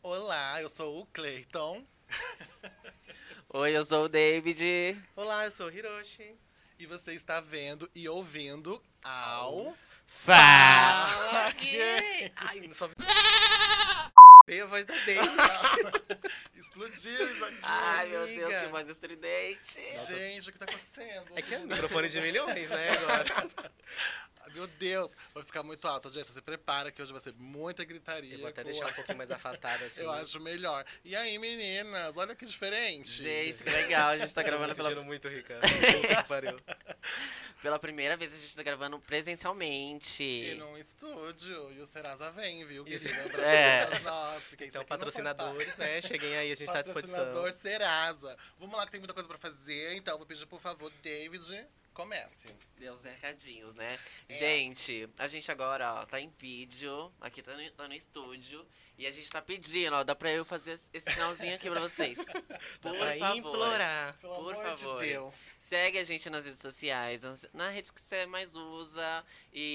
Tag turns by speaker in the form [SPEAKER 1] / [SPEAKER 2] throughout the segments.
[SPEAKER 1] Olá, eu sou o Clayton.
[SPEAKER 2] Oi, eu sou o David.
[SPEAKER 3] Olá, eu sou o Hiroshi.
[SPEAKER 1] E você está vendo e ouvindo ao.
[SPEAKER 2] Fá!
[SPEAKER 3] Fala gay! Ai, só vi. Veio a voz da Deus.
[SPEAKER 1] Explodiu isso aqui!
[SPEAKER 2] Ai, meu Deus,
[SPEAKER 3] Amiga.
[SPEAKER 2] que voz estridente.
[SPEAKER 1] Gente, o que tá acontecendo?
[SPEAKER 3] É que é um microfone de milhões, né, agora.
[SPEAKER 1] Ah, Meu Deus, vai ficar muito alto. Gente, você se prepara que hoje vai ser muita gritaria.
[SPEAKER 3] Eu vou até
[SPEAKER 1] com-
[SPEAKER 3] deixar um pouquinho mais afastado, assim.
[SPEAKER 1] Eu acho melhor. E aí, meninas, olha que diferente.
[SPEAKER 2] Gente, que
[SPEAKER 3] Ah,
[SPEAKER 2] legal, a gente tá
[SPEAKER 3] Eu
[SPEAKER 2] gravando
[SPEAKER 3] me
[SPEAKER 2] pela,
[SPEAKER 3] sentindo muito rica. Puta que pariu.
[SPEAKER 2] pela primeira vez, a gente tá gravando
[SPEAKER 1] E
[SPEAKER 2] presencialmente.
[SPEAKER 1] num estúdio. E o Serasa vem, viu?
[SPEAKER 3] Isso.
[SPEAKER 1] Querida, pra
[SPEAKER 2] É.
[SPEAKER 1] todas nós. Porque isso
[SPEAKER 3] Então,
[SPEAKER 1] aqui não pode parar.
[SPEAKER 3] patrocinadores, né? Cheguem aí, a gente tá à disposição.
[SPEAKER 1] Patrocinador Serasa. Vamos lá que tem muita coisa pra fazer, então vou pedir por favor, David, comece.
[SPEAKER 2] Deu os recadinhos, né?
[SPEAKER 1] É.
[SPEAKER 2] Gente, a gente agora, ó, tá em vídeo. Aqui tá no, tá no estúdio. E a gente tá pedindo, ó, dá pra eu fazer esse- esse sinalzinho aqui pra vocês. Por
[SPEAKER 3] Pra
[SPEAKER 2] favor.
[SPEAKER 3] implorar.
[SPEAKER 1] Pelo
[SPEAKER 2] Por
[SPEAKER 1] amor
[SPEAKER 2] favor.
[SPEAKER 1] de Deus.
[SPEAKER 2] Segue a gente nas redes sociais, nas- na rede que você mais usa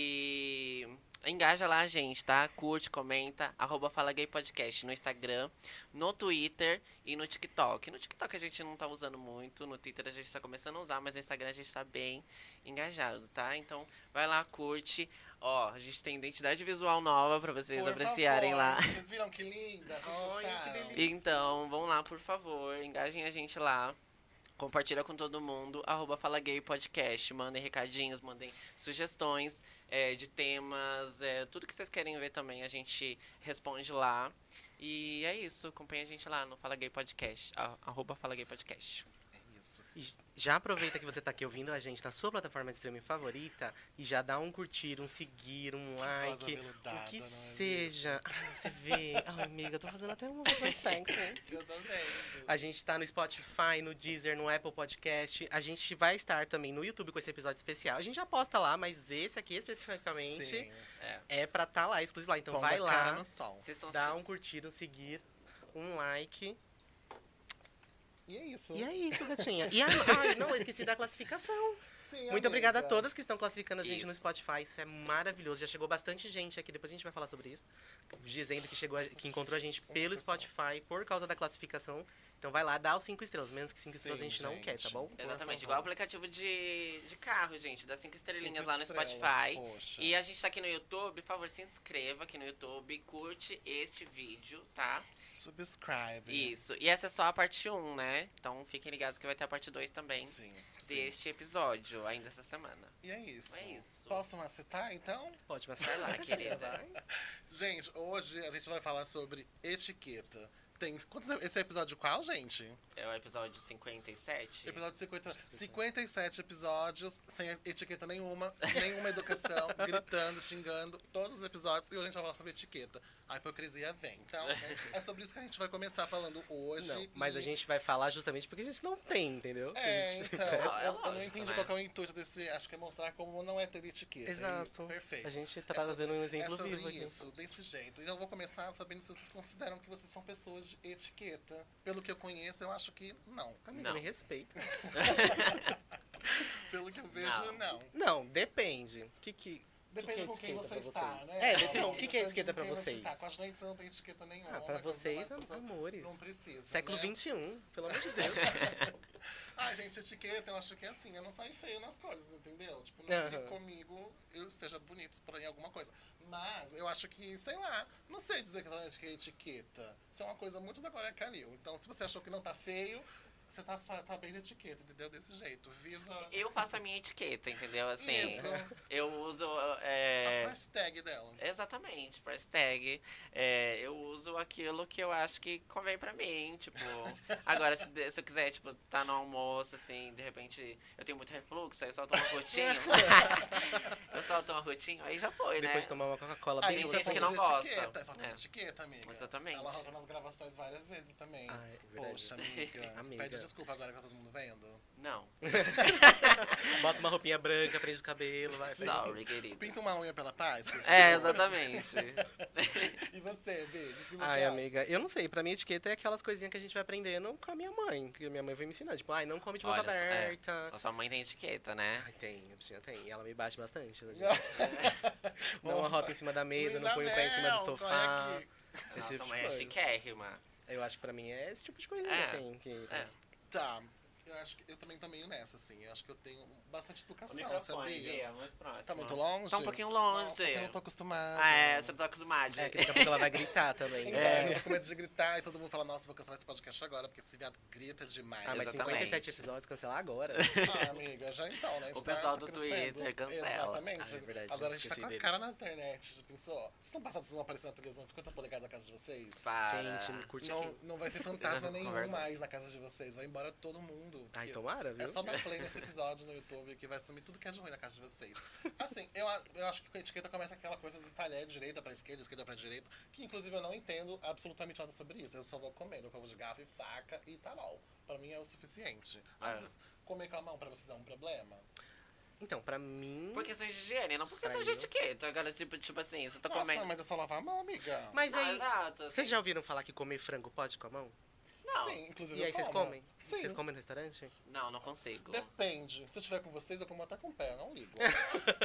[SPEAKER 2] e engaja lá a gente, tá? Curte, comenta, arroba Fala Gay Podcast no Instagram, no Twitter e no TikTok. No TikTok a gente não tá usando muito, no Twitter a gente tá começando a usar, mas no Instagram a gente tá bem engajado, tá? Então vai lá, curte. Ó, a gente tem identidade visual nova pra vocês
[SPEAKER 1] Por
[SPEAKER 2] apreciarem
[SPEAKER 1] favor.
[SPEAKER 2] lá.
[SPEAKER 1] Vocês viram que linda? Vocês
[SPEAKER 3] Olha, que
[SPEAKER 1] gostaram?
[SPEAKER 3] delícia.
[SPEAKER 2] Então, vão lá, por favor, engajem a gente lá. Compartilha com todo mundo, arroba Fala Gay Podcast, mandem recadinhos, mandem sugestões é, de temas, é, tudo que vocês querem ver também a gente responde lá. E é isso, acompanha a gente lá no Fala Gay Podcast, a- arroba Fala Gay Podcast.
[SPEAKER 1] É isso.
[SPEAKER 3] E já aproveita que você tá aqui ouvindo a gente na sua plataforma de streaming favorita e já dá um curtir, um seguir, um
[SPEAKER 1] voz
[SPEAKER 3] like,
[SPEAKER 1] aveludada,
[SPEAKER 3] o que
[SPEAKER 1] não é mesmo?
[SPEAKER 3] seja. Ai, você vê. Ai, amiga, eu tô fazendo até uma voz mais sexy.
[SPEAKER 1] Eu também.
[SPEAKER 3] A gente tá no Spotify, no Deezer, no Apple Podcast. A gente vai estar também no YouTube com esse episódio especial. A gente já posta lá, mas esse aqui especificamente
[SPEAKER 1] Sim.
[SPEAKER 2] É.
[SPEAKER 3] é pra tá lá, exclusivo lá. Então
[SPEAKER 1] Pomba
[SPEAKER 3] vai
[SPEAKER 1] cara assim.
[SPEAKER 3] lá,
[SPEAKER 1] no sol.
[SPEAKER 2] Vocês estão
[SPEAKER 3] dá um curtir, um seguir, um like.
[SPEAKER 1] E é isso.
[SPEAKER 3] E é isso, gatinha. E a- ai, não, eu esqueci da classificação.
[SPEAKER 1] Sim,
[SPEAKER 3] Muito
[SPEAKER 1] amiga.
[SPEAKER 3] obrigada a todas que estão classificando a gente no
[SPEAKER 2] Isso.
[SPEAKER 3] Spotify. Isso é maravilhoso. Já chegou bastante gente aqui, depois a gente vai falar sobre isso. Dizendo que chegou a- que encontrou a gente pelo
[SPEAKER 1] pessoal.
[SPEAKER 3] Spotify por causa da classificação. Então vai lá, dá os cinco estrelas. Menos que cinco
[SPEAKER 1] Sim,
[SPEAKER 3] estrelas a gente, não
[SPEAKER 1] gente.
[SPEAKER 3] quer, tá bom?
[SPEAKER 2] Exatamente,
[SPEAKER 3] Por
[SPEAKER 2] igual o
[SPEAKER 3] favor.
[SPEAKER 2] aplicativo de, de carro, gente, dá cinco estrelinhas
[SPEAKER 1] Cinco
[SPEAKER 2] lá no
[SPEAKER 1] estrelas,
[SPEAKER 2] Spotify.
[SPEAKER 1] poxa.
[SPEAKER 2] E a gente tá aqui no YouTube, por favor, se inscreva aqui no YouTube, curte este vídeo, tá?
[SPEAKER 1] Subscribe.
[SPEAKER 2] Isso. E essa é só a parte 1, né? Então fiquem ligados que vai ter a parte 2 também
[SPEAKER 1] Sim, sim.
[SPEAKER 2] deste episódio, ainda essa semana.
[SPEAKER 1] E é isso.
[SPEAKER 2] É isso.
[SPEAKER 1] Posso macetar, então?
[SPEAKER 3] Ótima
[SPEAKER 2] Vai lá,
[SPEAKER 3] sorte.
[SPEAKER 2] querida.
[SPEAKER 1] Gente, hoje a gente vai falar sobre etiqueta. Tem. Quantos, esse é o episódio qual, gente?
[SPEAKER 2] É o episódio 57.
[SPEAKER 1] Episódio 50, 57 episódios, sem etiqueta nenhuma, nenhuma educação, gritando, xingando, todos os episódios, e hoje a gente vai falar sobre etiqueta. A hipocrisia vem. Então, é sobre isso que a gente vai começar falando hoje.
[SPEAKER 3] Não, mas a
[SPEAKER 1] e-
[SPEAKER 3] gente vai falar justamente porque a gente não tem, entendeu? Se a
[SPEAKER 1] É,
[SPEAKER 3] gente
[SPEAKER 1] então.
[SPEAKER 3] tivesse-
[SPEAKER 2] Não, é
[SPEAKER 1] eu, eu não
[SPEAKER 2] lógico,
[SPEAKER 1] entendi
[SPEAKER 2] né?
[SPEAKER 1] qual que é o intuito desse. Acho que é mostrar como não é ter etiqueta.
[SPEAKER 3] Exato.
[SPEAKER 1] E- perfeito.
[SPEAKER 3] A gente tá
[SPEAKER 1] É sobre-
[SPEAKER 3] dando um exemplo
[SPEAKER 1] é sobre
[SPEAKER 3] vivo aqui.
[SPEAKER 1] Isso, desse jeito. E eu vou começar sabendo se vocês consideram que vocês são pessoas de etiqueta. Pelo que eu conheço, eu acho que não.
[SPEAKER 3] Amiga,
[SPEAKER 2] Não.
[SPEAKER 3] me respeita.
[SPEAKER 1] Pelo que eu vejo,
[SPEAKER 2] Não.
[SPEAKER 1] não.
[SPEAKER 3] Não, depende. O que que. que que
[SPEAKER 1] Depende
[SPEAKER 3] é
[SPEAKER 1] com quem
[SPEAKER 3] etiqueta
[SPEAKER 1] você
[SPEAKER 3] pra
[SPEAKER 1] está,
[SPEAKER 3] vocês?
[SPEAKER 1] né?
[SPEAKER 3] É, então, o que que é
[SPEAKER 1] Depende
[SPEAKER 3] etiqueta
[SPEAKER 1] com
[SPEAKER 3] pra
[SPEAKER 1] quem você
[SPEAKER 3] vocês?
[SPEAKER 1] está. Com a gente não tem etiqueta nenhuma.
[SPEAKER 3] Ah, pra
[SPEAKER 1] né? Com as
[SPEAKER 3] vocês,
[SPEAKER 1] demais pessoas,
[SPEAKER 3] amores.
[SPEAKER 1] Não precisa.
[SPEAKER 3] Século
[SPEAKER 1] né?
[SPEAKER 3] XXI, pelo amor de Deus.
[SPEAKER 2] É.
[SPEAKER 1] Ah, gente, etiqueta, eu acho que é assim, eu não saio feio nas coisas, entendeu? Tipo, não é que
[SPEAKER 3] Aham.
[SPEAKER 1] comigo eu esteja bonito pra em alguma coisa. Mas eu acho que, sei lá, não sei dizer que é etiqueta. Isso é uma coisa muito da Coreia Calil. Então, se você achou que não tá feio, você tá, sa- tá bem de etiqueta, entendeu? Desse jeito. Viva
[SPEAKER 2] Eu faço a minha etiqueta, entendeu? Assim,
[SPEAKER 1] Isso.
[SPEAKER 2] eu uso.
[SPEAKER 1] a
[SPEAKER 2] É...
[SPEAKER 1] price tag dela.
[SPEAKER 2] Exatamente, price tag. É, eu uso aquilo que eu acho que convém pra mim, tipo. Agora, se, de- se eu quiser, tipo, tá no almoço, assim, de repente eu tenho muito refluxo, aí eu solto uma rotinha. eu solto uma rotinha, aí já foi, né?
[SPEAKER 3] Depois de tomar uma Coca-Cola
[SPEAKER 1] Aí
[SPEAKER 3] bem assim.
[SPEAKER 2] tem
[SPEAKER 1] isso é
[SPEAKER 2] gente que
[SPEAKER 3] gostosa.
[SPEAKER 2] não
[SPEAKER 1] falta de
[SPEAKER 2] gosta.
[SPEAKER 1] Etiqueta, é falta de
[SPEAKER 2] É.
[SPEAKER 1] etiqueta, amiga.
[SPEAKER 2] Exatamente.
[SPEAKER 1] Ela rola nas gravações várias vezes também.
[SPEAKER 3] Ah, é verdade.
[SPEAKER 1] Poxa, amiga.
[SPEAKER 3] Amiga.
[SPEAKER 1] Pede desculpa agora que tá todo mundo vendo.
[SPEAKER 2] Não.
[SPEAKER 3] Bota uma roupinha branca, prende o cabelo, vai. faz
[SPEAKER 2] Sorry, querido.
[SPEAKER 1] Pinta uma unha pela paz. por favor.
[SPEAKER 2] É, exatamente.
[SPEAKER 1] E você, Baby? o que você
[SPEAKER 3] Ai,
[SPEAKER 1] acha?
[SPEAKER 3] amiga, eu não sei. Pra mim, etiqueta é aquelas coisinhas que a gente vai aprendendo com a minha mãe. Que a minha mãe vai me ensinar. Tipo, ai, não come de boca
[SPEAKER 2] Olha só, é.
[SPEAKER 3] aberta.
[SPEAKER 2] A sua mãe tem etiqueta, né?
[SPEAKER 3] Ai, tem, a bichinha tem. E ela me bate bastante. né, gente?
[SPEAKER 1] Não.
[SPEAKER 3] Não arrota em cima da mesa, não põe o pé em cima do
[SPEAKER 1] Isabel,
[SPEAKER 3] sofá.
[SPEAKER 1] corre aqui.
[SPEAKER 3] Esse
[SPEAKER 2] Nossa,
[SPEAKER 3] tipo
[SPEAKER 2] mãe
[SPEAKER 3] de
[SPEAKER 2] é
[SPEAKER 3] coisa.
[SPEAKER 2] chiquérrima.
[SPEAKER 3] Eu acho que pra mim é esse tipo de coisinha,
[SPEAKER 2] É.
[SPEAKER 3] assim. Que...
[SPEAKER 2] É.
[SPEAKER 1] Tá. Eu acho que eu também tô meio nessa, assim. Eu acho que eu tenho bastante
[SPEAKER 2] O
[SPEAKER 1] educação,
[SPEAKER 2] microfone,
[SPEAKER 1] sabia?
[SPEAKER 2] Bia, mais próximo.
[SPEAKER 1] Tá muito longe?
[SPEAKER 2] Tá um pouquinho longe.
[SPEAKER 1] Nossa, é que eu não tô acostumada.
[SPEAKER 2] Ah, é, você tá acostumado.
[SPEAKER 3] É, que daqui a pouco ela vai gritar também.
[SPEAKER 2] É.
[SPEAKER 1] Então,
[SPEAKER 3] né?
[SPEAKER 1] eu tô com medo de gritar e todo mundo fala, nossa, vou cancelar esse podcast agora, porque esse viado grita demais.
[SPEAKER 3] Ah, mas
[SPEAKER 2] Exatamente.
[SPEAKER 3] 57 episódios, cancelar agora.
[SPEAKER 1] Ah, amiga, já então, né? A gente
[SPEAKER 2] O pessoal do
[SPEAKER 1] crescendo.
[SPEAKER 2] Twitter cancela.
[SPEAKER 1] Exatamente.
[SPEAKER 3] Ah, é verdade,
[SPEAKER 1] Agora a gente tá
[SPEAKER 3] esqueci
[SPEAKER 1] com a
[SPEAKER 3] deles.
[SPEAKER 1] cara na internet, já pensou? Vocês estão passados vão aparecer na televisão de 50 polegadas na casa de vocês?
[SPEAKER 2] Para.
[SPEAKER 3] Gente, me curte
[SPEAKER 1] Não,
[SPEAKER 3] aqui.
[SPEAKER 1] não vai ter
[SPEAKER 2] Eu
[SPEAKER 1] fantasma
[SPEAKER 2] não
[SPEAKER 1] nenhum
[SPEAKER 2] concordo.
[SPEAKER 1] mais na casa de vocês. Vai embora todo mundo.
[SPEAKER 3] Ai,
[SPEAKER 1] Porque
[SPEAKER 3] tomara, viu?
[SPEAKER 1] É só dar play nesse episódio no YouTube que vai sumir tudo que é de ruim na casa de vocês. Assim, eu, a- eu acho que a etiqueta começa aquela coisa do talher direita pra esquerda, esquerda pra direita, que inclusive eu não entendo absolutamente nada sobre isso. Eu só vou comendo. Eu como de garfo e faca e tal. Pra mim é o suficiente. Às
[SPEAKER 2] É.
[SPEAKER 1] vezes, comer com a mão pra vocês é um problema.
[SPEAKER 3] Então, pra mim.
[SPEAKER 2] Por questão de higiene, não por questão
[SPEAKER 3] Ai,
[SPEAKER 2] de
[SPEAKER 3] eu-
[SPEAKER 2] etiqueta. Agora, tipo, tipo assim, você tá
[SPEAKER 1] Nossa,
[SPEAKER 2] comendo.
[SPEAKER 1] mas é só lavar a mão, amiga.
[SPEAKER 3] Mas
[SPEAKER 2] Não,
[SPEAKER 3] aí.
[SPEAKER 2] exato. assim.
[SPEAKER 3] Vocês já ouviram falar que comer frango pode com a mão?
[SPEAKER 2] Não.
[SPEAKER 1] Sim, inclusive
[SPEAKER 3] E aí
[SPEAKER 1] eu
[SPEAKER 3] vocês
[SPEAKER 1] como.
[SPEAKER 3] comem?
[SPEAKER 1] Sim.
[SPEAKER 3] Vocês comem no restaurante?
[SPEAKER 2] Não, não consigo.
[SPEAKER 1] Depende. Se eu tiver com vocês, eu como até com o pé, eu não ligo.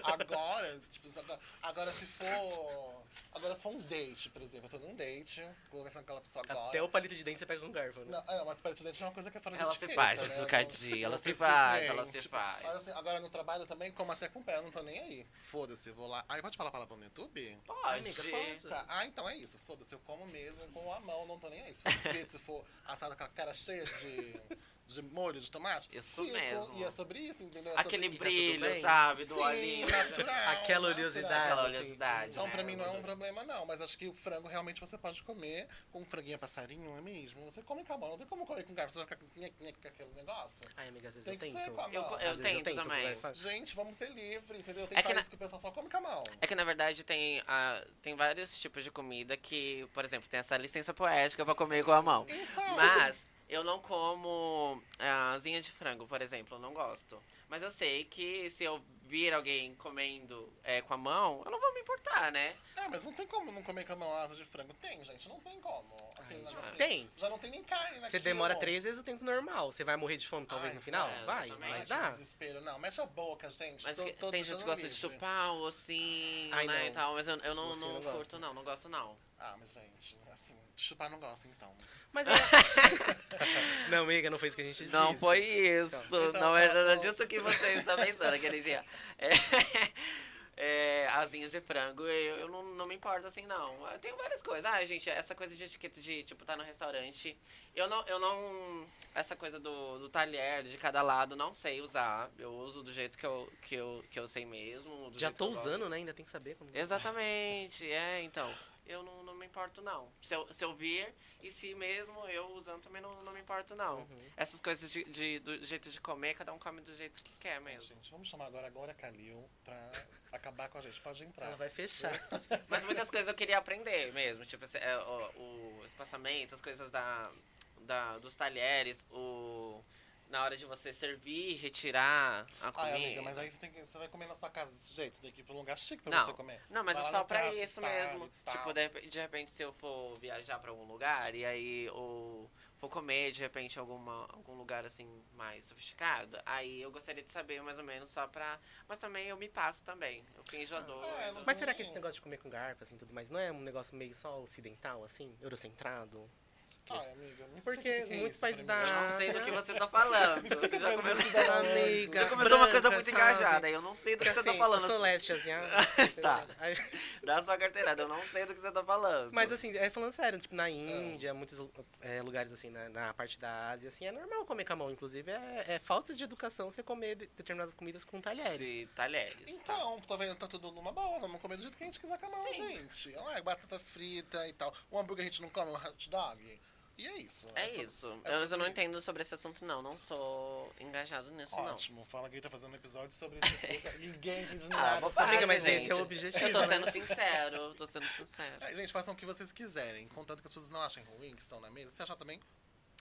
[SPEAKER 1] agora, tipo, se agora, agora se for. Agora se for um date, por exemplo, eu tô num date, conversando com aquela pessoa agora.
[SPEAKER 3] Até o palito de dente você pega com garfo, né?
[SPEAKER 1] Não, é, mas parece dente é uma coisa que é fora de
[SPEAKER 2] Ela se
[SPEAKER 1] etiqueta,
[SPEAKER 2] faz,
[SPEAKER 1] né?
[SPEAKER 2] Tucati,
[SPEAKER 1] Eu
[SPEAKER 2] ela
[SPEAKER 1] sou
[SPEAKER 2] se faz, ela
[SPEAKER 1] eficiente.
[SPEAKER 2] se faz.
[SPEAKER 1] Mas, assim, agora no trabalho eu também como até com o pé, eu não tô nem aí. Foda-se, eu vou lá. Aí pode falar palavrão no YouTube?
[SPEAKER 2] Pode.
[SPEAKER 3] Amiga, pode.
[SPEAKER 1] Tá, ah, então é isso. Foda-se, eu como mesmo com a mão, não tô nem aí. Se for frito, se for assado com a cara cheia de, de molho de tomate.
[SPEAKER 2] Isso mesmo.
[SPEAKER 1] E é sobre isso, entendeu? É sobre
[SPEAKER 2] Aquele
[SPEAKER 3] que tá tudo
[SPEAKER 2] brilho,
[SPEAKER 3] bem?
[SPEAKER 2] sabe? Do
[SPEAKER 1] Sim,
[SPEAKER 2] olhinho.
[SPEAKER 1] natural,
[SPEAKER 3] Aquela
[SPEAKER 1] natural.
[SPEAKER 3] oleosidade.
[SPEAKER 2] Aquela
[SPEAKER 3] assim.
[SPEAKER 2] oleosidade.
[SPEAKER 1] Então, pra
[SPEAKER 2] né?
[SPEAKER 1] mim, não é um problema, não. Mas acho que o frango realmente você pode comer com um franguinho a passarinho, não é mesmo? Você come com a mão, não tem como comer com garfo, você vai ficar com nhe- nhe- com aquele negócio.
[SPEAKER 3] Ai, amiga, às vezes
[SPEAKER 1] Tem
[SPEAKER 3] eu
[SPEAKER 1] que
[SPEAKER 3] tento.
[SPEAKER 1] ser com a mão.
[SPEAKER 2] Eu,
[SPEAKER 1] Às
[SPEAKER 2] eu
[SPEAKER 3] Às vezes
[SPEAKER 2] tento também.
[SPEAKER 3] vai, faz.
[SPEAKER 1] Gente, vamos ser livres, entendeu? Tem
[SPEAKER 2] É que
[SPEAKER 1] países
[SPEAKER 2] na-
[SPEAKER 1] que o pessoal só come com a mão.
[SPEAKER 2] É que na verdade tem, ah, tem vários tipos de comida que, por exemplo, tem essa licença poética pra comer com a mão.
[SPEAKER 1] Então,
[SPEAKER 2] Mas eu não como ah, asinha de frango, por exemplo, eu não gosto. Mas eu sei que se eu vir alguém comendo eh, com a mão, eu não vou me importar, né?
[SPEAKER 1] É, mas não tem como não comer com a mão asa de frango. Tem, gente, não tem como. Aquele negocinho.
[SPEAKER 3] Tem.
[SPEAKER 1] Já não tem nem carne
[SPEAKER 2] Tá
[SPEAKER 1] naquilo.
[SPEAKER 3] Você demora três vezes o tempo normal. Você vai morrer de fome, talvez,
[SPEAKER 1] Ai,
[SPEAKER 3] no final?
[SPEAKER 2] é,
[SPEAKER 3] vai,
[SPEAKER 2] exatamente.
[SPEAKER 1] Ai,
[SPEAKER 3] mas
[SPEAKER 1] que
[SPEAKER 3] dá.
[SPEAKER 1] desespero. Não, mexe a boca, gente.
[SPEAKER 2] Mas
[SPEAKER 1] Tô-
[SPEAKER 2] que-
[SPEAKER 1] tô
[SPEAKER 2] tem gente que
[SPEAKER 1] deixando
[SPEAKER 2] gosta de
[SPEAKER 1] livre.
[SPEAKER 2] chupar o ossinho,
[SPEAKER 3] Ai,
[SPEAKER 2] né,
[SPEAKER 3] não.
[SPEAKER 2] e tal. Mas eu, eu não,
[SPEAKER 3] Você
[SPEAKER 2] não,
[SPEAKER 3] não gosta.
[SPEAKER 2] curto, não. Não gosto, não.
[SPEAKER 1] Ah, mas gente, assim, de chupar não gosto, então.
[SPEAKER 3] Mas é... Não, amiga, não foi isso que a gente disse.
[SPEAKER 2] Não foi isso.
[SPEAKER 1] Então
[SPEAKER 2] não
[SPEAKER 1] tá
[SPEAKER 2] era nada
[SPEAKER 1] bom.
[SPEAKER 2] disso que vocês estão pensando aquele dia. É, é, asinha de frango, eu, eu não, não me importo assim, não. Eu tenho várias coisas. Ah, gente, essa coisa de etiqueta de, tipo, tá no restaurante. Eu não. Eu não essa coisa do, do talher de cada lado, não sei usar. Eu uso do jeito que eu, que eu, que eu sei mesmo. do
[SPEAKER 3] Já
[SPEAKER 2] jeito
[SPEAKER 3] tô
[SPEAKER 2] que eu gosto.
[SPEAKER 3] usando, né? Ainda tem que saber como.
[SPEAKER 2] Exatamente, é, então. Eu não, não me importo, não. Se eu, se eu vir, e se mesmo eu usando, também não, não me importo, não.
[SPEAKER 1] Uhum.
[SPEAKER 2] Essas coisas de, de- do jeito de comer, cada um come do jeito que quer mesmo.
[SPEAKER 1] Gente, vamos chamar agora a Glória Calil pra acabar com a gente. Pode entrar.
[SPEAKER 3] Ela vai fechar.
[SPEAKER 2] Mas muitas coisas eu queria aprender mesmo. Tipo, esse- é, o, o espaçamento, as coisas da, da, dos talheres, o, na hora de você servir, retirar a comida.
[SPEAKER 1] Ai, Ah, é, amiga, mas aí você, tem que, você vai comer na sua casa desse jeito, você tem que ir pra um lugar chique pra
[SPEAKER 2] não,
[SPEAKER 1] você comer.
[SPEAKER 2] não, mas
[SPEAKER 1] Vai
[SPEAKER 2] é
[SPEAKER 1] lá
[SPEAKER 2] só
[SPEAKER 1] no
[SPEAKER 2] pra
[SPEAKER 1] terraço e
[SPEAKER 2] isso
[SPEAKER 1] tal,
[SPEAKER 2] mesmo.
[SPEAKER 1] e tal.
[SPEAKER 2] Tipo, de, rep- de repente, se eu for viajar pra algum lugar e aí ou for comer, de repente, alguma, algum lugar assim mais sofisticado, aí eu gostaria de saber mais ou menos só pra. Mas também eu me passo também. Eu fico enjoador.
[SPEAKER 1] Ah, é, não-
[SPEAKER 3] Mas será que esse negócio de comer com garfo, assim, tudo mais, não é um negócio meio só ocidental, assim? Eurocentrado?
[SPEAKER 1] Ai, Tá, amiga, me
[SPEAKER 3] Porque
[SPEAKER 1] explica o que é
[SPEAKER 3] muitos
[SPEAKER 1] isso pra
[SPEAKER 3] países
[SPEAKER 1] mim.
[SPEAKER 3] da-
[SPEAKER 2] Eu não sei do que você tá falando. Você já começou,
[SPEAKER 3] Amiga.
[SPEAKER 2] já começou uma
[SPEAKER 3] branca,
[SPEAKER 2] coisa muito
[SPEAKER 3] sabe?
[SPEAKER 2] engajada. Eu não sei do que
[SPEAKER 3] Porque
[SPEAKER 2] você tá
[SPEAKER 3] assim, eu sou
[SPEAKER 2] falando.
[SPEAKER 3] leste asiático.
[SPEAKER 2] Tá.
[SPEAKER 3] Aí-
[SPEAKER 2] Dá sua carteirada, eu não sei do que você tá falando.
[SPEAKER 3] Mas assim, é falando sério, tipo,
[SPEAKER 1] Ah.
[SPEAKER 3] na Índia, muitos é, lugares assim, na, na parte da Ásia, assim, é normal comer com a mão. Inclusive, é, é falta de educação você comer de- determinadas comidas com talheres.
[SPEAKER 2] de talheres. tá?
[SPEAKER 1] Então, tá vendo? Tá tudo numa boa, vamos comer do jeito que a gente quiser com a mão,
[SPEAKER 2] Sim.
[SPEAKER 1] gente. Olha lá, batata frita e tal. Um hambúrguer a gente não come, um hot dog. E é isso.
[SPEAKER 2] É
[SPEAKER 1] sobre-
[SPEAKER 2] isso.
[SPEAKER 1] é
[SPEAKER 2] eu, eu
[SPEAKER 1] sobre
[SPEAKER 2] não
[SPEAKER 1] isso.
[SPEAKER 2] entendo sobre esse assunto, não. Não sou engajado nisso,
[SPEAKER 1] Ótimo, fala que tá fazendo um episódio sobre ninguém entende
[SPEAKER 2] não.
[SPEAKER 1] nada.
[SPEAKER 2] Ah, vou
[SPEAKER 1] sabe?
[SPEAKER 2] parar,
[SPEAKER 3] amiga, mas
[SPEAKER 2] gente.
[SPEAKER 3] esse é o objetivo,
[SPEAKER 2] Eu tô
[SPEAKER 3] né?
[SPEAKER 2] sendo sincero, tô sendo sincero.
[SPEAKER 1] É, gente, façam o que vocês quiserem, contanto que as pessoas não achem ruim, que estão na mesa. Se achar também,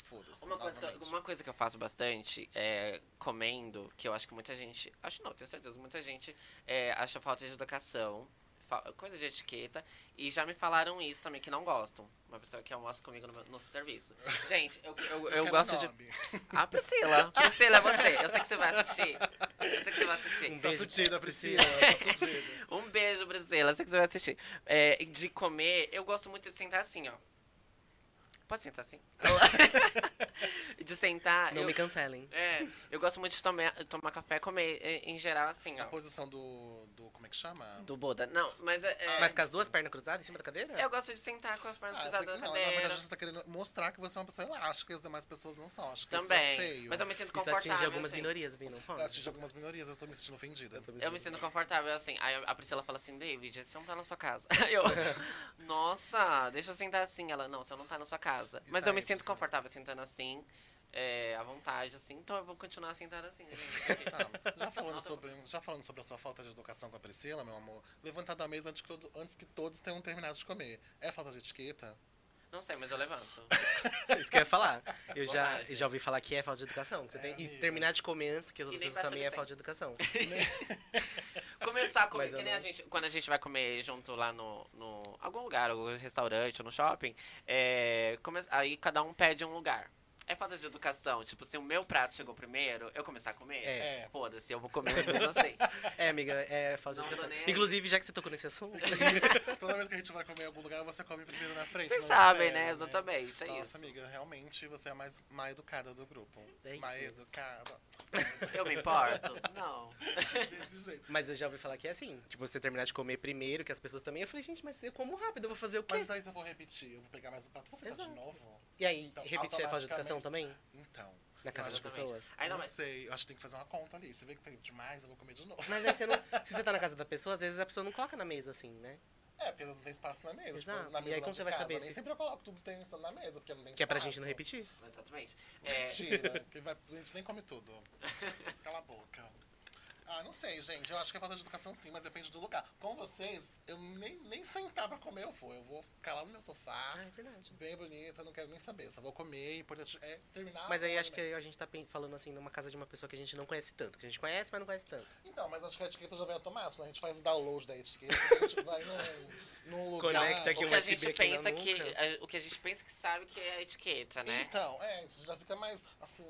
[SPEAKER 1] foda-se.
[SPEAKER 2] Uma coisa, que eu,
[SPEAKER 1] novamente.
[SPEAKER 2] uma coisa que eu faço bastante é comendo, que eu acho que muita gente. Acho não, tenho certeza, muita gente é, acha falta de educação. fa- coisa de etiqueta. E já me falaram isso também, que não gostam. Uma pessoa que almoça comigo no, meu- no serviço. Gente, eu, eu, eu gosto de.
[SPEAKER 1] Tá
[SPEAKER 2] Ah, Priscila. Priscila, é você. Eu sei que você vai assistir. Eu sei que você vai assistir.
[SPEAKER 3] Um
[SPEAKER 1] Tá
[SPEAKER 3] Beijo,
[SPEAKER 1] fudida, Priscila. tá fudida.
[SPEAKER 2] Um beijo, Priscila. Sei que você vai assistir. É, de comer, eu gosto muito de sentar assim, ó. Pode sentar assim? de sentar.
[SPEAKER 3] Não
[SPEAKER 2] eu,
[SPEAKER 3] me cancelem.
[SPEAKER 2] é, eu gosto muito de tomar, tomar café e comer, é, em geral, assim,
[SPEAKER 1] A
[SPEAKER 2] ó.
[SPEAKER 1] posição do, do. Como é que chama?
[SPEAKER 2] Do Buda. Não, mas. é- é-
[SPEAKER 3] Mas com as duas pernas cruzadas em cima da cadeira?
[SPEAKER 2] Eu gosto de sentar com as pernas
[SPEAKER 1] Ah,
[SPEAKER 2] cruzadas
[SPEAKER 1] você-
[SPEAKER 2] na
[SPEAKER 1] não, na
[SPEAKER 2] cadeira.
[SPEAKER 1] verdade você tá querendo mostrar que você é uma pessoa elástica e as demais pessoas não são. Acho que
[SPEAKER 2] Também.
[SPEAKER 1] isso é feio.
[SPEAKER 2] Mas eu me sinto
[SPEAKER 3] Isso
[SPEAKER 2] confortável.
[SPEAKER 3] atinge algumas
[SPEAKER 2] assim.
[SPEAKER 3] minorias, bem, não pode?
[SPEAKER 1] Atinge algumas minorias, eu tô me sentindo ofendida.
[SPEAKER 3] tô
[SPEAKER 2] Eu me sinto confortável assim. Aí a Priscila fala assim, David, você não tá na sua casa. Eu, nossa, deixa eu sentar assim. Ela, não, você não tá na sua casa.
[SPEAKER 1] Isso
[SPEAKER 2] Mas eu
[SPEAKER 1] aí,
[SPEAKER 2] me sinto
[SPEAKER 1] Priscila.
[SPEAKER 2] confortável sentando assim, é, à vontade, assim. Então eu vou continuar sentada assim, gente.
[SPEAKER 1] Tá, já, falando
[SPEAKER 2] Nossa.
[SPEAKER 1] sobre, já falando sobre a sua falta de educação com a Priscila, meu amor, levantar da mesa antes que, todo- antes que todos tenham terminado de comer. É falta de etiqueta?
[SPEAKER 2] Não sei, mas eu levanto.
[SPEAKER 3] É Isso que eu ia falar. Eu já,
[SPEAKER 2] Bobagem.
[SPEAKER 3] eu já ouvi falar que é falta de educação. que você
[SPEAKER 1] É,
[SPEAKER 3] tem- e
[SPEAKER 1] amiga.
[SPEAKER 3] terminar de comer antes que as
[SPEAKER 2] E
[SPEAKER 3] outras
[SPEAKER 2] nem
[SPEAKER 3] pessoas
[SPEAKER 2] passa
[SPEAKER 3] também é
[SPEAKER 2] licença.
[SPEAKER 3] falta de educação.
[SPEAKER 2] Começar a comer,
[SPEAKER 3] Mas eu
[SPEAKER 2] que nem a
[SPEAKER 3] não-
[SPEAKER 2] gente. Quando a gente vai comer junto lá no. no algum lugar, algum restaurante ou no shopping, é, come- aí cada um pede um lugar. É falta de educação. Tipo, se o meu prato chegou primeiro, eu começar a comer.
[SPEAKER 3] É.
[SPEAKER 1] É.
[SPEAKER 2] Foda-se, eu vou comer um o que eu sei.
[SPEAKER 3] É, amiga, é falta
[SPEAKER 2] Não
[SPEAKER 3] de
[SPEAKER 2] tô nem
[SPEAKER 3] educação.
[SPEAKER 2] aí.
[SPEAKER 3] Inclusive, já que você tocou nesse assunto,
[SPEAKER 1] Toda vez que a gente vai comer em algum lugar, você come primeiro na frente.
[SPEAKER 2] Vocês
[SPEAKER 1] não
[SPEAKER 2] sabem,
[SPEAKER 1] espera,
[SPEAKER 2] né? Exatamente, é
[SPEAKER 1] Nossa,
[SPEAKER 2] isso.
[SPEAKER 1] amiga, realmente você é a mais má educada do grupo.
[SPEAKER 3] É isso.
[SPEAKER 1] má educada.
[SPEAKER 2] Eu me importo? Não.
[SPEAKER 1] Desse jeito.
[SPEAKER 3] mas eu já ouvi falar que é assim. Tipo, você terminar de comer primeiro, que as pessoas também. Eu falei, gente, mas eu como rápido, eu vou fazer o quê?
[SPEAKER 1] Mas aí se eu vou repetir, eu vou pegar mais um prato. Você tá
[SPEAKER 3] Exato.
[SPEAKER 1] de novo?
[SPEAKER 3] E aí,
[SPEAKER 1] Então,
[SPEAKER 3] repetir é falta de educação também?
[SPEAKER 1] Então.
[SPEAKER 3] Na casa
[SPEAKER 1] eu acho
[SPEAKER 3] das
[SPEAKER 1] que-
[SPEAKER 2] Exatamente.
[SPEAKER 3] pessoas.
[SPEAKER 2] Aí não,
[SPEAKER 1] não
[SPEAKER 2] mas
[SPEAKER 1] sei, eu acho que tem que fazer uma conta ali. Se vê que tem demais, eu vou comer de novo.
[SPEAKER 3] Mas aí você não. Se você tá na casa da pessoa, às vezes a pessoa não coloca na mesa assim, né?
[SPEAKER 1] É, porque às vezes não tem espaço na mesa.
[SPEAKER 3] Exato.
[SPEAKER 1] Tipo, na
[SPEAKER 3] E
[SPEAKER 1] mesa
[SPEAKER 3] aí
[SPEAKER 1] lá
[SPEAKER 3] como
[SPEAKER 1] de
[SPEAKER 3] você vai
[SPEAKER 1] casa,
[SPEAKER 3] saber
[SPEAKER 1] Nem
[SPEAKER 3] se-
[SPEAKER 1] sempre eu coloco tudo que tem na mesa, porque não tem
[SPEAKER 3] Que é pra
[SPEAKER 1] espaço.
[SPEAKER 3] gente não repetir.
[SPEAKER 2] Exatamente. É,
[SPEAKER 1] Mentira, que vai, a gente nem come tudo. Cala a boca. Ah, não sei, gente. Eu acho que é falta de educação sim, mas depende do lugar. Com vocês, eu nem, nem sentar pra comer eu vou. Eu vou ficar lá no meu sofá,
[SPEAKER 3] Ah, é verdade.
[SPEAKER 1] bem bonita, não quero nem saber. Só vou comer e importante é terminar.
[SPEAKER 3] Mas aí
[SPEAKER 1] o
[SPEAKER 3] acho que
[SPEAKER 1] alimento.
[SPEAKER 3] a gente tá pen- falando assim numa casa de uma pessoa que a gente não conhece tanto. Que a gente conhece, mas não conhece tanto.
[SPEAKER 1] Então, mas acho que a etiqueta já vem automática, né? A gente faz o download da etiqueta, a gente vai num, num lugar...
[SPEAKER 3] Conecta aqui
[SPEAKER 2] o
[SPEAKER 3] um
[SPEAKER 2] que a
[SPEAKER 3] USB
[SPEAKER 2] gente
[SPEAKER 3] aqui na
[SPEAKER 2] pensa que.
[SPEAKER 3] nuca.
[SPEAKER 2] é, O que a gente pensa que sabe que é a etiqueta, né?
[SPEAKER 1] Então, é, já fica mais, assim,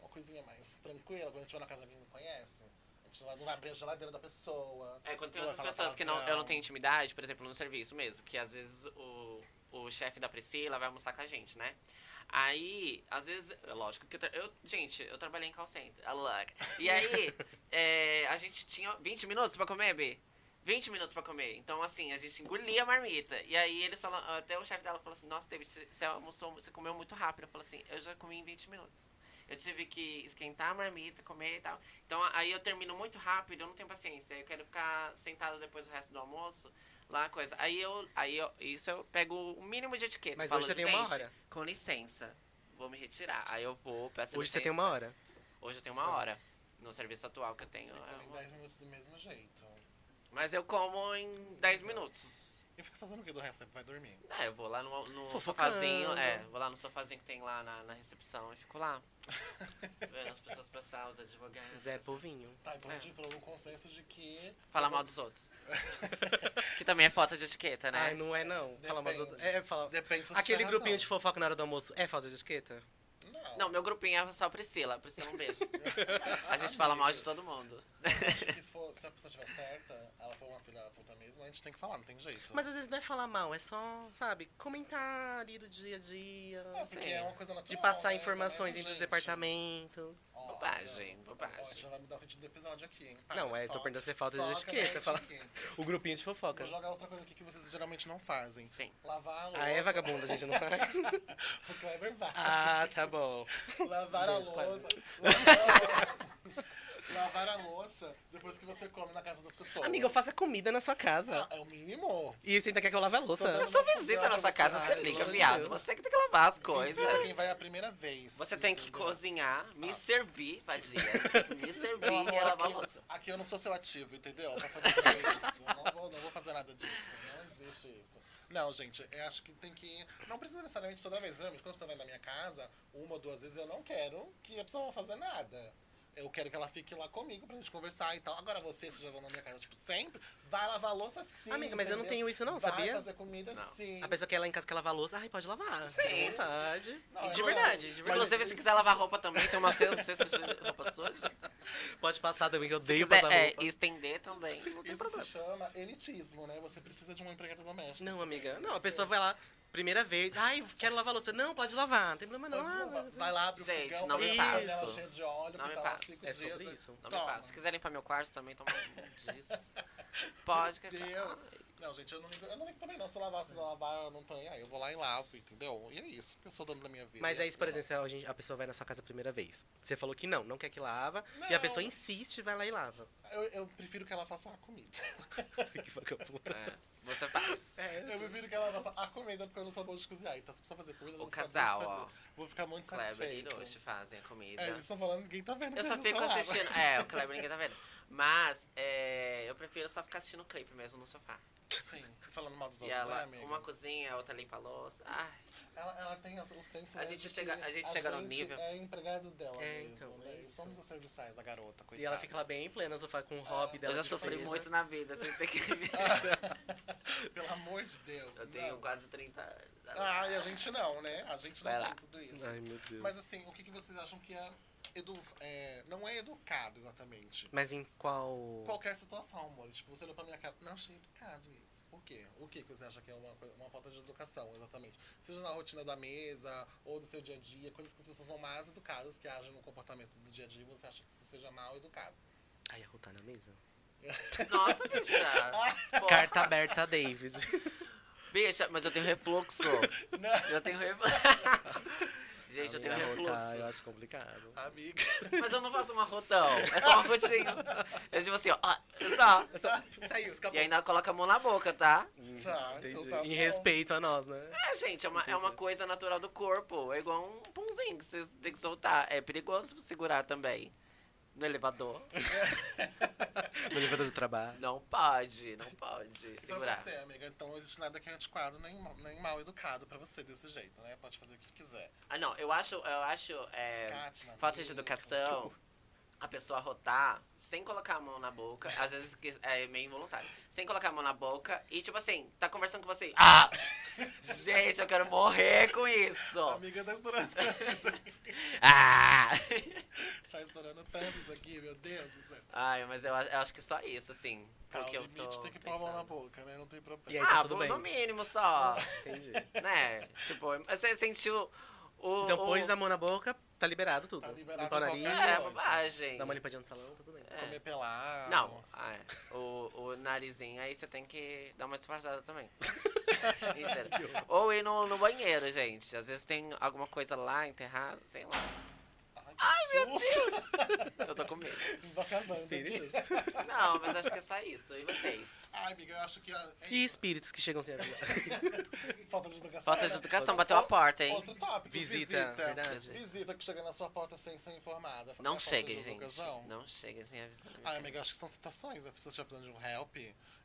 [SPEAKER 1] uma coisinha mais tranquila quando a gente vai na casa de alguém que não conhece. A gente não vai abrir a geladeira da pessoa.
[SPEAKER 2] É, quando tem
[SPEAKER 1] não vai
[SPEAKER 2] outras
[SPEAKER 1] falar
[SPEAKER 2] pessoas que não, eu não
[SPEAKER 1] palavrão.
[SPEAKER 2] tenho intimidade, por exemplo, no serviço mesmo, que às vezes o, o chefe da Priscila vai almoçar com a gente, né? Aí, às vezes, é lógico que eu, tra- eu- gente, eu trabalhei em call center, a louca. E aí, é, a gente tinha 20 minutos pra comer, B. 20 minutos pra comer. Então, assim, a gente engolia a marmita. E aí, eles falam, até o chefe dela falou assim: Nossa, David, você- você almoçou, você comeu muito rápido. Eu falo assim: Eu já comi em 20 minutos. Eu tive que esquentar a marmita, comer e tal. Então aí eu termino muito rápido, eu não tenho paciência. Eu quero ficar sentada depois do resto do almoço, lá coisa. Aí eu, aí eu, isso eu pego o mínimo de etiqueta.
[SPEAKER 3] Mas
[SPEAKER 2] falo,
[SPEAKER 3] hoje você tem uma
[SPEAKER 2] "Gente,
[SPEAKER 3] hora."
[SPEAKER 2] Com licença, vou me retirar. Aí eu vou, peço
[SPEAKER 3] Hoje você tem
[SPEAKER 2] licença.
[SPEAKER 3] uma hora. Ah.
[SPEAKER 2] Hoje eu tenho uma hora. No serviço atual que eu tenho. é
[SPEAKER 1] Falei
[SPEAKER 2] uma-
[SPEAKER 1] 10 minutos do mesmo jeito.
[SPEAKER 2] Mas eu como em 10 minutos.
[SPEAKER 1] E fica fazendo o que do resto do tempo? Vai dormir.
[SPEAKER 2] É, eu vou lá no, no
[SPEAKER 3] Fofocando.
[SPEAKER 2] sofazinho. É, vou lá no sofazinho que tem lá na, na recepção e fico lá. vendo as pessoas passar, os advogados.
[SPEAKER 3] Zé Povinho.
[SPEAKER 1] Tá, então
[SPEAKER 2] É.
[SPEAKER 1] a gente entrou num consenso de que.
[SPEAKER 2] Falar mal dos outros. que também é falta de etiqueta, né?
[SPEAKER 3] Ai, não é não. Falar mal
[SPEAKER 1] Depende.
[SPEAKER 3] dos outros. É, é falar.
[SPEAKER 1] Depende se você
[SPEAKER 3] Aquele
[SPEAKER 1] tiver
[SPEAKER 3] grupinho de
[SPEAKER 1] razão.
[SPEAKER 3] fofoca na hora do almoço é falta de etiqueta?
[SPEAKER 1] Não.
[SPEAKER 2] Não, meu grupinho é só a Priscila. Priscila, um beijo. A gente fala mal de todo mundo.
[SPEAKER 1] Acho que se, for- se a pessoa estiver certa, ela for uma filha da puta mesmo, a gente tem que falar, não tem jeito.
[SPEAKER 3] Mas às vezes não é falar mal, é só, sabe, comentário do dia a dia.
[SPEAKER 1] é,
[SPEAKER 3] assim.
[SPEAKER 1] porque
[SPEAKER 2] sei.
[SPEAKER 1] é uma coisa natural.
[SPEAKER 3] De passar
[SPEAKER 1] né?
[SPEAKER 3] informações
[SPEAKER 1] Também,
[SPEAKER 3] entre os
[SPEAKER 1] gente.
[SPEAKER 3] departamentos.
[SPEAKER 1] Ó,
[SPEAKER 2] Bobagem,
[SPEAKER 1] não,
[SPEAKER 2] bobagem.
[SPEAKER 1] ó, isso já vai mudar o um sentido do episódio aqui, hein? Para,
[SPEAKER 3] Não, é, tô
[SPEAKER 1] foca-
[SPEAKER 3] perguntando se é falta de
[SPEAKER 1] foca na
[SPEAKER 3] etiqueta, fala-
[SPEAKER 1] etiqueta.
[SPEAKER 3] O grupinho de fofoca.
[SPEAKER 1] Vou jogar outra coisa aqui que vocês geralmente não fazem.
[SPEAKER 2] Sim.
[SPEAKER 1] Lavar a louça.
[SPEAKER 3] Ah, é vagabunda, gente, não faz?
[SPEAKER 1] O Kleber vai.
[SPEAKER 3] Ah, tá bom.
[SPEAKER 1] Lavar a
[SPEAKER 3] Deus,
[SPEAKER 1] louça. Lavar a louça. Lavar a louça depois que você come na casa das pessoas.
[SPEAKER 3] Amiga, eu faço a comida na sua casa.
[SPEAKER 1] Ah, é o mínimo.
[SPEAKER 3] E você ainda quer que eu lave a
[SPEAKER 1] Toda-
[SPEAKER 2] Eu
[SPEAKER 3] louça?
[SPEAKER 2] só visita a nossa casa, você liga,
[SPEAKER 1] Pelo amor de
[SPEAKER 2] viado.
[SPEAKER 3] Deus.
[SPEAKER 2] Você que tem que lavar as coisas.
[SPEAKER 3] é.
[SPEAKER 1] Visita quem vai a primeira vez.
[SPEAKER 2] Você tem que
[SPEAKER 1] entendeu?
[SPEAKER 2] cozinhar, me servir, vadia. Me servir
[SPEAKER 1] Meu
[SPEAKER 2] e
[SPEAKER 1] amor,
[SPEAKER 2] lavar a
[SPEAKER 1] é aqui,
[SPEAKER 2] louça.
[SPEAKER 1] aqui eu não sou seu ativo, entendeu? Pra fazer isso. Eu não, vou, não vou fazer nada disso. Não existe isso. Não, gente, eu acho que tem que. Não precisa necessariamente toda vez. Realmente, quando você vai na minha casa, uma ou duas vezes, eu não quero que a pessoa vá fazer nada. Eu quero que ela fique lá comigo pra gente conversar e tal. Agora você, se já vão na minha casa, tipo, sempre, vai lavar a louça sim.
[SPEAKER 3] Amiga, mas eu não
[SPEAKER 1] entendeu?
[SPEAKER 3] tenho isso não,
[SPEAKER 1] vai
[SPEAKER 3] sabia?
[SPEAKER 1] fazer comida sim.
[SPEAKER 3] A pessoa que é lá em casa que lava a louça, ai, pode lavar.
[SPEAKER 1] Sim.
[SPEAKER 3] Fica à vontade.
[SPEAKER 1] Não,
[SPEAKER 3] de
[SPEAKER 1] eu-
[SPEAKER 3] verdade, de
[SPEAKER 1] Mas-
[SPEAKER 3] verdade.
[SPEAKER 2] Inclusive, se quiser lavar roupa também, tem uma cesta cesta de roupa suja. Se
[SPEAKER 3] Pode passar também, que eu odeio
[SPEAKER 2] quiser
[SPEAKER 3] passar
[SPEAKER 2] é,
[SPEAKER 3] roupa.
[SPEAKER 2] estender também, não tem
[SPEAKER 1] Isso
[SPEAKER 2] problema.
[SPEAKER 1] se chama elitismo, né? Você precisa de uma empregada doméstica.
[SPEAKER 3] Não, amiga. Não, a pessoa vai lá, primeira vez, ai, quero lavar a louça. Não, pode lavar, não tem problema não.
[SPEAKER 1] Pode lavar.
[SPEAKER 3] lava.
[SPEAKER 1] Vai lá, abre o
[SPEAKER 2] Gente,
[SPEAKER 1] fogão,
[SPEAKER 2] não
[SPEAKER 1] põe
[SPEAKER 3] me
[SPEAKER 1] a
[SPEAKER 3] passa.
[SPEAKER 1] panela cheia de óleo,
[SPEAKER 2] Não
[SPEAKER 1] que
[SPEAKER 2] me
[SPEAKER 1] tá lá
[SPEAKER 2] passa.
[SPEAKER 1] cinco
[SPEAKER 3] É
[SPEAKER 1] dias.
[SPEAKER 3] sobre isso?
[SPEAKER 2] Não me
[SPEAKER 1] Toma.
[SPEAKER 2] passa. Se quiser limpar meu quarto também, toma um giz. Pode,
[SPEAKER 1] Meu
[SPEAKER 2] quer dizer,
[SPEAKER 1] Deus. Não, gente, eu não ligo, eu não ligo também não. Se lavar, se não lavar, eu não tô nem aí. Eu vou lá e lavo, entendeu? E é isso que eu sou dono da minha vida.
[SPEAKER 3] Mas
[SPEAKER 1] E
[SPEAKER 2] é
[SPEAKER 3] aí,
[SPEAKER 1] assim
[SPEAKER 3] por
[SPEAKER 1] eu-
[SPEAKER 3] exemplo, se a, gente- a pessoa vai na sua casa a primeira vez. Você falou que não, não quer que lava. E a
[SPEAKER 1] Não.
[SPEAKER 3] pessoa insiste, vai lá e lava.
[SPEAKER 1] Eu, eu prefiro que ela faça a comida.
[SPEAKER 3] que vagabundo.
[SPEAKER 2] é, você faz.
[SPEAKER 3] É,
[SPEAKER 1] eu prefiro que ela faça a comida, porque eu não sou bom de cozinhar. Então, se precisar fazer comida, eu
[SPEAKER 2] O
[SPEAKER 1] vou ficar muito
[SPEAKER 2] casal,
[SPEAKER 1] sati-
[SPEAKER 2] ó.
[SPEAKER 1] Vou ficar muito
[SPEAKER 2] Kleber e
[SPEAKER 1] satisfeito.
[SPEAKER 2] Doce fazem a comida.
[SPEAKER 1] É, eles estão falando, ninguém tá vendo.
[SPEAKER 2] Eu só
[SPEAKER 1] porque eles
[SPEAKER 2] fico
[SPEAKER 1] não lavam.
[SPEAKER 2] assistindo. É, o Kleber ninguém tá vendo. Mas é, eu prefiro só ficar assistindo o clipe mesmo no sofá.
[SPEAKER 1] Sim, falando mal dos
[SPEAKER 2] E
[SPEAKER 1] outros, né,
[SPEAKER 2] ela,
[SPEAKER 1] amiga?
[SPEAKER 2] uma cozinha, a outra limpa a louça. Ai,
[SPEAKER 1] Ela, ela tem as- o senso
[SPEAKER 2] A
[SPEAKER 1] né,
[SPEAKER 2] gente
[SPEAKER 1] de
[SPEAKER 2] chega-
[SPEAKER 1] que
[SPEAKER 2] a gente chega no
[SPEAKER 1] gente
[SPEAKER 2] nível.
[SPEAKER 1] É empregado dela
[SPEAKER 3] É,
[SPEAKER 1] mesmo,
[SPEAKER 3] então,
[SPEAKER 1] né?
[SPEAKER 3] é isso.
[SPEAKER 1] Somos os serviçais da garota, coitada.
[SPEAKER 3] E ela fica lá bem plena, só com o hobby dela.
[SPEAKER 2] eu já
[SPEAKER 3] de
[SPEAKER 2] sofri
[SPEAKER 3] fazer.
[SPEAKER 2] muito na vida, vocês têm que ver.
[SPEAKER 1] Pelo amor de Deus.
[SPEAKER 2] Eu tenho
[SPEAKER 1] Ah, não.
[SPEAKER 2] quase 30 anos.
[SPEAKER 1] Ah, e a gente não, né? A gente
[SPEAKER 2] Vai
[SPEAKER 1] não
[SPEAKER 2] lá.
[SPEAKER 1] tem tudo isso.
[SPEAKER 3] Ai, meu Deus. Mas,
[SPEAKER 1] Mas assim, o que, que vocês acham que é, edu é- não é educado exatamente?
[SPEAKER 3] em qual.
[SPEAKER 1] Qualquer situação, amor. Tipo, você olhou pra minha cara. Não, achei educado isso. Por quê? O que que você acha que é uma, coisa- uma falta de educação, exatamente? Seja na rotina da mesa ou do seu dia a dia, coisas que as pessoas são mais educadas, que agem no comportamento do dia a dia, você acha que isso seja mal educado.
[SPEAKER 3] Ai, arrotar na mesa?
[SPEAKER 2] Nossa, bicha. Pô,
[SPEAKER 3] Carta aberta a David.
[SPEAKER 2] Bicha, mas eu tenho refluxo.
[SPEAKER 1] Não,
[SPEAKER 2] Eu tenho refluxo. Gente, eu tenho
[SPEAKER 3] Amiga,
[SPEAKER 2] refluxo.
[SPEAKER 3] arrotar, eu acho complicado.
[SPEAKER 1] amiga.
[SPEAKER 2] Mas eu não faço um arrotão. É só um arrotinho. Eu tipo assim, ó. ó, Só.
[SPEAKER 3] Só- Saiu, escapou.
[SPEAKER 2] E ainda coloca a mão na boca, tá?
[SPEAKER 1] Tá, então
[SPEAKER 3] Entendi.
[SPEAKER 1] tá
[SPEAKER 3] em
[SPEAKER 1] bom.
[SPEAKER 3] respeito a nós, né?
[SPEAKER 2] É, gente, é uma, é uma
[SPEAKER 3] Entendi.
[SPEAKER 2] coisa natural do corpo. É igual um punzinho que vocês têm que soltar. É perigoso segurar também. No elevador.
[SPEAKER 3] No elevador do trabalho.
[SPEAKER 2] Não pode, não pode
[SPEAKER 1] Pra
[SPEAKER 2] segurar.
[SPEAKER 1] você, amiga, então não existe nada que é antiquado nem, mal- nem mal educado pra você desse jeito, né? Pode fazer o que quiser.
[SPEAKER 2] Ah, não, eu acho, eu acho é,
[SPEAKER 1] Escate na
[SPEAKER 2] falta de
[SPEAKER 1] boca.
[SPEAKER 2] educação, a pessoa rotar sem colocar a mão na boca, às vezes que- é meio involuntário, sem colocar a mão na boca e tipo assim, tá conversando com você. Ah! Gente, eu quero morrer com isso!
[SPEAKER 1] Amiga, tá estourando.
[SPEAKER 2] Ah!
[SPEAKER 1] tá estourando tanto isso aqui, meu Deus do céu.
[SPEAKER 2] Ai, mas eu, a- eu acho que só isso, assim.
[SPEAKER 1] Tá,
[SPEAKER 2] porque
[SPEAKER 1] o
[SPEAKER 2] eu tô
[SPEAKER 1] limite tem que pôr a mão na
[SPEAKER 2] pensando.
[SPEAKER 1] boca, né? Não tem
[SPEAKER 3] E
[SPEAKER 1] problema.
[SPEAKER 3] aí, tá
[SPEAKER 2] ah,
[SPEAKER 3] tudo
[SPEAKER 2] no
[SPEAKER 3] bem.
[SPEAKER 2] mínimo só.
[SPEAKER 3] Entendi.
[SPEAKER 2] né? Tipo, você sentiu o.
[SPEAKER 3] Então,
[SPEAKER 2] o-
[SPEAKER 3] pôs a mão na boca, tá liberado tudo.
[SPEAKER 1] Tá liberado
[SPEAKER 3] Limpar o
[SPEAKER 1] qualquer
[SPEAKER 3] nariz,
[SPEAKER 2] É,
[SPEAKER 1] coisa.
[SPEAKER 2] bobagem. É.
[SPEAKER 3] dá uma limpadinha no salão, tá tudo bem.
[SPEAKER 1] Comer pelado.
[SPEAKER 2] Não, ah, é. o, o narizinho aí você tem que dar uma disfarçada também. Mentira. Ou ir no, no banheiro, gente. Às vezes tem alguma coisa lá enterrada, sei lá.
[SPEAKER 1] Ai, meu Deus!
[SPEAKER 2] Eu tô com medo.
[SPEAKER 1] Vai acabando aqui.
[SPEAKER 3] Espíritos?
[SPEAKER 2] Não, mas acho que é só isso. E vocês?
[SPEAKER 1] Ai, amiga, eu acho que a- é
[SPEAKER 3] E espíritos que chegam sem avisar.
[SPEAKER 1] falta de educação.
[SPEAKER 2] Falta de educação, bateu a porta, hein? é
[SPEAKER 1] Outro tópico,
[SPEAKER 3] Visita,
[SPEAKER 1] visita.
[SPEAKER 3] verdade.
[SPEAKER 1] Visita que chega na sua porta sem ser informada.
[SPEAKER 2] Não
[SPEAKER 1] É falta
[SPEAKER 2] cheguem,
[SPEAKER 1] de
[SPEAKER 2] gente.
[SPEAKER 1] educação. Ah,
[SPEAKER 2] Não cheguem sem avisar.
[SPEAKER 1] Ai, amiga, eu acho que são situações, né? Se você estiver precisando de um help,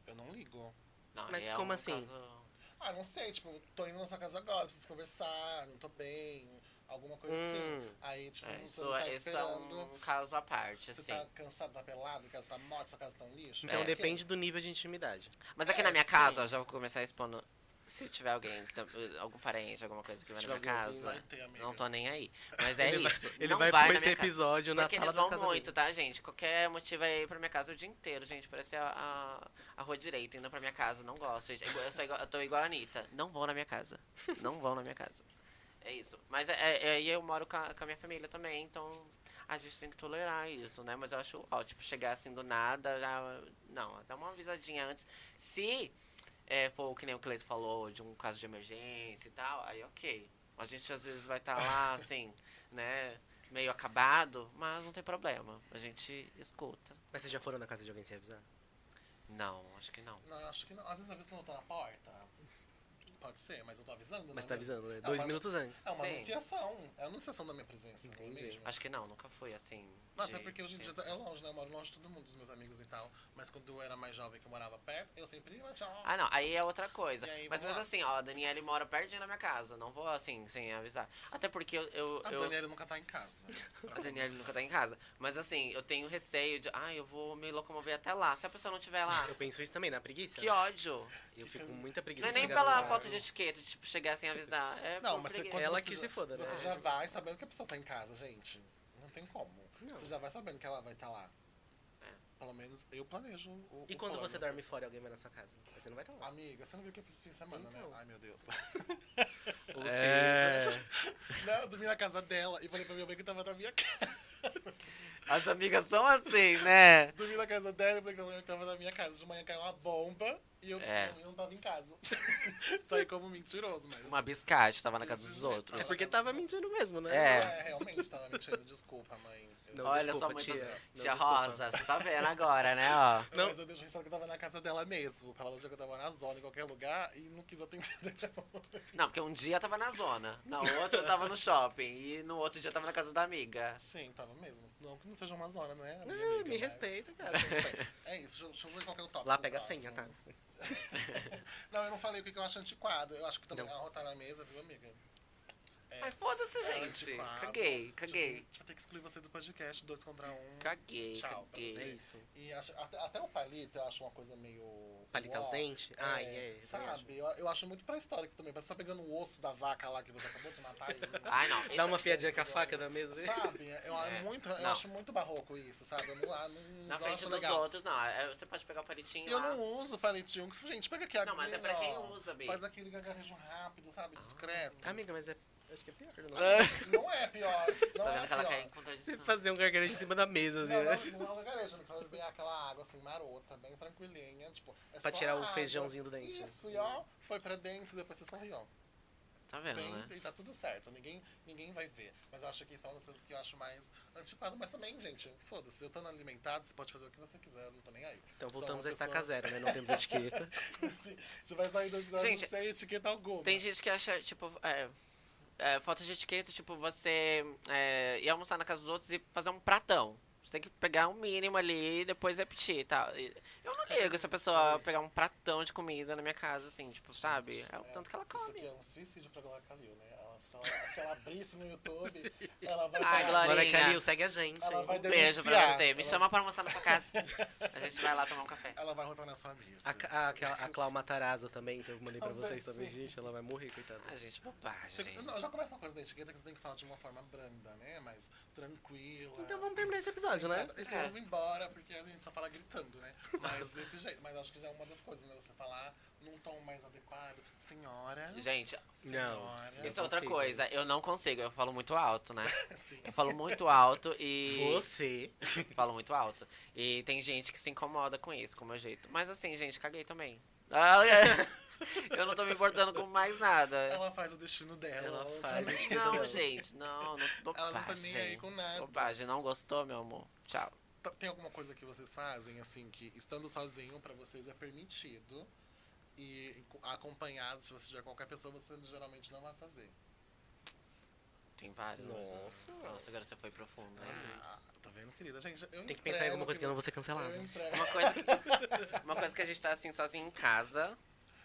[SPEAKER 1] eu não ligo.
[SPEAKER 2] Não,
[SPEAKER 3] Mas
[SPEAKER 2] é
[SPEAKER 3] como
[SPEAKER 2] um
[SPEAKER 3] assim?
[SPEAKER 2] caso-
[SPEAKER 1] Ah, não sei, tipo, tô indo na sua casa agora, preciso conversar, não tô bem, alguma coisa
[SPEAKER 3] Hum.
[SPEAKER 1] assim. Aí, tipo,
[SPEAKER 2] É,
[SPEAKER 1] você
[SPEAKER 2] isso,
[SPEAKER 1] não tá
[SPEAKER 2] é- isso é
[SPEAKER 1] esperando.
[SPEAKER 2] um caso à parte,
[SPEAKER 1] Você
[SPEAKER 2] assim.
[SPEAKER 1] tá cansado, tá pelado, casa tá morta, sua casa tá um lixo.
[SPEAKER 3] Então
[SPEAKER 1] É.
[SPEAKER 3] depende do nível de intimidade.
[SPEAKER 2] Mas aqui
[SPEAKER 1] É,
[SPEAKER 2] na minha
[SPEAKER 1] sim.
[SPEAKER 2] casa, eu já vou começar expondo. Se tiver alguém, que tam- algum parente, alguma coisa que vai na
[SPEAKER 3] tiver
[SPEAKER 2] minha
[SPEAKER 3] alguém ouvindo,
[SPEAKER 2] casa,
[SPEAKER 1] vai ter, amiga.
[SPEAKER 2] não tô nem aí. Mas é
[SPEAKER 3] ele vai,
[SPEAKER 2] isso.
[SPEAKER 3] ele
[SPEAKER 2] não
[SPEAKER 3] vai,
[SPEAKER 2] na
[SPEAKER 3] comer esse
[SPEAKER 2] minha casa.
[SPEAKER 3] episódio na
[SPEAKER 2] Porque
[SPEAKER 3] sala
[SPEAKER 2] eles
[SPEAKER 3] da
[SPEAKER 2] vão
[SPEAKER 3] casa
[SPEAKER 2] muito,
[SPEAKER 3] dele.
[SPEAKER 2] tá, gente? Qualquer motivo é ir pra minha casa o dia inteiro, gente. Parece a, a, a rua direita indo pra minha casa. Não gosto, gente. Eu, sou igual, eu tô igual a Anitta. Não vão na minha casa. Não vão na minha casa. É isso. Mas é, é, é, e eu moro com a, com a minha família também, então a gente tem que tolerar isso, né? Mas eu acho ótimo chegar assim do nada. já- não, dá uma avisadinha antes. Se é, for que nem o Cleito falou, de um caso de emergência e tal, aí ok. A gente às vezes vai estar lá, assim, né? Meio acabado, mas não tem problema. A gente escuta.
[SPEAKER 3] Mas vocês já foram na casa de alguém sem avisar?
[SPEAKER 2] Não, acho que não.
[SPEAKER 1] Não, acho que não. Às vezes, às vezes quando eu tô na porta, Pode ser, mas eu tô avisando,
[SPEAKER 3] Mas
[SPEAKER 1] né?
[SPEAKER 3] tá avisando, né?
[SPEAKER 1] É
[SPEAKER 3] Dois
[SPEAKER 1] uma-
[SPEAKER 3] minutos antes.
[SPEAKER 1] É uma
[SPEAKER 2] Sim.
[SPEAKER 1] anunciação. É a anunciação da minha presença. não é
[SPEAKER 3] Entendi. Ah,
[SPEAKER 1] mesmo?
[SPEAKER 2] Acho que não, nunca foi assim.
[SPEAKER 1] Não,
[SPEAKER 2] de-
[SPEAKER 1] até porque hoje em dia
[SPEAKER 2] de-
[SPEAKER 1] é longe, né? Eu moro longe de todo mundo, dos meus amigos e tal. Mas quando eu era mais jovem, que eu morava perto, eu sempre ia, tchau.
[SPEAKER 2] Ah, não, aí é outra coisa.
[SPEAKER 1] E aí,
[SPEAKER 2] Mas
[SPEAKER 1] vamos
[SPEAKER 2] mesmo
[SPEAKER 1] lá.
[SPEAKER 2] assim, ó, a Daniele mora pertinho da minha casa. Não vou assim, sem avisar. Até porque eu. eu,
[SPEAKER 1] a
[SPEAKER 2] eu-
[SPEAKER 1] Daniela nunca tá em casa.
[SPEAKER 2] a Daniele nunca tá em casa. Mas assim, eu tenho receio de. Ah, eu vou me locomover até lá. Se a pessoa não estiver lá,
[SPEAKER 3] Eu penso isso também, na preguiça.
[SPEAKER 2] que ódio.
[SPEAKER 3] Eu fico com muita preguiça.
[SPEAKER 2] Não é
[SPEAKER 3] de
[SPEAKER 2] nem
[SPEAKER 3] chegar no
[SPEAKER 2] pela
[SPEAKER 3] lugar.
[SPEAKER 2] falta de etiqueta, tipo, chegar sem avisar. É
[SPEAKER 1] Não,
[SPEAKER 2] por
[SPEAKER 1] mas você,
[SPEAKER 2] preguiça.
[SPEAKER 1] quando
[SPEAKER 3] Ela
[SPEAKER 1] você
[SPEAKER 3] que
[SPEAKER 1] já-
[SPEAKER 3] se foda, né?
[SPEAKER 1] Você já vai sabendo que a pessoa tá em casa, gente. Não tem como. Você já vai sabendo que ela vai estar lá. Pelo menos eu planejo o
[SPEAKER 3] É. E
[SPEAKER 1] o
[SPEAKER 3] quando
[SPEAKER 1] plano.
[SPEAKER 3] você dorme fora e alguém vai na sua casa? Você não vai estar lá.
[SPEAKER 1] Amiga, você não viu o que eu fiz esse fim de semana,
[SPEAKER 3] Então.
[SPEAKER 1] né? Ai, meu Deus.
[SPEAKER 3] Ou
[SPEAKER 2] É.
[SPEAKER 1] é não, eu dormi na casa dela e falei pra minha mãe que tava na minha casa.
[SPEAKER 2] As amigas são assim, né?
[SPEAKER 1] Dormi na casa dela e falei pra minha mãe que tava na minha casa. De manhã caiu uma bomba e eu
[SPEAKER 2] É.
[SPEAKER 1] eu não tava em casa. Saí como mentiroso, mas...
[SPEAKER 2] Uma biscate, tava na casa dos outros.
[SPEAKER 3] É porque tava mentindo mesmo, né?
[SPEAKER 2] É.
[SPEAKER 1] É, realmente, tava mentindo. Desculpa, mãe. Eu-
[SPEAKER 3] Não,
[SPEAKER 2] Olha
[SPEAKER 3] desculpa,
[SPEAKER 2] só, muitas...
[SPEAKER 3] tia.
[SPEAKER 2] tia,
[SPEAKER 3] Não, desculpa.
[SPEAKER 2] Rosa, você tá vendo agora, né, ó?
[SPEAKER 3] Não.
[SPEAKER 1] Mas eu deixo registrado que eu tava na casa dela mesmo. Pra ela achar que eu tava na zona, em qualquer lugar, e não quis atender daqui a pouco.
[SPEAKER 2] Não, porque um dia eu tava na zona, na outra eu tava no shopping, e no outro dia eu tava na casa da amiga.
[SPEAKER 1] Sim, tava mesmo. Não que não seja uma zona, né? minha
[SPEAKER 3] Ah,
[SPEAKER 1] amiga,
[SPEAKER 3] me
[SPEAKER 1] mas-
[SPEAKER 3] respeita, cara.
[SPEAKER 1] É isso, deixa eu- deixa eu ver qual que é o tópico.
[SPEAKER 3] Lá pega a
[SPEAKER 1] próximo.
[SPEAKER 3] senha, tá?
[SPEAKER 1] Não, eu não falei o que que eu acho antiquado. Eu acho que também
[SPEAKER 3] Não.
[SPEAKER 1] ela tá na mesa, viu, amiga?
[SPEAKER 2] Ai, foda-se,
[SPEAKER 1] É
[SPEAKER 2] gente.
[SPEAKER 1] antiquado.
[SPEAKER 2] Caguei, caguei.
[SPEAKER 1] Tipo, Tipo, tem que excluir você do podcast, dois contra um.
[SPEAKER 2] Caguei,
[SPEAKER 1] Tchau, pra
[SPEAKER 2] caguei.
[SPEAKER 1] você.
[SPEAKER 3] É isso.
[SPEAKER 1] E acho- até, até o palito eu acho uma coisa meio.
[SPEAKER 3] Palitar os
[SPEAKER 1] uó.
[SPEAKER 3] dentes? Ah, é. eu também acho.
[SPEAKER 1] Sabe? Eu, eu acho muito pré-histórico também. Você tá pegando o osso da vaca lá que você acabou de matar e.
[SPEAKER 2] Ai, não. esse-
[SPEAKER 3] Dá uma fiadinha com a faca na mesa. assim.
[SPEAKER 1] Sabe? Eu,
[SPEAKER 2] É.
[SPEAKER 1] muito, eu
[SPEAKER 2] Não.
[SPEAKER 1] acho muito barroco isso, sabe? Eu não, ah, não,
[SPEAKER 2] Na
[SPEAKER 1] não
[SPEAKER 2] frente
[SPEAKER 1] acho
[SPEAKER 2] dos
[SPEAKER 1] legal.
[SPEAKER 2] outros, não. é, Você pode pegar o palitinho
[SPEAKER 1] Eu
[SPEAKER 2] lá.
[SPEAKER 1] não uso palitinho. Gente, pega aqui a
[SPEAKER 2] Não, mas é pra
[SPEAKER 1] agulha,
[SPEAKER 2] quem
[SPEAKER 1] ó.
[SPEAKER 2] usa, Ah, tá Bi.
[SPEAKER 1] Faz aquele gargarejo rápido, sabe? Discreto.
[SPEAKER 3] Amiga, mas é. Acho que é pior, não
[SPEAKER 2] Ah.
[SPEAKER 1] Não é pior. Não
[SPEAKER 2] Tá
[SPEAKER 1] é
[SPEAKER 2] vendo que ela
[SPEAKER 1] pior.
[SPEAKER 2] cai em contradição?
[SPEAKER 3] Você fazer um gargarejo em cima da mesa, assim,
[SPEAKER 1] Não,
[SPEAKER 3] né?
[SPEAKER 1] não, não é gargarejo, você vai beber aquela água assim marota, bem tranquilinha, tipo. É
[SPEAKER 3] Pra
[SPEAKER 1] só
[SPEAKER 3] tirar o
[SPEAKER 1] água.
[SPEAKER 3] feijãozinho do dente.
[SPEAKER 2] né?
[SPEAKER 1] Isso, e ó, foi pra dentro, depois você sorriu.
[SPEAKER 2] Tá vendo,
[SPEAKER 1] Bem,
[SPEAKER 2] né?
[SPEAKER 1] E tá tudo certo, ninguém, ninguém vai ver. Mas eu acho que isso é uma das coisas que eu acho mais antiquado. Mas também, gente, foda-se, eu tô alimentado, você pode fazer o que você quiser, eu não tô nem aí.
[SPEAKER 3] Então
[SPEAKER 1] Sou
[SPEAKER 3] voltamos
[SPEAKER 1] uma
[SPEAKER 3] a estaca
[SPEAKER 1] pessoa-
[SPEAKER 3] zero, né? Não temos etiqueta.
[SPEAKER 1] Sim, Você vai sair do episódio
[SPEAKER 2] Gente,
[SPEAKER 1] sem etiqueta alguma.
[SPEAKER 2] Tem gente que acha, tipo, é, é, falta de etiqueta, tipo, você é, ir almoçar na casa dos outros e fazer um pratão. Você tem que pegar um mínimo ali e depois repetir, tá? E Eu não ligo se
[SPEAKER 1] É.
[SPEAKER 2] a pessoa pegar um pratão de comida na minha casa, assim, tipo, sabe? É o tanto que ela
[SPEAKER 1] Isso aqui
[SPEAKER 2] come.
[SPEAKER 1] é um suicídio pra Glória Calil, né? Ela- se, ela, se ela abrisse no YouTube, ela vai. falar-
[SPEAKER 2] Ai, Glória.
[SPEAKER 3] Glória
[SPEAKER 2] Glorinha.
[SPEAKER 3] Calil, segue a gente.
[SPEAKER 1] Ela vai
[SPEAKER 3] hein?
[SPEAKER 1] de-
[SPEAKER 2] Um Beijo pra
[SPEAKER 1] denunciar.
[SPEAKER 2] você. Me chama pra almoçar na sua casa. A gente vai lá tomar um café.
[SPEAKER 1] Ela vai rotar na sua missa.
[SPEAKER 3] A, a, aquela- a Clau Matarazzo também, que eu mandei pra
[SPEAKER 1] Ah,
[SPEAKER 3] vocês
[SPEAKER 1] vai
[SPEAKER 3] também,
[SPEAKER 1] ser.
[SPEAKER 3] gente. Ela vai morrer, coitada.
[SPEAKER 2] Ah, gente, bobagem.
[SPEAKER 1] Não, já começa uma coisa da etiqueta que você tem que falar de uma forma branda, né? Mas tranquila.
[SPEAKER 3] Então vamos terminar esse episódio, né?
[SPEAKER 1] Isso
[SPEAKER 2] É.
[SPEAKER 1] eu vou embora, porque a gente só fala gritando, né? Mas desse jeito. Mas acho que já é uma das coisas, né? Você falar num tom mais adequado. Senhora.
[SPEAKER 2] Gente,
[SPEAKER 1] Senhora.
[SPEAKER 2] isso é outra
[SPEAKER 3] consigo.
[SPEAKER 2] coisa. Eu não consigo. Eu falo muito alto, né?
[SPEAKER 1] Sim.
[SPEAKER 2] Eu falo muito alto e.
[SPEAKER 3] Você.
[SPEAKER 2] Falo muito alto. E tem gente que se incomoda com isso, com o meu jeito. Mas assim, gente, caguei também. Ah, é. Eu não tô me importando com mais nada.
[SPEAKER 1] Ela faz o destino dela.
[SPEAKER 3] Ela
[SPEAKER 1] tá
[SPEAKER 3] faz.
[SPEAKER 1] nem-
[SPEAKER 2] Não, gente, não, não.
[SPEAKER 1] Ela
[SPEAKER 2] Bobagem.
[SPEAKER 1] não tá nem aí com nada.
[SPEAKER 2] Bobagem, não gostou, meu amor? Tchau.
[SPEAKER 1] Tá- Tem alguma coisa que vocês fazem, assim, que estando sozinho pra vocês é permitido e enco- acompanhado, se você tiver qualquer pessoa, você geralmente não vai fazer.
[SPEAKER 2] Tem vários. mas,
[SPEAKER 3] Nossa.
[SPEAKER 2] ah, Nossa, agora você foi profundo, né?
[SPEAKER 1] Ah, tá vendo, querida? Gente, eu
[SPEAKER 3] Hum. Tem que pensar em alguma coisa que eu não vou ser cancelada.
[SPEAKER 1] Eu entrego.
[SPEAKER 2] Uma coisa, que, uma coisa que a gente tá assim sozinho em casa.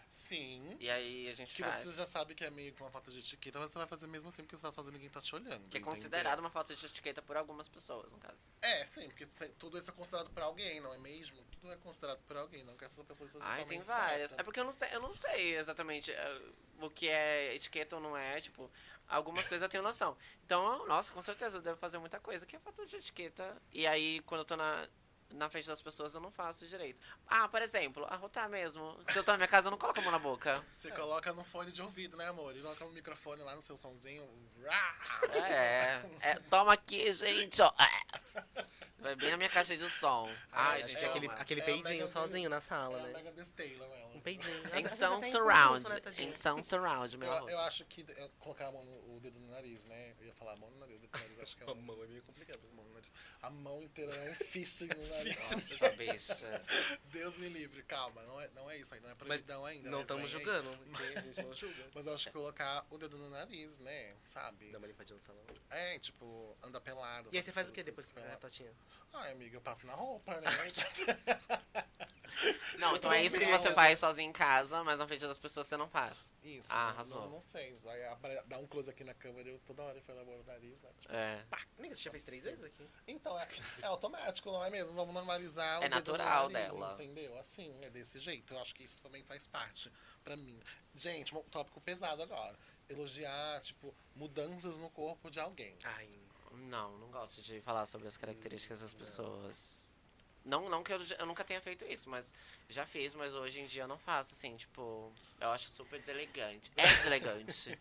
[SPEAKER 1] Sim.
[SPEAKER 2] E aí a gente
[SPEAKER 1] Que
[SPEAKER 2] faz.
[SPEAKER 1] você já sabe que é meio que uma falta de etiqueta, mas você vai fazer mesmo assim, porque você tá sozinho e ninguém tá te olhando.
[SPEAKER 2] Que é
[SPEAKER 1] entendeu?
[SPEAKER 2] considerado uma falta de etiqueta por algumas pessoas, no caso.
[SPEAKER 1] É, sim, porque se- tudo isso é considerado por alguém, não é mesmo? Tudo é considerado por alguém, não que essa pessoa seja
[SPEAKER 2] Ai, tem
[SPEAKER 1] totalmente
[SPEAKER 2] várias.
[SPEAKER 1] certa.
[SPEAKER 2] É porque eu não sei, eu não sei exatamente eh, o que é etiqueta ou não é, tipo, algumas coisas eu tenho noção. Então, nossa, com certeza eu devo fazer muita coisa que é fator de etiqueta. E aí, quando eu tô na, na frente das pessoas, eu não faço direito. Ah, por exemplo, arrotar mesmo. Se eu tô na minha casa, eu não coloco a mão na boca.
[SPEAKER 1] Você coloca no fone de ouvido, né, amor? E coloca no microfone lá no seu sonzinho. um Rá!
[SPEAKER 2] É, é toma aqui, gente, ó. É. Vai bem na minha caixa de som. Ai,
[SPEAKER 3] acho
[SPEAKER 2] gente,
[SPEAKER 3] que é
[SPEAKER 2] eu
[SPEAKER 3] aquele,
[SPEAKER 2] amo.
[SPEAKER 3] aquele
[SPEAKER 1] É o
[SPEAKER 3] peidinho
[SPEAKER 1] Megan
[SPEAKER 3] sozinho na
[SPEAKER 1] É
[SPEAKER 3] sala,
[SPEAKER 1] a
[SPEAKER 3] né?
[SPEAKER 1] Megan Thee Stallion, ela.
[SPEAKER 3] Um peidinho.
[SPEAKER 2] Em
[SPEAKER 3] Às vezes
[SPEAKER 2] sound
[SPEAKER 3] até em conjunto,
[SPEAKER 2] surround.
[SPEAKER 3] né, tadinha?
[SPEAKER 2] Em sound surround, meu
[SPEAKER 1] Eu,
[SPEAKER 2] amor.
[SPEAKER 1] eu acho que eh, colocar a mão no, o dedo no nariz, né? Eu ia falar a mão no nariz, dedo no nariz, acho que é
[SPEAKER 3] A
[SPEAKER 1] um...
[SPEAKER 3] mão é meio complicada.
[SPEAKER 1] mão no nariz. A mão inteira é um fisto no nariz.
[SPEAKER 2] Nossa, bicha.
[SPEAKER 1] Deus me livre, calma, não é, não é isso ainda, não é proibidão ainda.
[SPEAKER 3] não
[SPEAKER 1] né? Isso aí é-
[SPEAKER 3] estamos julgando, porque a gente não julga.
[SPEAKER 1] Mas eu acho que colocar o dedo no nariz, né? Sabe?
[SPEAKER 3] Dá uma limpadinha no salão.
[SPEAKER 1] É, tipo, anda pelado.
[SPEAKER 3] E aí
[SPEAKER 1] essas
[SPEAKER 3] você faz o
[SPEAKER 1] coisas,
[SPEAKER 3] que depois Ah, tá. que
[SPEAKER 1] coisas
[SPEAKER 3] pega a
[SPEAKER 1] peladas.
[SPEAKER 3] tatinha?
[SPEAKER 1] Ai, amiga, eu passo na roupa, né?
[SPEAKER 2] Não, então é isso que você
[SPEAKER 1] Beleza.
[SPEAKER 2] faz sozinho em casa, mas na frente das pessoas você não faz.
[SPEAKER 1] Isso.
[SPEAKER 2] Ah,
[SPEAKER 1] não-
[SPEAKER 2] arrasou.
[SPEAKER 1] Não, não sei. Aí apare- dá um close aqui na câmera, eu toda hora falo amor no nariz, né? Tipo,
[SPEAKER 2] É.
[SPEAKER 3] Pá, amiga, você já fez três vezes aqui?
[SPEAKER 1] Então, é, é automático, não é mesmo? Vamos normalizar o
[SPEAKER 2] É
[SPEAKER 1] dedo no
[SPEAKER 2] natural
[SPEAKER 1] nariz,
[SPEAKER 2] dela.
[SPEAKER 1] Entendeu? Assim, é desse jeito. Eu acho que isso também faz parte pra mim. Gente, um tópico pesado agora. Elogiar, tipo, mudanças no corpo de alguém.
[SPEAKER 3] Ai,
[SPEAKER 2] Não, não gosto de falar sobre as características das pessoas. Não, não que eu, já- eu nunca tenha feito isso, mas já fiz, mas hoje em dia eu não faço, assim, tipo, eu acho super deselegante. É deselegante.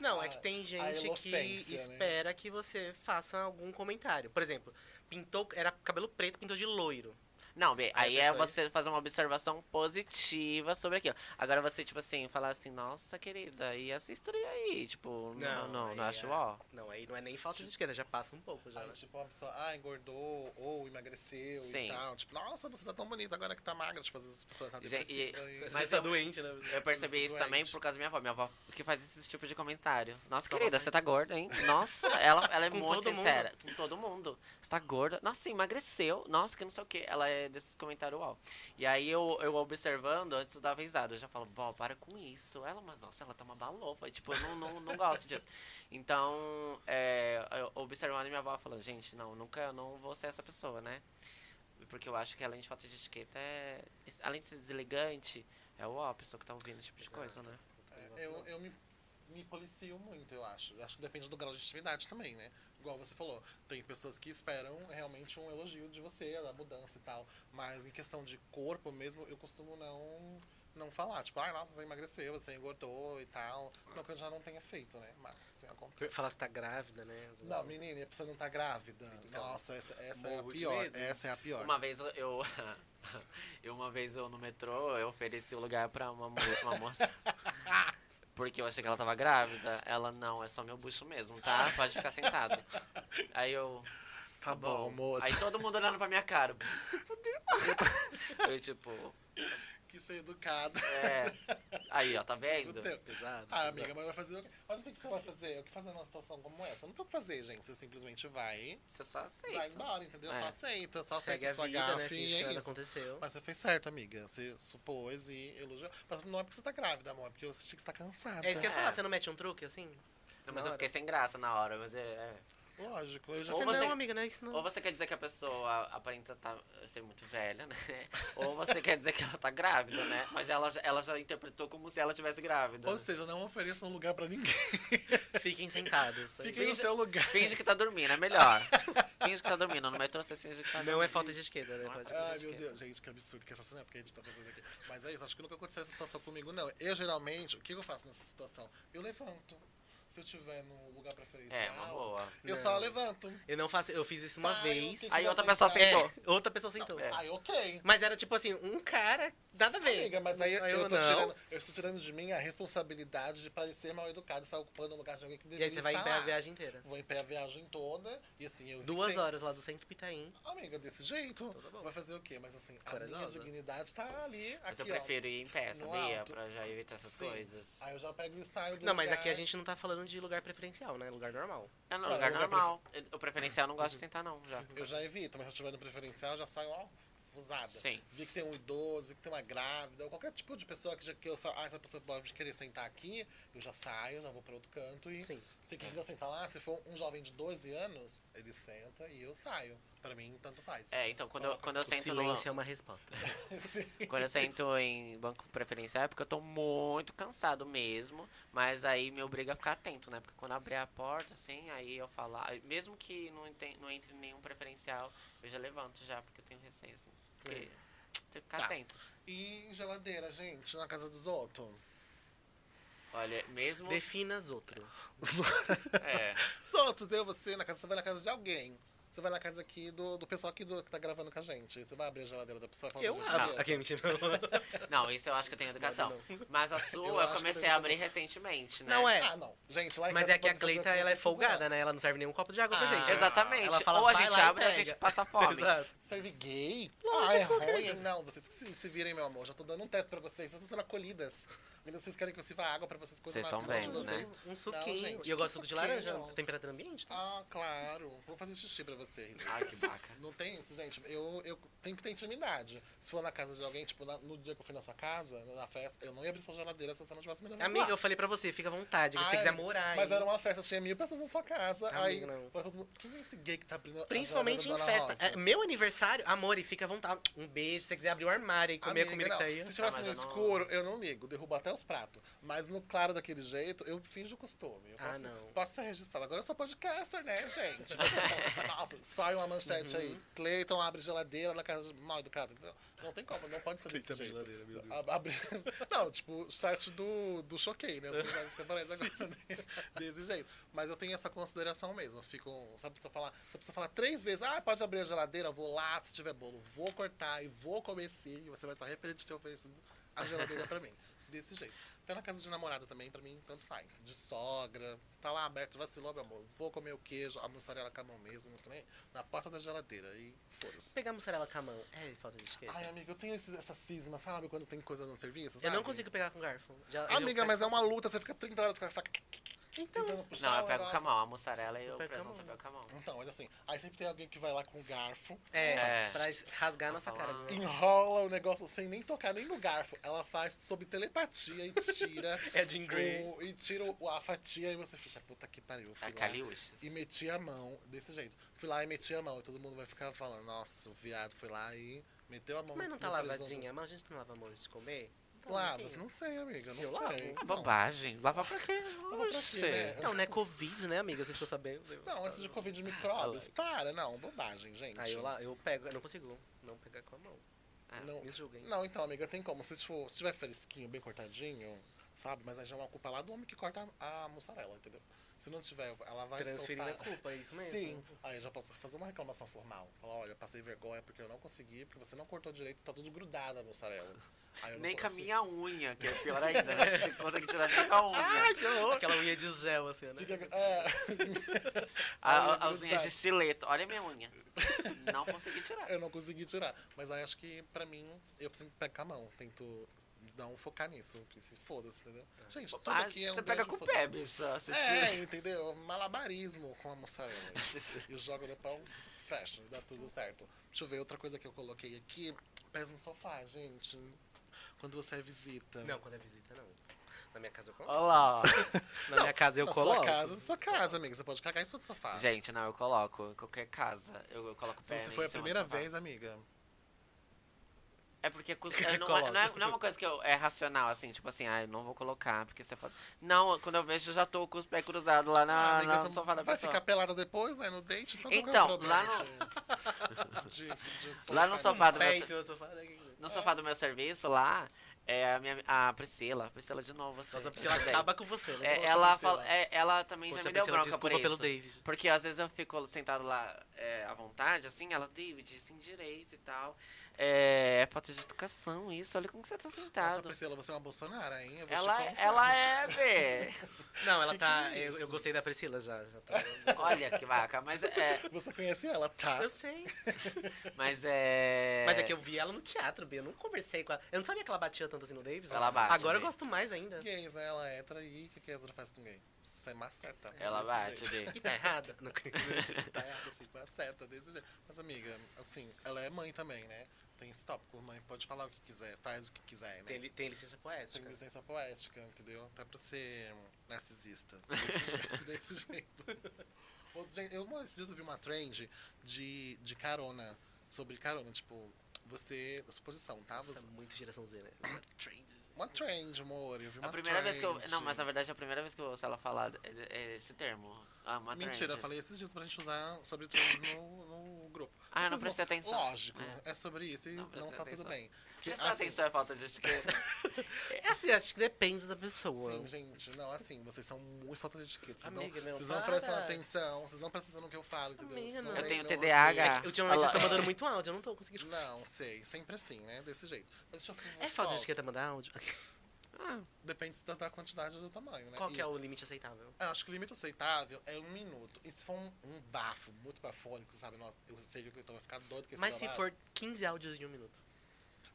[SPEAKER 3] Não,
[SPEAKER 1] A-
[SPEAKER 3] é que tem
[SPEAKER 1] a
[SPEAKER 3] gente que
[SPEAKER 1] elofência, né?
[SPEAKER 3] espera que você faça algum comentário. Por exemplo, pintou, era cabelo preto, pintou de loiro.
[SPEAKER 2] Não, Bê,
[SPEAKER 3] Aí
[SPEAKER 2] aí
[SPEAKER 3] a
[SPEAKER 2] é
[SPEAKER 3] pessoa-
[SPEAKER 2] você fazer uma observação positiva sobre aquilo. Agora você, tipo assim, falar assim, nossa querida, e essa história aí? Tipo, não,
[SPEAKER 3] Não,
[SPEAKER 2] não, não,
[SPEAKER 3] aí
[SPEAKER 2] acho
[SPEAKER 3] é-
[SPEAKER 2] ó.
[SPEAKER 3] Não, aí não é nem falta de esquerda, já passa um pouco já.
[SPEAKER 1] Aí, tipo, uma pessoa, ah, engordou ou emagreceu
[SPEAKER 2] Sim.
[SPEAKER 1] e tal. Tipo, nossa, você tá tão bonita agora que tá magra. Tipo, às vezes a pessoa tá
[SPEAKER 2] Gente, e-
[SPEAKER 1] depressiva e...
[SPEAKER 3] Mas tá doente, né?
[SPEAKER 2] Eu percebi
[SPEAKER 1] Tudo
[SPEAKER 2] isso também
[SPEAKER 1] doente.
[SPEAKER 2] por causa da minha avó. Minha avó que faz esse tipo de comentário. Nossa,
[SPEAKER 3] Sua
[SPEAKER 2] querida,
[SPEAKER 3] avó
[SPEAKER 2] você tá gorda, hein? Nossa, ela, ela é
[SPEAKER 3] Com
[SPEAKER 2] muito
[SPEAKER 3] todo mundo.
[SPEAKER 2] sincera. Com todo mundo. Você tá gorda. Nossa, você emagreceu. Nossa, que não sei o quê. Ela é desses comentários uau. E aí eu, eu observando, antes eu dava risada. Eu já falo, vó, para com isso. Ela, mas nossa, ela tá uma balofa. Tipo, eu não, não, não gosto disso. Então, é, eu observando minha avó falando, gente, não, nunca eu não vou ser essa pessoa, né? Porque eu acho que além de falta de etiqueta, é, além de ser deselegante, é o ó, a pessoa que tá ouvindo esse tipo de
[SPEAKER 3] Exato.
[SPEAKER 2] coisa, né?
[SPEAKER 1] É, Eu, eu me, me policio muito, eu acho. Acho que depende do grau de atividade também, né? Igual você falou, tem pessoas que esperam realmente um elogio de você, da mudança e tal. Mas em questão de corpo mesmo, eu costumo não, não falar. Tipo, ai, nossa, você emagreceu, você engordou e tal. Não que eu já não tenha feito, né? Mas assim acontece.
[SPEAKER 3] Falar que tá grávida, né?
[SPEAKER 1] Não, menina, e a pessoa não tá grávida. Nossa, essa, essa é a
[SPEAKER 3] Morro de
[SPEAKER 1] pior.
[SPEAKER 3] medo.
[SPEAKER 1] Essa é a pior.
[SPEAKER 2] Uma vez eu- eu. eu uma vez eu no metrô, eu ofereci o lugar pra uma, mo- uma moça. Porque eu achei que ela tava grávida. Ela, não, é só meu bucho mesmo, tá? Pode ficar sentado. Aí eu.
[SPEAKER 1] Tá bom, moça.
[SPEAKER 2] Aí todo mundo olhando pra minha cara. Se fudeu. Eu, tipo,
[SPEAKER 1] Que ser educada.
[SPEAKER 2] é. Aí, ó, tá vendo?
[SPEAKER 1] Fudeu.
[SPEAKER 3] Pesado.
[SPEAKER 1] Ah, amiga, mas vai fazer o quê? Mas o que que você vai fazer? O que fazer numa situação como essa? Não tem o que fazer, gente. Você simplesmente vai,
[SPEAKER 2] Você só
[SPEAKER 1] vai
[SPEAKER 2] aceita.
[SPEAKER 1] embora, entendeu?
[SPEAKER 2] É.
[SPEAKER 1] Só aceita, só
[SPEAKER 3] Segue
[SPEAKER 1] aceita
[SPEAKER 3] a
[SPEAKER 1] sua
[SPEAKER 3] vida, né?
[SPEAKER 1] gafe
[SPEAKER 3] Finge
[SPEAKER 1] e
[SPEAKER 3] que
[SPEAKER 1] é
[SPEAKER 3] nada
[SPEAKER 1] isso.
[SPEAKER 3] aconteceu.
[SPEAKER 1] Mas você fez certo, amiga. Você supôs e elogiou. Mas não é porque você tá grávida, amor. É porque você tinha que estar cansada.
[SPEAKER 3] É isso que eu ia
[SPEAKER 2] É.
[SPEAKER 3] falar, você não mete um truque assim?
[SPEAKER 2] Não, mas
[SPEAKER 3] Na
[SPEAKER 2] eu
[SPEAKER 3] hora.
[SPEAKER 2] fiquei sem graça na hora, mas é- é.
[SPEAKER 1] Lógico. Eu já
[SPEAKER 2] Ou
[SPEAKER 3] Você
[SPEAKER 1] sei
[SPEAKER 2] você-
[SPEAKER 3] não, amiga, não é isso não.
[SPEAKER 2] Ou você quer dizer que a pessoa aparenta tá, ser muito velha, né? Ou você quer dizer que ela tá grávida, né? Mas ela, já- ela já interpretou como se ela tivesse grávida. né?
[SPEAKER 1] Ou seja, não ofereça um lugar pra ninguém.
[SPEAKER 3] Fiquem sentados. aí.
[SPEAKER 1] Fiquem no
[SPEAKER 2] Finge-
[SPEAKER 1] seu lugar.
[SPEAKER 2] Finge que tá dormindo, é melhor. finge que tá dormindo, no metrô você finge que tá dormindo.
[SPEAKER 3] Não é falta de esquerda, né?
[SPEAKER 2] Não é
[SPEAKER 3] Pode-
[SPEAKER 2] falta
[SPEAKER 1] Ai,
[SPEAKER 2] de
[SPEAKER 1] meu
[SPEAKER 2] esquerda.
[SPEAKER 1] Deus, gente, que absurdo, que assassinato que a gente tá fazendo aqui. Mas é isso, acho que nunca aconteceu essa situação comigo, não. Eu, geralmente, o que eu faço nessa situação? Eu levanto. Se eu tiver num lugar preferencial,
[SPEAKER 2] É, uma boa.
[SPEAKER 1] eu
[SPEAKER 3] Não.
[SPEAKER 1] só levanto.
[SPEAKER 3] Eu não faço, eu fiz isso uma
[SPEAKER 1] Sai,
[SPEAKER 3] vez.
[SPEAKER 1] eu
[SPEAKER 2] Aí outra
[SPEAKER 1] Você
[SPEAKER 2] pessoa
[SPEAKER 1] tá-
[SPEAKER 2] sentou.
[SPEAKER 3] É, outra pessoa sentou.
[SPEAKER 2] É.
[SPEAKER 1] Aí, ok.
[SPEAKER 3] Mas era tipo assim, um cara, nada a ver.
[SPEAKER 1] Amiga, mas aí eu, tô
[SPEAKER 3] não.
[SPEAKER 1] tirando, eu estou tirando de mim a responsabilidade de parecer mal educado e estar ocupando o lugar de alguém que
[SPEAKER 3] E
[SPEAKER 1] deveria
[SPEAKER 3] aí você vai em
[SPEAKER 1] estar
[SPEAKER 3] pé a
[SPEAKER 1] lá.
[SPEAKER 3] viagem inteira.
[SPEAKER 1] Vou em pé a viagem toda e assim eu vi que
[SPEAKER 3] Duas
[SPEAKER 1] tem-
[SPEAKER 3] horas lá do centro Pitaim.
[SPEAKER 1] Amiga, desse jeito,
[SPEAKER 3] Então tá bom.
[SPEAKER 1] vai fazer o quê? Mas assim, a minha
[SPEAKER 3] Corajosa.
[SPEAKER 1] dignidade tá ali,
[SPEAKER 2] Mas
[SPEAKER 1] aqui,
[SPEAKER 2] eu prefiro ir em pé,
[SPEAKER 1] No
[SPEAKER 2] sabia?
[SPEAKER 1] alto.
[SPEAKER 2] Pra já evitar essas
[SPEAKER 1] Sim. Ah,
[SPEAKER 2] coisas.
[SPEAKER 1] ó. Aí eu já pego e saio do
[SPEAKER 3] Não, mas aqui a
[SPEAKER 1] lugar.
[SPEAKER 3] gente não tá falando de lugar preferencial, né? Lugar normal.
[SPEAKER 2] É no
[SPEAKER 1] Não,
[SPEAKER 2] lugar
[SPEAKER 1] tá, eu já
[SPEAKER 2] normal. O preferencial eu não gosto de sentar, não, já.
[SPEAKER 1] Eu já evito, mas se eu estiver no preferencial, eu já saio, ó, usada.
[SPEAKER 2] Sim.
[SPEAKER 1] Vi que tem um idoso, vi que tem uma grávida, ou qualquer tipo de pessoa que, já- que eu sa- ah, essa pessoa pode querer sentar aqui, eu já saio, já vou pra outro canto e.
[SPEAKER 3] Sim. É.
[SPEAKER 1] Se quem quiser sentar lá, se for um jovem de 12 anos, ele senta e eu saio. Pra mim, tanto faz.
[SPEAKER 2] É, então quando eu,
[SPEAKER 1] Coloca
[SPEAKER 2] quando eu
[SPEAKER 1] essa-
[SPEAKER 3] O
[SPEAKER 2] sento no,
[SPEAKER 3] silêncio é uma resposta.
[SPEAKER 1] Sim.
[SPEAKER 2] Quando eu sento em banco preferencial é porque eu tô muito cansado mesmo, mas aí me obriga a ficar atento, né? Porque quando abrir a porta, assim, aí eu falo, ah, mesmo que não, enten- não entre nenhum preferencial, eu já levanto já, porque eu tenho receio, assim. Porque tem que ficar
[SPEAKER 1] É. Tá.
[SPEAKER 2] atento.
[SPEAKER 1] E geladeira, gente, na casa dos outros.
[SPEAKER 2] Olha, mesmo.
[SPEAKER 3] Defina as outras.
[SPEAKER 1] Os
[SPEAKER 2] É.
[SPEAKER 1] outros, eu, você, na casa, você vai na casa de alguém. Você vai na casa aqui do, do pessoal aqui do, que tá gravando com a gente. Você vai abrir a geladeira da pessoa e falar
[SPEAKER 3] Eu
[SPEAKER 1] "Gente,
[SPEAKER 3] abro.
[SPEAKER 1] olha,
[SPEAKER 3] Aqui, mentira.
[SPEAKER 2] Não, isso eu acho que eu tenho educação. Mas a
[SPEAKER 1] Eu
[SPEAKER 2] sua
[SPEAKER 1] acho
[SPEAKER 2] eu
[SPEAKER 1] que eu
[SPEAKER 2] comecei
[SPEAKER 1] tenho
[SPEAKER 2] a abrir recentemente, né?
[SPEAKER 3] Não é.
[SPEAKER 1] Ah, não. Gente, lá em
[SPEAKER 3] Mas
[SPEAKER 1] casa
[SPEAKER 3] é que a
[SPEAKER 1] pode fazer
[SPEAKER 3] Cleita,
[SPEAKER 1] o que
[SPEAKER 3] ela é
[SPEAKER 1] você
[SPEAKER 3] folgada,
[SPEAKER 1] quiser.
[SPEAKER 3] né? Ela não serve nenhum copo de água pra
[SPEAKER 1] Ah,
[SPEAKER 3] gente.
[SPEAKER 2] Exatamente.
[SPEAKER 3] Ela fala,
[SPEAKER 2] Ou a
[SPEAKER 3] "Vai
[SPEAKER 2] gente
[SPEAKER 3] lá e
[SPEAKER 2] abre ou a
[SPEAKER 3] pega."
[SPEAKER 2] gente passa fome.
[SPEAKER 3] Exato.
[SPEAKER 1] Serve gay?
[SPEAKER 3] Lógico,
[SPEAKER 1] ah, é ruim?
[SPEAKER 3] querida.
[SPEAKER 1] Não, vocês que se, se virem, meu amor. Já tô dando um teto pra vocês. Vocês são acolhidas. Ainda vocês querem que eu sirva água pra vocês coisas
[SPEAKER 2] Vocês são
[SPEAKER 1] maravilhosas de
[SPEAKER 2] bem, né?
[SPEAKER 1] vocês?
[SPEAKER 3] Um
[SPEAKER 1] Não,
[SPEAKER 3] suquinho.
[SPEAKER 1] gente,
[SPEAKER 3] e eu
[SPEAKER 1] que
[SPEAKER 3] gosto de laranja,
[SPEAKER 1] suquinho?
[SPEAKER 3] temperatura ambiente. tá?
[SPEAKER 1] Ah, claro. Vou fazer xixi pra vocês.
[SPEAKER 2] Ai, que baca.
[SPEAKER 1] Não tem isso, gente. Eu, eu tenho que ter intimidade. Se for na casa de alguém, tipo, na- no dia que eu fui na sua casa, na festa, eu não ia abrir sua geladeira se você não tivesse me levado
[SPEAKER 3] Amiga,
[SPEAKER 1] lá.
[SPEAKER 3] eu falei pra você, fica à vontade. Se
[SPEAKER 1] Ai,
[SPEAKER 3] você quiser morar
[SPEAKER 1] Mas
[SPEAKER 3] aí.
[SPEAKER 1] era uma festa, tinha mil pessoas na sua casa.
[SPEAKER 3] Amiga,
[SPEAKER 1] aí,
[SPEAKER 3] não.
[SPEAKER 1] mas todo mundo, quem é esse gay que tá abrindo a
[SPEAKER 3] Principalmente em
[SPEAKER 1] geladeira da Dona
[SPEAKER 3] festa. É,
[SPEAKER 1] Rosa?
[SPEAKER 3] meu aniversário, amor, e fica à vontade. Um beijo, se você quiser abrir o armário e comer
[SPEAKER 1] Amiga,
[SPEAKER 3] a comida
[SPEAKER 1] não.
[SPEAKER 3] que tá aí.
[SPEAKER 1] Se tivesse
[SPEAKER 2] Ah, mas
[SPEAKER 1] no
[SPEAKER 2] eu não-
[SPEAKER 1] escuro, eu não ligo, derrubo até os pratos. Mas no claro daquele jeito, eu finjo o costume. Eu
[SPEAKER 3] Ah,
[SPEAKER 1] posso,
[SPEAKER 3] não.
[SPEAKER 1] posso ser registrado. Agora eu sou podcaster, né, gente? Nossa, sai uma manchete aí. Cleiton abre geladeira na casa de- mal educado. Não, não tem como, não pode ser desse
[SPEAKER 3] abre
[SPEAKER 1] jeito.
[SPEAKER 3] geladeira, meu Deus.
[SPEAKER 1] Ab- abre- Não, tipo, site do, do choquei, né? As coisas que aparecem agora né? desse jeito. Mas eu tenho essa consideração mesmo. Eu Fico, sabe, precisa falar, você precisa falar três vezes, ah, pode abrir a geladeira, vou lá, se tiver bolo, vou cortar e vou comer sim. E você vai se arrepender de ter oferecido a geladeira pra mim. Desse jeito. Até na casa de namorado também, pra mim, tanto faz. De sogra, tá lá aberto, vacilou, meu amor. Vou comer o queijo, a mussarela com a mão mesmo, também, na porta da geladeira. E foda-se.
[SPEAKER 3] Pegar a mussarela com a mão. É, falta de esquerda.
[SPEAKER 1] Ai, amiga, eu tenho esses- essa cisma, sabe? Quando tem coisa no serviço,
[SPEAKER 3] eu não
[SPEAKER 1] sabe?
[SPEAKER 3] consigo pegar com garfo. Já- eu-
[SPEAKER 1] Amiga, mas é uma luta, você fica 30 horas com a faca.
[SPEAKER 3] Então,
[SPEAKER 1] tentando puxar
[SPEAKER 2] Não, eu
[SPEAKER 1] o
[SPEAKER 2] pego com a
[SPEAKER 1] negócio.
[SPEAKER 2] mão. A mussarela e
[SPEAKER 3] Eu
[SPEAKER 2] o
[SPEAKER 3] pego com a
[SPEAKER 2] presunto É eu
[SPEAKER 3] mão.
[SPEAKER 2] pego com a mão.
[SPEAKER 1] Então, olha assim, aí sempre tem alguém que vai lá com o garfo,
[SPEAKER 3] É,
[SPEAKER 2] É.
[SPEAKER 3] pra es- rasgar a nossa
[SPEAKER 2] Vou
[SPEAKER 3] cara.
[SPEAKER 2] falar.
[SPEAKER 3] né?
[SPEAKER 1] enrola o negócio sem nem tocar nem no garfo. Ela faz sob telepatia e tira.
[SPEAKER 3] É Jean Grey.
[SPEAKER 1] o, e tira o- a fatia e você fica, puta que pariu,
[SPEAKER 2] Tá
[SPEAKER 1] fui lá
[SPEAKER 2] caliuches.
[SPEAKER 1] e meti a mão desse jeito. Fui lá e meti a mão, e todo mundo vai ficar falando, nossa, o viado foi lá e meteu a mão
[SPEAKER 3] Mas não
[SPEAKER 1] no
[SPEAKER 3] tá
[SPEAKER 1] presunto."
[SPEAKER 3] lavadinha? Mas a gente não lava a mão antes de comer? Tá
[SPEAKER 1] Lavas,
[SPEAKER 3] limpinho.
[SPEAKER 1] não sei, amiga, não
[SPEAKER 3] Eu
[SPEAKER 1] sei.
[SPEAKER 3] lavo.
[SPEAKER 2] Ah,
[SPEAKER 1] Não.
[SPEAKER 2] bobagem. Lava pra quê?
[SPEAKER 1] Lava pra quê, né?
[SPEAKER 2] Oxê.
[SPEAKER 3] Não, não é Covid, né, amiga? Você ficou sabendo?
[SPEAKER 1] Não, antes de Covid micróbios. Para, não, bobagem, gente.
[SPEAKER 3] Aí eu, lá, eu pego, eu não consigo não pegar com a mão.
[SPEAKER 2] Ah,
[SPEAKER 1] Não,
[SPEAKER 3] me julguem.
[SPEAKER 1] não, então, amiga, tem como. Se, for, se tiver fresquinho, bem cortadinho, sabe? Mas aí já é uma culpa lá do homem que corta a, a mussarela, entendeu? Se não tiver, ela vai
[SPEAKER 3] Transferindo a
[SPEAKER 1] soltar.
[SPEAKER 3] culpa, é isso mesmo?
[SPEAKER 1] Sim. Aí já posso fazer uma reclamação formal. Falar, olha, passei vergonha porque eu não consegui, porque você não cortou direito, tá tudo grudado a mussarela. Aí eu não
[SPEAKER 2] Nem com a
[SPEAKER 1] consigo.
[SPEAKER 2] minha unha, que é pior ainda, né? Você consegue tirar nem com a unha.
[SPEAKER 3] Aquela unha de gel, assim, né?
[SPEAKER 1] Fica- É,
[SPEAKER 2] A,
[SPEAKER 1] Ai,
[SPEAKER 2] as unhas
[SPEAKER 1] é verdade.
[SPEAKER 2] de estileto. Olha a minha unha. Não consegui tirar.
[SPEAKER 1] eu não consegui tirar. Mas aí acho que, pra mim, eu preciso pegar a mão. Tento não focar nisso. porque se Foda-se, entendeu? Gente, tudo
[SPEAKER 2] Ah,
[SPEAKER 1] aqui é um
[SPEAKER 2] você pega
[SPEAKER 1] grande
[SPEAKER 2] com o
[SPEAKER 1] foda-se.
[SPEAKER 2] pé, bicha. Você
[SPEAKER 1] É,
[SPEAKER 2] tira.
[SPEAKER 1] entendeu? Malabarismo com a mussarela. E joga no pão, fecha, dá tudo certo. Deixa eu ver outra coisa que eu coloquei aqui. Pés no sofá, gente. Quando você é visita.
[SPEAKER 3] Não, quando é visita, não. Na minha casa eu coloco.
[SPEAKER 2] Olha lá, ó.
[SPEAKER 3] Na minha casa eu
[SPEAKER 1] Na
[SPEAKER 3] coloco.
[SPEAKER 1] sua casa, na sua casa, amiga. Você pode cagar em cima do sofá.
[SPEAKER 2] Gente, não, eu coloco. Em qualquer casa, eu, eu coloco o
[SPEAKER 1] Ah. Se
[SPEAKER 2] pé
[SPEAKER 1] você
[SPEAKER 2] em
[SPEAKER 1] foi a
[SPEAKER 2] cima do
[SPEAKER 1] primeira
[SPEAKER 2] sofá.
[SPEAKER 1] vez, amiga.
[SPEAKER 2] É porque cu- é, não,
[SPEAKER 3] Coloca.
[SPEAKER 2] é, não é- não é uma coisa que eu, é racional, assim, tipo assim, ah, eu não vou colocar, porque você fala. Não, quando eu vejo, eu já tô com os pés cruzados lá na,
[SPEAKER 1] Ah, amiga,
[SPEAKER 2] na
[SPEAKER 1] você
[SPEAKER 2] sofá da
[SPEAKER 1] vai
[SPEAKER 2] pessoa.
[SPEAKER 1] ficar pelada depois, né? No date, então,
[SPEAKER 2] Então,
[SPEAKER 1] qual que é o
[SPEAKER 2] lá
[SPEAKER 1] problema de- de- de
[SPEAKER 2] Lá no
[SPEAKER 1] colocar
[SPEAKER 2] sofá do meu
[SPEAKER 3] Pé em
[SPEAKER 2] se-
[SPEAKER 3] cima do sofá, né?
[SPEAKER 2] no sofá do meu serviço lá, é a minha a Priscila, Priscila de novo, assim.
[SPEAKER 3] Nossa, a Priscila acaba com você, né?
[SPEAKER 2] É,
[SPEAKER 1] Poxa,
[SPEAKER 2] ela,
[SPEAKER 1] Priscila.
[SPEAKER 2] fala- é, ela também
[SPEAKER 3] Poxa,
[SPEAKER 2] já me deu
[SPEAKER 3] Priscila,
[SPEAKER 2] bronca por
[SPEAKER 3] desculpa
[SPEAKER 2] isso.
[SPEAKER 3] pelo David.
[SPEAKER 2] Porque às vezes eu fico sentado lá é, à vontade, assim, ela, David, assim, direito e tal. É, é falta de educação isso, olha como que você tá
[SPEAKER 1] Nossa,
[SPEAKER 2] sentado.
[SPEAKER 1] Priscila, você é uma Bolsonaro, hein? Eu vou te
[SPEAKER 2] Ela,
[SPEAKER 1] contar.
[SPEAKER 2] ela é, Bê.
[SPEAKER 3] Não, ela
[SPEAKER 1] Que
[SPEAKER 3] tá.
[SPEAKER 1] que é
[SPEAKER 3] eu, eu
[SPEAKER 1] isso?
[SPEAKER 3] gostei da Priscila já. já tá-
[SPEAKER 2] Olha que vaca, mas é.
[SPEAKER 1] Você conhece ela, tá?
[SPEAKER 3] Eu sei.
[SPEAKER 2] Mas é.
[SPEAKER 3] Mas é que eu vi ela no teatro, Bia. Eu não conversei com ela. Eu não sabia que ela batia tanto assim no Davis.
[SPEAKER 2] Ela bate,
[SPEAKER 3] Agora eu
[SPEAKER 2] Bia.
[SPEAKER 3] gosto mais ainda.
[SPEAKER 1] Gays, né? Ela é traí. O que que a hétero faz com gay? Isso é maceta.
[SPEAKER 2] Ela
[SPEAKER 1] desse
[SPEAKER 2] bate,
[SPEAKER 1] jeito.
[SPEAKER 2] Bê.
[SPEAKER 3] E tá errada. Não, tá
[SPEAKER 1] Tá
[SPEAKER 3] errada.
[SPEAKER 1] errado, assim, maceta desse jeito. Mas, amiga, assim, ela é mãe também, né? Tem esse tópico. Mãe pode falar o que quiser, faz o que quiser, né?
[SPEAKER 3] Tem, li- tem licença
[SPEAKER 1] Tem
[SPEAKER 3] poética.
[SPEAKER 1] licença poética, entendeu? Até pra ser narcisista. Desse- Desse jeito. Ô, gente, Eu, uma- esses dias eu vi uma trend de, de carona. Sobre carona, tipo, você. Suposição, tá?
[SPEAKER 3] Nossa,
[SPEAKER 1] Você-
[SPEAKER 3] muito geração Z, né? Trend.
[SPEAKER 1] uma trend, amor. Eu vi uma
[SPEAKER 2] A primeira vez que eu. Não,
[SPEAKER 1] trend.
[SPEAKER 2] mas na verdade é a primeira vez que eu ouço ela falar é- é esse termo. Ah, uma
[SPEAKER 1] Mentira,
[SPEAKER 2] trend.
[SPEAKER 1] eu falei esses dias pra gente usar sobre trends no, no grupo.
[SPEAKER 2] Ah, eu não
[SPEAKER 1] Vocês
[SPEAKER 2] prestei atenção.
[SPEAKER 1] Lógico, é. sobre isso e
[SPEAKER 2] Não
[SPEAKER 1] não,
[SPEAKER 2] prestei
[SPEAKER 1] tá
[SPEAKER 2] atenção.
[SPEAKER 1] tudo bem. Que,
[SPEAKER 2] Prestar
[SPEAKER 1] assim,
[SPEAKER 2] atenção é falta de etiqueta.
[SPEAKER 3] É assim, acho que depende da pessoa.
[SPEAKER 1] Sim, gente, não, assim, vocês são muito falta de etiqueta. Vocês
[SPEAKER 3] Amiga,
[SPEAKER 1] não,
[SPEAKER 3] não,
[SPEAKER 1] vocês não
[SPEAKER 3] para.
[SPEAKER 1] prestam atenção, vocês não prestam atenção no que eu falo, entendeu?
[SPEAKER 3] Amiga,
[SPEAKER 1] Vocês
[SPEAKER 3] não.
[SPEAKER 1] não
[SPEAKER 3] Eu
[SPEAKER 1] leem,
[SPEAKER 2] tenho
[SPEAKER 1] não
[SPEAKER 2] TDAH.
[SPEAKER 1] ouvem.
[SPEAKER 3] É que ultimamente vocês
[SPEAKER 2] Alô.
[SPEAKER 3] estão mandando muito áudio, eu não tô conseguindo.
[SPEAKER 1] Não, sei, sempre assim, né? Desse jeito. Mas deixa eu ver uma
[SPEAKER 3] É falta de
[SPEAKER 1] foto.
[SPEAKER 3] etiqueta mandar áudio?
[SPEAKER 2] Ah,
[SPEAKER 1] Depende da, da quantidade e do tamanho, né?
[SPEAKER 3] Qual
[SPEAKER 1] E
[SPEAKER 3] que é o limite aceitável?
[SPEAKER 1] eu Acho que o limite aceitável é um minuto. E se for um, um bafo muito bafônico, sabe? Nossa, eu sei que o Cleiton vai ficar doido com esse
[SPEAKER 3] Mas se
[SPEAKER 1] babado.
[SPEAKER 3] for 15 áudios de um minuto.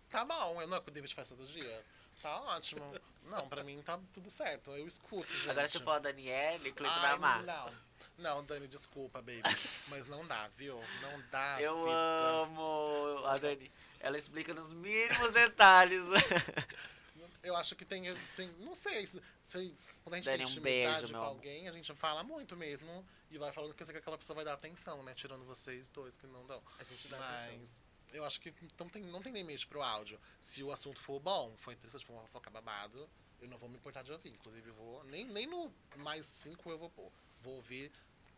[SPEAKER 1] Tá bom, eu não é que o David faz todo dia. Tá ótimo. Não, pra mim tá tudo certo. Eu escuto, gente.
[SPEAKER 2] Agora se for a Daniele, o Cleiton vai
[SPEAKER 1] Ai,
[SPEAKER 2] amar.
[SPEAKER 1] Não. Não, Dani, desculpa, baby. Mas não dá, viu? Não dá,
[SPEAKER 2] Eu
[SPEAKER 1] Vita.
[SPEAKER 2] amo a Dani. Ela explica nos mínimos detalhes.
[SPEAKER 1] Eu acho que tem. tem não sei, se, se- quando a gente
[SPEAKER 2] Dani,
[SPEAKER 1] tem
[SPEAKER 2] um
[SPEAKER 1] intimidade
[SPEAKER 2] beijo,
[SPEAKER 1] com
[SPEAKER 2] meu amor.
[SPEAKER 1] alguém, a gente fala muito mesmo e vai falando coisa que aquela pessoa vai dar atenção, né? Tirando vocês dois que não dão.
[SPEAKER 3] A gente dá atenção.
[SPEAKER 1] Mas eu acho que não tem, não tem limite pro áudio. Se o assunto for bom, foi interessante, for uma fofoca babado, eu não vou me importar de ouvir. Inclusive, eu vou. Nem, nem no mais cinco eu vou pôr. Vou ouvir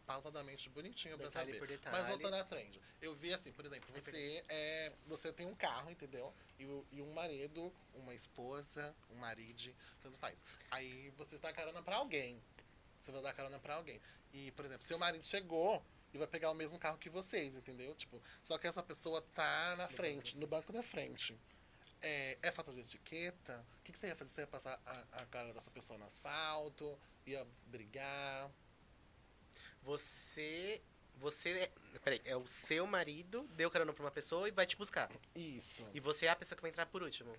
[SPEAKER 1] pausadamente bonitinho pra
[SPEAKER 3] Detalhe
[SPEAKER 1] saber.
[SPEAKER 3] por detalhe.
[SPEAKER 1] Mas voltando à trend, eu vi assim, por exemplo, você é. Você tem um carro, entendeu? E, o- e um marido, uma esposa, um marido, tanto faz. Aí você dá carona pra alguém. Você vai dar carona pra alguém. E, por exemplo, seu marido chegou e vai pegar o mesmo carro que vocês, entendeu? Tipo, só que essa pessoa tá na frente, no banco da frente. É, é falta de etiqueta? O que, que você ia fazer? Você ia passar a, a cara dessa pessoa no asfalto? Ia brigar?
[SPEAKER 3] Você. Você é. Peraí, é o seu marido, deu carona pra uma pessoa e vai te buscar.
[SPEAKER 1] Isso.
[SPEAKER 3] E você é a pessoa que vai entrar por último.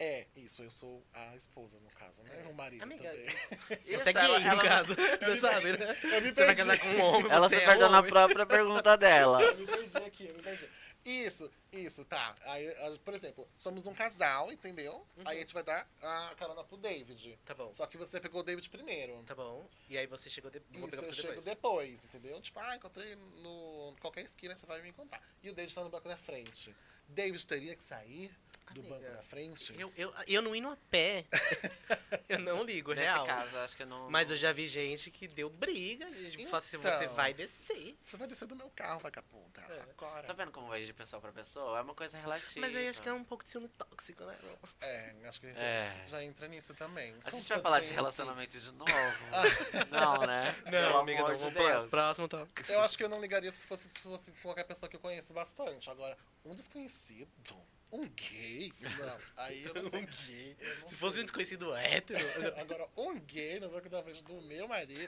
[SPEAKER 1] É, isso, eu sou a esposa, no caso, né? O marido
[SPEAKER 3] Amiga,
[SPEAKER 1] também.
[SPEAKER 3] você é gay,
[SPEAKER 2] ela,
[SPEAKER 3] no
[SPEAKER 2] ela-
[SPEAKER 3] caso. Você sabe, né? Você vai
[SPEAKER 1] perdi.
[SPEAKER 3] casar com um homem.
[SPEAKER 2] ela
[SPEAKER 3] você
[SPEAKER 2] se
[SPEAKER 3] é
[SPEAKER 2] perdeu na
[SPEAKER 3] homem.
[SPEAKER 2] própria pergunta dela.
[SPEAKER 1] Eu me perdi aqui, eu me perdi. Isso, isso, tá. Aí, ah, por exemplo, somos um casal, entendeu? Aí a gente vai dar a carona pro David.
[SPEAKER 3] Tá bom.
[SPEAKER 1] Só que você pegou o David primeiro.
[SPEAKER 3] Tá bom. E aí você chegou de... Vou
[SPEAKER 1] Isso,
[SPEAKER 3] pegar
[SPEAKER 1] eu
[SPEAKER 3] você
[SPEAKER 1] chego
[SPEAKER 3] depois.
[SPEAKER 1] depois. entendeu? Tipo, ah, encontrei no qualquer esquina, você vai me encontrar. E o David tá no banco da frente. David teria que sair do
[SPEAKER 3] Amiga,
[SPEAKER 1] banco da frente?
[SPEAKER 3] Eu, eu, eu não indo a pé. eu não ligo,
[SPEAKER 2] Nesse
[SPEAKER 3] real.
[SPEAKER 2] caso, eu acho que eu não.
[SPEAKER 3] Mas eu já vi gente que deu briga. Gente, fala assim,
[SPEAKER 1] Então.
[SPEAKER 3] você vai descer.
[SPEAKER 1] Você vai descer do meu carro, vagabunda.
[SPEAKER 3] É.
[SPEAKER 1] Agora.
[SPEAKER 2] Tá vendo como vai de pessoa pra pessoa? É uma coisa relativa.
[SPEAKER 3] Mas aí acho que é um pouco de ciúme tóxico, né?
[SPEAKER 1] É, acho que
[SPEAKER 2] É.
[SPEAKER 1] já entra nisso também.
[SPEAKER 2] A gente vai falar de relacionamento de novo? não, né? Pelo amor de Deus.
[SPEAKER 3] Próximo tópico.
[SPEAKER 1] Eu acho que eu não ligaria se fosse, se fosse qualquer pessoa que eu conheço bastante. Agora, um desconhecido? Um gay? Não, aí eu não sei.
[SPEAKER 3] Um gay. Se fosse um desconhecido hétero.
[SPEAKER 1] Agora, um gay no banco da frente do meu marido.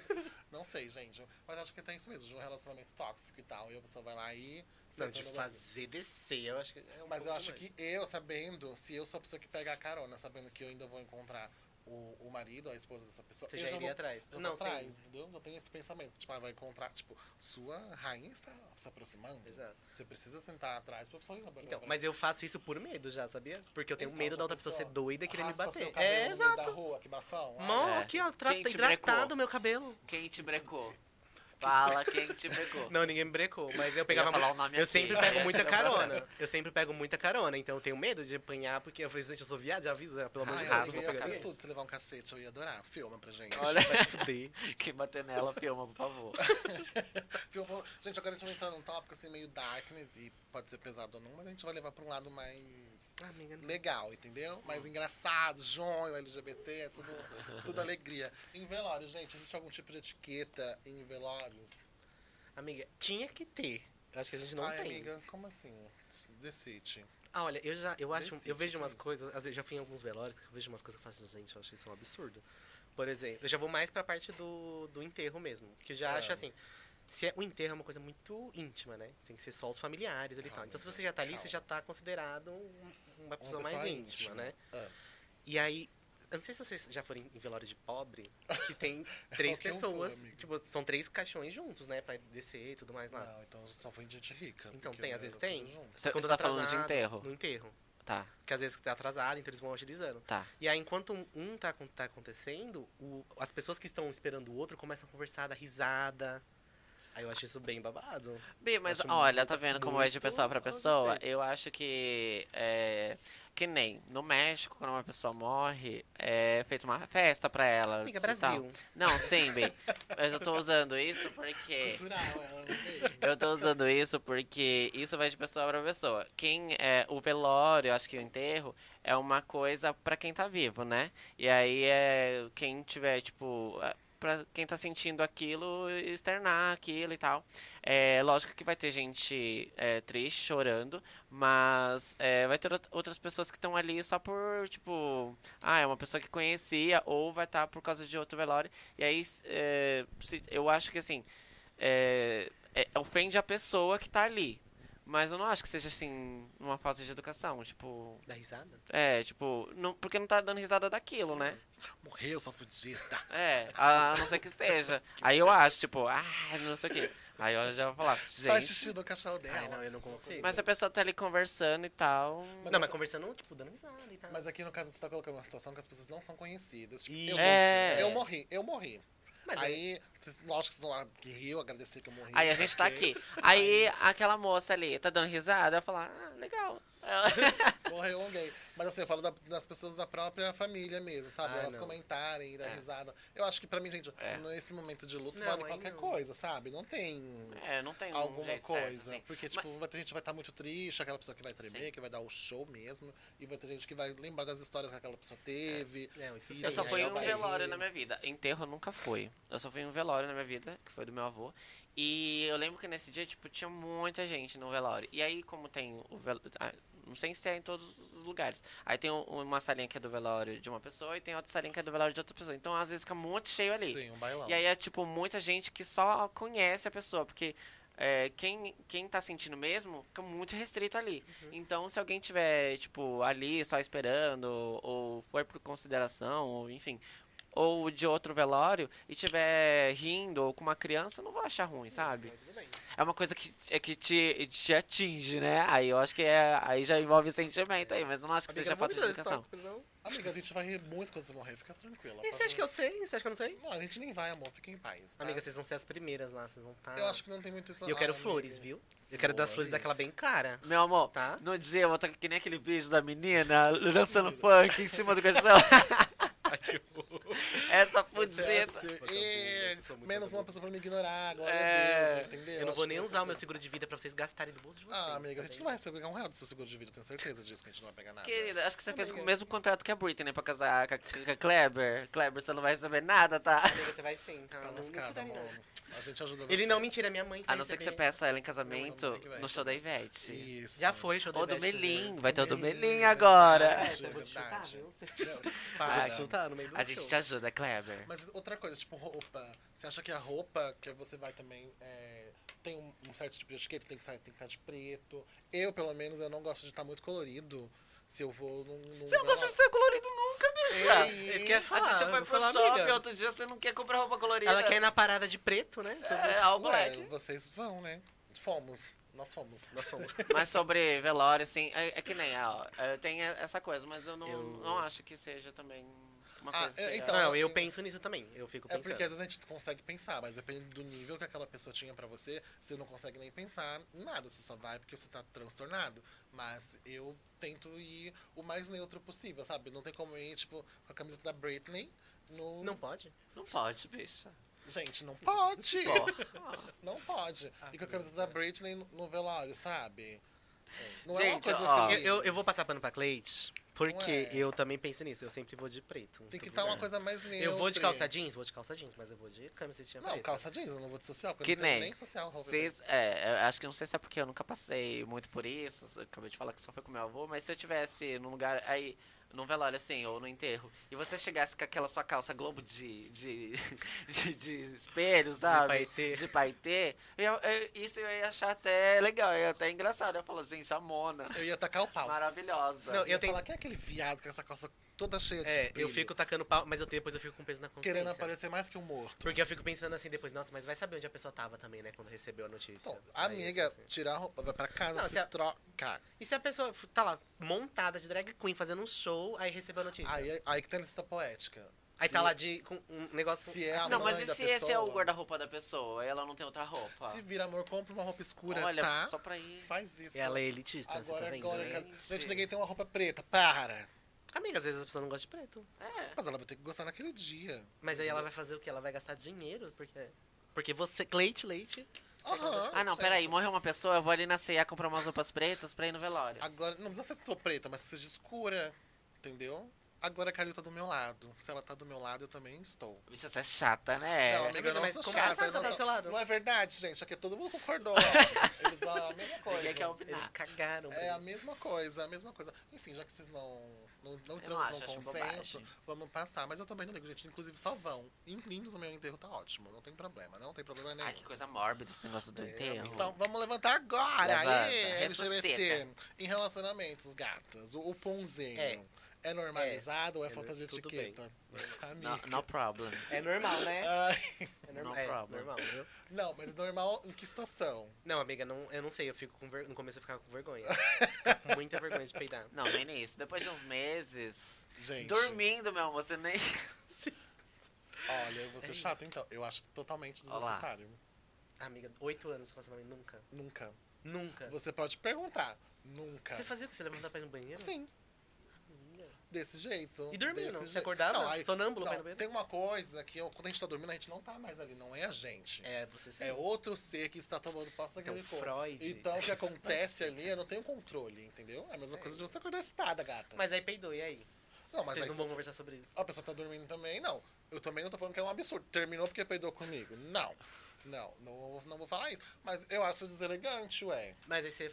[SPEAKER 1] Não sei, gente. Mas acho que tem isso mesmo, de um relacionamento tóxico e tal. E a pessoa vai lá e.
[SPEAKER 3] Não,
[SPEAKER 1] senta
[SPEAKER 3] de
[SPEAKER 1] no banco.
[SPEAKER 3] fazer descer, eu acho que. É um
[SPEAKER 1] Mas eu
[SPEAKER 3] pouco
[SPEAKER 1] acho
[SPEAKER 3] demais.
[SPEAKER 1] que eu, sabendo, se eu sou a pessoa que pega a carona, sabendo que eu ainda vou encontrar o, o marido, a esposa dessa pessoa.
[SPEAKER 3] Você
[SPEAKER 1] eu
[SPEAKER 3] já iria
[SPEAKER 1] vou-
[SPEAKER 3] atrás.
[SPEAKER 1] Eu
[SPEAKER 3] Não,
[SPEAKER 1] vou atrás,
[SPEAKER 3] sim.
[SPEAKER 1] entendeu? Eu tenho esse pensamento. Tipo, ah, vai encontrar, tipo, sua rainha está se aproximando.
[SPEAKER 3] Exato.
[SPEAKER 1] Você precisa sentar atrás pra pessoa ir na banca
[SPEAKER 3] Então,
[SPEAKER 1] da
[SPEAKER 3] mas eu faço isso por medo já, sabia? Porque eu tenho
[SPEAKER 1] Então,
[SPEAKER 3] medo da
[SPEAKER 1] já
[SPEAKER 3] outra pessoa ser doida e querer me
[SPEAKER 1] raspa
[SPEAKER 3] bater.
[SPEAKER 1] seu cabelo
[SPEAKER 3] É,
[SPEAKER 1] no meio
[SPEAKER 3] exato.
[SPEAKER 1] Da rua, que bafão. Ai,
[SPEAKER 3] Nossa,
[SPEAKER 2] É.
[SPEAKER 3] aqui, ó, tra-
[SPEAKER 2] Quem
[SPEAKER 3] tá
[SPEAKER 2] te brecou?
[SPEAKER 3] hidratado o meu cabelo.
[SPEAKER 2] Quem te brecou? Fala quem te brecou.
[SPEAKER 3] Não, ninguém me brecou, mas eu pegava.
[SPEAKER 2] ia falar
[SPEAKER 3] mu-
[SPEAKER 2] o nome
[SPEAKER 3] eu
[SPEAKER 2] aqui, né?
[SPEAKER 3] sempre
[SPEAKER 2] ia
[SPEAKER 3] pego
[SPEAKER 2] ser
[SPEAKER 3] muita
[SPEAKER 2] meu
[SPEAKER 3] carona.
[SPEAKER 2] processo.
[SPEAKER 3] Eu sempre pego muita carona, então eu tenho medo de apanhar, porque eu falei, gente, eu sou viado, já avisa, pelo amor de
[SPEAKER 1] Ai,
[SPEAKER 3] Deus,
[SPEAKER 1] eu
[SPEAKER 3] Ah, eu vou
[SPEAKER 1] devia
[SPEAKER 2] raspa
[SPEAKER 3] pegar
[SPEAKER 1] ser
[SPEAKER 2] cabeça.
[SPEAKER 1] tudo se levar um cacete, eu ia adorar. Filma pra gente.
[SPEAKER 2] Olha,
[SPEAKER 3] Vai se fuder.
[SPEAKER 2] quem bater nela, filma, por favor.
[SPEAKER 1] Filma. Gente, agora a gente vai entrar num tópico assim meio darkness e pode ser pesado ou não, mas a gente vai levar pra um lado mais
[SPEAKER 3] Amiga, não.
[SPEAKER 1] legal, entendeu?
[SPEAKER 3] Hum.
[SPEAKER 1] Mais engraçado, joio, LGBT, é tudo, tudo alegria. Em velório, gente, existe algum tipo de etiqueta em velórios?
[SPEAKER 3] Amiga, tinha que ter. Eu Acho que a gente não
[SPEAKER 1] Ai,
[SPEAKER 3] tem.
[SPEAKER 1] amiga, como assim? Decide.
[SPEAKER 3] Ah, olha, eu já, eu acho,
[SPEAKER 1] Decide,
[SPEAKER 3] eu vejo umas
[SPEAKER 1] pensa.
[SPEAKER 3] coisas, às vezes já fui em alguns velórios que eu vejo umas coisas que eu faço, gente, eu acho isso um absurdo. Por exemplo, eu já vou mais pra parte do, do enterro mesmo, que eu já
[SPEAKER 1] É.
[SPEAKER 3] acho assim, se é, o enterro é uma coisa muito íntima, né? Tem que ser só os familiares ali e tal.
[SPEAKER 1] Calma,
[SPEAKER 3] Então se
[SPEAKER 1] então,
[SPEAKER 3] você já tá ali, você
[SPEAKER 1] calma.
[SPEAKER 3] já tá considerado um- uma pessoa mais
[SPEAKER 1] pessoa
[SPEAKER 3] íntima,
[SPEAKER 1] íntima.
[SPEAKER 3] né?
[SPEAKER 1] Ah.
[SPEAKER 3] E aí, eu não sei se vocês já foram em velório de pobre, que tem
[SPEAKER 1] É
[SPEAKER 3] três
[SPEAKER 1] só que eu fui,
[SPEAKER 3] pessoas,
[SPEAKER 1] amiga.
[SPEAKER 3] tipo, são três caixões juntos, né, Pra descer e tudo mais lá.
[SPEAKER 1] Não, então só foi de gente rica.
[SPEAKER 3] Ah. Então,
[SPEAKER 1] porque
[SPEAKER 3] tem,
[SPEAKER 1] eu
[SPEAKER 3] às vezes
[SPEAKER 1] era tudo
[SPEAKER 3] tem.
[SPEAKER 1] junto.
[SPEAKER 2] Você
[SPEAKER 3] Quando
[SPEAKER 2] você
[SPEAKER 3] tá
[SPEAKER 2] tá falando de
[SPEAKER 3] atrasado,
[SPEAKER 2] enterro?
[SPEAKER 3] No enterro.
[SPEAKER 2] Tá,
[SPEAKER 3] Que às vezes tá atrasado, então eles vão agilizando.
[SPEAKER 2] tá.
[SPEAKER 3] E aí, enquanto um- um tá, acon- tá acontecendo, o- as pessoas que estão esperando o outro começam a conversar, dar risada. Aí Aí eu acho isso bem babado.
[SPEAKER 2] Bi, mas
[SPEAKER 3] Acho
[SPEAKER 2] olha,
[SPEAKER 3] muito-
[SPEAKER 2] tá vendo como é de
[SPEAKER 3] muito
[SPEAKER 2] pessoa pra
[SPEAKER 3] ao
[SPEAKER 2] pessoa?
[SPEAKER 3] respeito.
[SPEAKER 2] Eu acho que é, que nem no México, quando uma pessoa morre, é feita uma festa pra ela.
[SPEAKER 3] Amiga,
[SPEAKER 2] e tal.
[SPEAKER 3] Brasil.
[SPEAKER 2] Não, sim, Bi. Mas eu tô usando isso
[SPEAKER 3] É.
[SPEAKER 2] porque.
[SPEAKER 1] Cultural, ela não fez.
[SPEAKER 2] Eu tô usando isso porque isso vai de pessoa pra pessoa. Quem é o velório, acho que o enterro é uma coisa pra quem tá vivo, né? E aí é quem tiver tipo a- Pra quem tá sentindo aquilo, externar aquilo e tal. É lógico que vai ter gente é, triste, chorando, mas é, vai ter out- outras pessoas que estão ali só por, tipo, ah, é uma pessoa que conhecia, ou vai estar por causa de outro velório. E aí, s- é, se- eu acho que assim, é, é- ofende a pessoa que tá ali. Mas eu não acho que seja assim, uma falta de educação. Tipo,
[SPEAKER 3] Dá risada?
[SPEAKER 2] é, tipo, não, porque não tá dando risada daquilo, né?
[SPEAKER 1] Morreu, Tá só fudida.
[SPEAKER 2] É, a, a não ser que esteja. Aí eu acho, tipo, ah, não sei o quê. Aí eu já vou falar,
[SPEAKER 1] Faz
[SPEAKER 2] gente.
[SPEAKER 1] xixi no caixão dela.
[SPEAKER 3] Ai, não, Ah, eu não consigo.
[SPEAKER 2] Mas a pessoa tá ali conversando e tal.
[SPEAKER 1] Mas
[SPEAKER 3] não,
[SPEAKER 1] essa-
[SPEAKER 3] mas conversando, tipo, dando risada e tal.
[SPEAKER 1] Mas aqui no caso você tá colocando uma situação que as pessoas não são conhecidas. Tipo,
[SPEAKER 3] Isso.
[SPEAKER 1] eu,
[SPEAKER 2] É.
[SPEAKER 1] morri, eu morri, eu morri.
[SPEAKER 3] Mas
[SPEAKER 1] aí, vocês, lógico que vocês vão lá que riu, agradecer que eu morri.
[SPEAKER 2] Aí a gente tá
[SPEAKER 1] ok.
[SPEAKER 2] aqui. Aí aquela moça ali tá dando risada, eu falar, ah, legal.
[SPEAKER 1] Morreu alguém. Mas assim, eu falo da- das pessoas da própria família mesmo, sabe?
[SPEAKER 3] Ah,
[SPEAKER 1] Elas
[SPEAKER 3] não.
[SPEAKER 1] comentarem, dar
[SPEAKER 2] É.
[SPEAKER 1] risada. Eu acho que pra mim, gente,
[SPEAKER 2] É.
[SPEAKER 1] nesse momento de luto
[SPEAKER 3] Não,
[SPEAKER 1] vale
[SPEAKER 3] aí
[SPEAKER 1] qualquer
[SPEAKER 3] não.
[SPEAKER 1] coisa, sabe? Não tem.
[SPEAKER 2] É, não tem um
[SPEAKER 1] alguma
[SPEAKER 2] jeito
[SPEAKER 1] coisa.
[SPEAKER 2] certo, assim.
[SPEAKER 1] Porque, tipo, vai ter gente que vai estar muito triste, aquela pessoa que vai tremer,
[SPEAKER 2] Sim.
[SPEAKER 1] que vai dar o show mesmo. E vai ter gente que vai lembrar das histórias que aquela pessoa teve.
[SPEAKER 3] Não, isso
[SPEAKER 1] E
[SPEAKER 3] sim,
[SPEAKER 2] Eu só
[SPEAKER 1] aí
[SPEAKER 2] fui em
[SPEAKER 1] é
[SPEAKER 2] um
[SPEAKER 1] ok.
[SPEAKER 2] velório na minha vida. Enterro eu nunca fui. Eu só fui em um velório na minha vida, que foi do meu avô. E eu lembro que nesse dia, tipo, tinha muita gente no velório. E aí, como tem o velório. Não sei se é em todos os lugares. Aí tem um- uma salinha que é do velório de uma pessoa e tem outra salinha que é do velório de outra pessoa. Então, às vezes, fica muito cheio ali.
[SPEAKER 1] Sim, um bailão.
[SPEAKER 2] E aí é, tipo, muita gente que só conhece a pessoa, porque é, quem, quem tá sentindo mesmo fica muito restrito ali.
[SPEAKER 3] Uhum.
[SPEAKER 2] Então, se alguém tiver, tipo, ali só esperando, ou for por consideração, ou enfim, ou de outro velório, e tiver rindo, ou com uma criança, não vou achar ruim, sabe?
[SPEAKER 3] Uhum. Tudo bem.
[SPEAKER 2] É uma coisa que, é que te, te atinge, né? Aí eu acho que é, aí já envolve sentimento aí, mas eu não acho que
[SPEAKER 3] Amiga, tá?
[SPEAKER 2] seja
[SPEAKER 3] não
[SPEAKER 2] falta de
[SPEAKER 3] me dá esse
[SPEAKER 2] educação.
[SPEAKER 3] tópico, não.
[SPEAKER 1] Amiga, a gente vai rir muito quando você morrer, fica tranquila.
[SPEAKER 3] E você acha que eu sei? Você acha que eu não sei?
[SPEAKER 1] Não, a gente nem vai, amor, fica em paz. tá?
[SPEAKER 3] Amiga, vocês vão ser as primeiras lá, vocês vão estar.
[SPEAKER 1] Eu acho que não tem muito isso
[SPEAKER 3] E eu quero
[SPEAKER 1] Ah, amiga.
[SPEAKER 3] flores, viu? Eu quero das flores
[SPEAKER 1] Flores.
[SPEAKER 3] daquela bem cara.
[SPEAKER 2] Meu amor,
[SPEAKER 3] Tá.
[SPEAKER 2] no dia eu vou estar que nem aquele vídeo da menina dançando funk em cima do caixão.
[SPEAKER 3] Ai, que horror.
[SPEAKER 2] Essa
[SPEAKER 1] Você é assim,
[SPEAKER 3] um
[SPEAKER 2] fudida.
[SPEAKER 1] é,
[SPEAKER 3] eu sou muito
[SPEAKER 1] menos uma
[SPEAKER 3] vagabundo.
[SPEAKER 1] pessoa pra me ignorar, glória
[SPEAKER 2] É.
[SPEAKER 1] a Deus, entendeu?
[SPEAKER 3] Eu não
[SPEAKER 1] Acho
[SPEAKER 3] vou
[SPEAKER 1] que
[SPEAKER 3] nem
[SPEAKER 1] eu
[SPEAKER 3] usar o
[SPEAKER 1] sei
[SPEAKER 3] meu
[SPEAKER 1] tudo.
[SPEAKER 3] seguro de vida pra vocês gastarem do bolso de vocês.
[SPEAKER 1] Ah, amiga, a gente
[SPEAKER 3] tá
[SPEAKER 1] não vai receber um real do seu seguro de vida, tenho certeza disso, que a gente não vai pegar nada.
[SPEAKER 2] Querida, acho que você fez com o
[SPEAKER 3] Amiga.
[SPEAKER 2] mesmo contrato que a Britney né, pra casar com a, com a Kleber. Kleber, você não vai saber nada, tá?
[SPEAKER 3] bem? Amiga, você vai sim, tá?
[SPEAKER 1] Tá
[SPEAKER 3] Não- não
[SPEAKER 1] lascada,
[SPEAKER 3] escuta ele, não.
[SPEAKER 1] amor. A gente ajuda você.
[SPEAKER 3] Ele não, mentira, minha mãe
[SPEAKER 2] A
[SPEAKER 3] faz
[SPEAKER 2] não ser que você
[SPEAKER 3] também.
[SPEAKER 2] peça ela em
[SPEAKER 1] Nossa,
[SPEAKER 2] casamento
[SPEAKER 1] mãe, que vai
[SPEAKER 2] no show da Ivete.
[SPEAKER 1] Isso.
[SPEAKER 3] Já foi, show
[SPEAKER 2] Ou do
[SPEAKER 3] Ivete, né? quer dizer.
[SPEAKER 2] Melim, vai ter o do
[SPEAKER 1] Melim,
[SPEAKER 2] Melim
[SPEAKER 1] é
[SPEAKER 2] agora.
[SPEAKER 1] verdade.
[SPEAKER 3] É, eu vou te chutar,
[SPEAKER 1] Verdade.
[SPEAKER 3] viu?
[SPEAKER 1] Não,
[SPEAKER 3] Vou
[SPEAKER 1] para.
[SPEAKER 3] te chutar no meio do
[SPEAKER 2] A gente
[SPEAKER 3] show.
[SPEAKER 2] te ajuda, Kleber.
[SPEAKER 1] Mas outra coisa, tipo roupa. Você acha que a roupa que você vai também é, tem um, um certo tipo de etiqueta, tem que sair, tem que estar de preto. Eu, pelo menos, eu não gosto de estar muito colorido. Se eu vou num. num
[SPEAKER 2] Você não gosta Ah, de ser colorido nunca, bicha!
[SPEAKER 1] velório. Ei,
[SPEAKER 3] Esse que é-
[SPEAKER 2] a gente
[SPEAKER 3] falar,
[SPEAKER 2] já
[SPEAKER 3] eu
[SPEAKER 2] foi
[SPEAKER 3] vou
[SPEAKER 2] pro
[SPEAKER 3] falar,
[SPEAKER 2] shopping
[SPEAKER 3] amiga.
[SPEAKER 2] outro dia, você não quer comprar roupa colorida.
[SPEAKER 3] Ela quer ir na parada de preto, né?
[SPEAKER 1] Então,
[SPEAKER 3] Todo-
[SPEAKER 2] É, all
[SPEAKER 1] Ué,
[SPEAKER 2] black.
[SPEAKER 1] vocês vão, né? Fomos. Nós fomos. Nós fomos.
[SPEAKER 2] Mas sobre velório, assim, é, é que nem, ó, é, tem e- essa coisa, mas eu não,
[SPEAKER 3] Eu-
[SPEAKER 2] não acho que seja também uma
[SPEAKER 1] Ah,
[SPEAKER 2] coisa.
[SPEAKER 1] é,
[SPEAKER 2] que-
[SPEAKER 1] então,
[SPEAKER 3] Não, eu penso nisso também. Eu fico
[SPEAKER 1] É
[SPEAKER 3] pensando.
[SPEAKER 1] porque às vezes a gente consegue pensar, mas dependendo do nível que aquela pessoa tinha pra você, você não consegue nem pensar em nada, você só vai porque você tá transtornado. Mas eu tento ir o mais neutro possível, sabe? Não tem como ir, tipo, com a camiseta da Britney no.
[SPEAKER 3] Não pode?
[SPEAKER 2] Não pode, bicha.
[SPEAKER 1] Gente, não pode!
[SPEAKER 2] Pô,
[SPEAKER 1] não pode.
[SPEAKER 3] Ah,
[SPEAKER 1] E com a camiseta da Britney no, no velório, sabe? É, Não é uma
[SPEAKER 2] Gente,
[SPEAKER 1] coisa
[SPEAKER 2] ó,
[SPEAKER 1] feliz.
[SPEAKER 3] Eu, eu, eu vou passar pano pra Cleite, porque
[SPEAKER 1] Ué.
[SPEAKER 3] eu também penso nisso. Eu sempre vou de preto. em
[SPEAKER 1] Tem que
[SPEAKER 3] todo
[SPEAKER 1] estar uma
[SPEAKER 3] lugar.
[SPEAKER 1] coisa mais neutra.
[SPEAKER 3] Eu vou de calça jeans? Vou de calça jeans, mas eu vou de camisetinha
[SPEAKER 1] Não,
[SPEAKER 3] preta.
[SPEAKER 1] calça jeans, eu não vou de social, porque
[SPEAKER 2] que
[SPEAKER 1] eu não tenho
[SPEAKER 2] nem.
[SPEAKER 1] nem social. roupa.
[SPEAKER 2] Vocês, é, eu acho que não sei se é porque eu nunca passei muito por isso. Eu acabei de falar que só foi com meu avô, mas se eu tivesse num lugar aí. Num velório, assim, ou no enterro, e você chegasse com aquela sua calça globo de. de. de, de espelho, sabe?
[SPEAKER 3] paetê.
[SPEAKER 2] De paetê. eu- eu- isso eu ia achar até legal, eu ia até engraçado. Eu falo, gente, a Mona.
[SPEAKER 1] Eu ia tacar o pau.
[SPEAKER 2] Maravilhosa.
[SPEAKER 3] Não,
[SPEAKER 1] Eu ia
[SPEAKER 3] tenho-
[SPEAKER 1] falar, quem é aquele viado com essa calça toda cheia de
[SPEAKER 3] É, eu
[SPEAKER 1] brilho,
[SPEAKER 3] fico tacando pau, mas eu, depois eu fico com peso na consciência.
[SPEAKER 1] querendo aparecer mais que um morto.
[SPEAKER 3] Porque eu fico pensando assim depois, nossa, mas vai saber onde a pessoa tava também, né? Quando recebeu a notícia.
[SPEAKER 1] Então,
[SPEAKER 3] Aí eu
[SPEAKER 1] amiga,
[SPEAKER 3] fico assim.
[SPEAKER 1] tirar a roupa, vai pra casa,
[SPEAKER 3] Não,
[SPEAKER 1] se
[SPEAKER 3] se a-
[SPEAKER 1] troca.
[SPEAKER 3] E se a pessoa f- tá lá, montada de drag queen, fazendo um show, aí recebeu a notícia?
[SPEAKER 1] é Aí, aí que tem a licença poética.
[SPEAKER 3] Aí
[SPEAKER 2] Se-
[SPEAKER 3] tá lá de com um negócio.
[SPEAKER 1] Se é a
[SPEAKER 2] Não,
[SPEAKER 1] mãe
[SPEAKER 2] mas e
[SPEAKER 1] da
[SPEAKER 2] se esse é o
[SPEAKER 1] pessoa?
[SPEAKER 2] guarda-roupa da pessoa e ela não tem outra roupa?
[SPEAKER 1] Se vira, amor, compra uma roupa escura,
[SPEAKER 2] Olha,
[SPEAKER 1] tá?
[SPEAKER 2] só pra ir.
[SPEAKER 1] Faz isso.
[SPEAKER 3] Ela é elitista, você
[SPEAKER 1] Agora,
[SPEAKER 3] tá vendo?
[SPEAKER 1] agora,
[SPEAKER 3] né?
[SPEAKER 1] cara.
[SPEAKER 2] Gente.
[SPEAKER 1] Gente, ninguém tem uma roupa preta. Para!
[SPEAKER 3] Amiga, às vezes a pessoa não gosta de preto.
[SPEAKER 2] É.
[SPEAKER 1] Mas ela vai ter que gostar naquele dia.
[SPEAKER 3] Mas aí ela vai fazer o quê? Ela vai gastar dinheiro? Porque, porque você. Leite, leite.
[SPEAKER 1] Aham,
[SPEAKER 2] Ah, não,
[SPEAKER 1] gente.
[SPEAKER 2] peraí, morreu uma pessoa, eu vou ali na ceia comprar umas roupas pretas pra ir no velório.
[SPEAKER 1] Agora, não precisa ser tão preta, mas que seja escura. Entendeu? Agora a Calil tá do meu lado. Se ela tá do meu lado, eu também estou.
[SPEAKER 2] Isso é chata, né?
[SPEAKER 1] não, amiga, eu não
[SPEAKER 3] mas
[SPEAKER 1] sou
[SPEAKER 3] como
[SPEAKER 1] chata.
[SPEAKER 3] essa
[SPEAKER 1] eu Não,
[SPEAKER 3] tá
[SPEAKER 1] sou-
[SPEAKER 3] do seu lado?
[SPEAKER 1] não é verdade, gente. Aqui todo mundo concordou. ó. Eles falam a mesma coisa.
[SPEAKER 2] Ninguém quer
[SPEAKER 3] Eles
[SPEAKER 2] é opinar.
[SPEAKER 3] cagaram.
[SPEAKER 1] É
[SPEAKER 3] pra
[SPEAKER 1] a
[SPEAKER 3] mim.
[SPEAKER 1] mesma coisa, a mesma coisa. Enfim, já que vocês não não, não
[SPEAKER 2] não
[SPEAKER 1] entramos
[SPEAKER 2] acho,
[SPEAKER 1] num
[SPEAKER 2] acho
[SPEAKER 1] consenso,
[SPEAKER 2] bobagem.
[SPEAKER 1] vamos passar. Mas eu também não ligo, gente. Inclusive, só vão. Em lindo também o enterro tá ótimo. Não tem problema, não tem problema nenhum.
[SPEAKER 2] Ai, que coisa mórbida esse negócio do enterro.
[SPEAKER 1] Então, vamos levantar agora.
[SPEAKER 2] Levanta,
[SPEAKER 1] Aê, LGBT.
[SPEAKER 2] ressuscita.
[SPEAKER 1] Em relacionamentos, gatas, o, o punzinho.
[SPEAKER 3] É.
[SPEAKER 1] É. normalizado ou é
[SPEAKER 3] É
[SPEAKER 1] falta de
[SPEAKER 3] nor- tudo
[SPEAKER 1] etiqueta?
[SPEAKER 2] no,
[SPEAKER 1] Amiga.
[SPEAKER 2] no problem.
[SPEAKER 3] É normal, né?
[SPEAKER 1] Ai,
[SPEAKER 3] É, norma-
[SPEAKER 2] No
[SPEAKER 3] é
[SPEAKER 2] problem.
[SPEAKER 3] normal, viu?
[SPEAKER 1] não, mas é normal em que situação?
[SPEAKER 3] Não, amiga, não, eu não sei. Eu fico com ver... No começo eu ficava com vergonha. Ficava com muita vergonha de peidar.
[SPEAKER 2] Não, nem nisso. Depois de uns meses.
[SPEAKER 1] Gente.
[SPEAKER 2] Dormindo, meu amor, você nem.
[SPEAKER 1] Olha, eu
[SPEAKER 3] É
[SPEAKER 1] vou ser chata então. Eu acho totalmente
[SPEAKER 2] Olá.
[SPEAKER 1] desnecessário.
[SPEAKER 3] Ah, Amiga, oito anos de relacionamento, nunca.
[SPEAKER 1] Nunca.
[SPEAKER 3] Nunca. Você,
[SPEAKER 1] Você pode perguntar. Nunca.
[SPEAKER 3] fazia o que? Você levantava pra ir no banheiro?
[SPEAKER 1] Sim. Desse jeito.
[SPEAKER 3] E dormindo?
[SPEAKER 1] desse
[SPEAKER 3] Você
[SPEAKER 1] jeito.
[SPEAKER 3] acordava? Sonâmbulo, vai no
[SPEAKER 1] não,
[SPEAKER 3] banheiro?
[SPEAKER 1] Tem uma coisa que eu- quando a gente tá dormindo, a gente não tá mais ali, não é a gente.
[SPEAKER 3] É, você sim.
[SPEAKER 1] É outro ser que está tomando posse daquele
[SPEAKER 3] Então,
[SPEAKER 1] corpo.
[SPEAKER 3] Freud.
[SPEAKER 1] Então, o que acontece ali, eu não tenho controle, entendeu? É a mesma coisa de você acordar excitada, gata.
[SPEAKER 3] Mas aí peidou, e aí?
[SPEAKER 1] não, mas
[SPEAKER 3] Vocês
[SPEAKER 1] aí
[SPEAKER 3] não
[SPEAKER 1] você-
[SPEAKER 3] vão conversar sobre isso.
[SPEAKER 1] a pessoa tá dormindo também, não. Eu também não tô falando que é um absurdo. Terminou porque peidou comigo. Não. Não, não, vou- não vou falar isso. Mas eu acho deselegante, ué.
[SPEAKER 3] Mas aí você,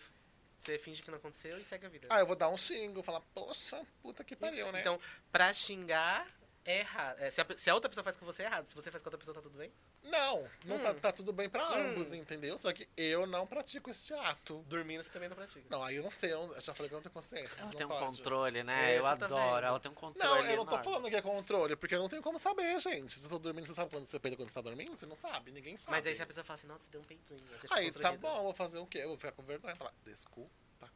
[SPEAKER 3] você finge que não aconteceu e segue a vida.
[SPEAKER 1] Ah, eu vou dar um xingo, falar, poxa, puta que pariu, né?
[SPEAKER 3] Então, pra xingar, é errado. É, se, a, pe- se a outra pessoa faz com você, é errado. Se você faz com outra pessoa, tá tudo bem?
[SPEAKER 1] Não, não tá,
[SPEAKER 3] Hum.
[SPEAKER 1] tá tudo bem pra ambos, entendeu? Só que eu não pratico esse ato.
[SPEAKER 3] Dormindo, você também não pratica.
[SPEAKER 1] Não, aí eu não sei, eu não- eu já falei que eu não tenho consciência.
[SPEAKER 2] Ela
[SPEAKER 1] não
[SPEAKER 2] tem um
[SPEAKER 1] pode.
[SPEAKER 2] controle, né?
[SPEAKER 3] É,
[SPEAKER 2] eu
[SPEAKER 3] você tá
[SPEAKER 2] adoro.
[SPEAKER 3] vendo?
[SPEAKER 2] Ela tem um controle.
[SPEAKER 1] Não, eu não tô
[SPEAKER 2] enorme.
[SPEAKER 1] falando que é controle, porque eu não tenho como saber, gente. Se eu tô dormindo, você sabe quando você peida quando você tá dormindo? Você não sabe, ninguém sabe.
[SPEAKER 3] Mas aí se a pessoa fala assim, nossa, você deu um peidinho. Aí, você fica
[SPEAKER 1] Aí, tá
[SPEAKER 3] constrangida.
[SPEAKER 1] bom, eu vou fazer o quê? Eu vou ficar com vergonha e falar, desculpa,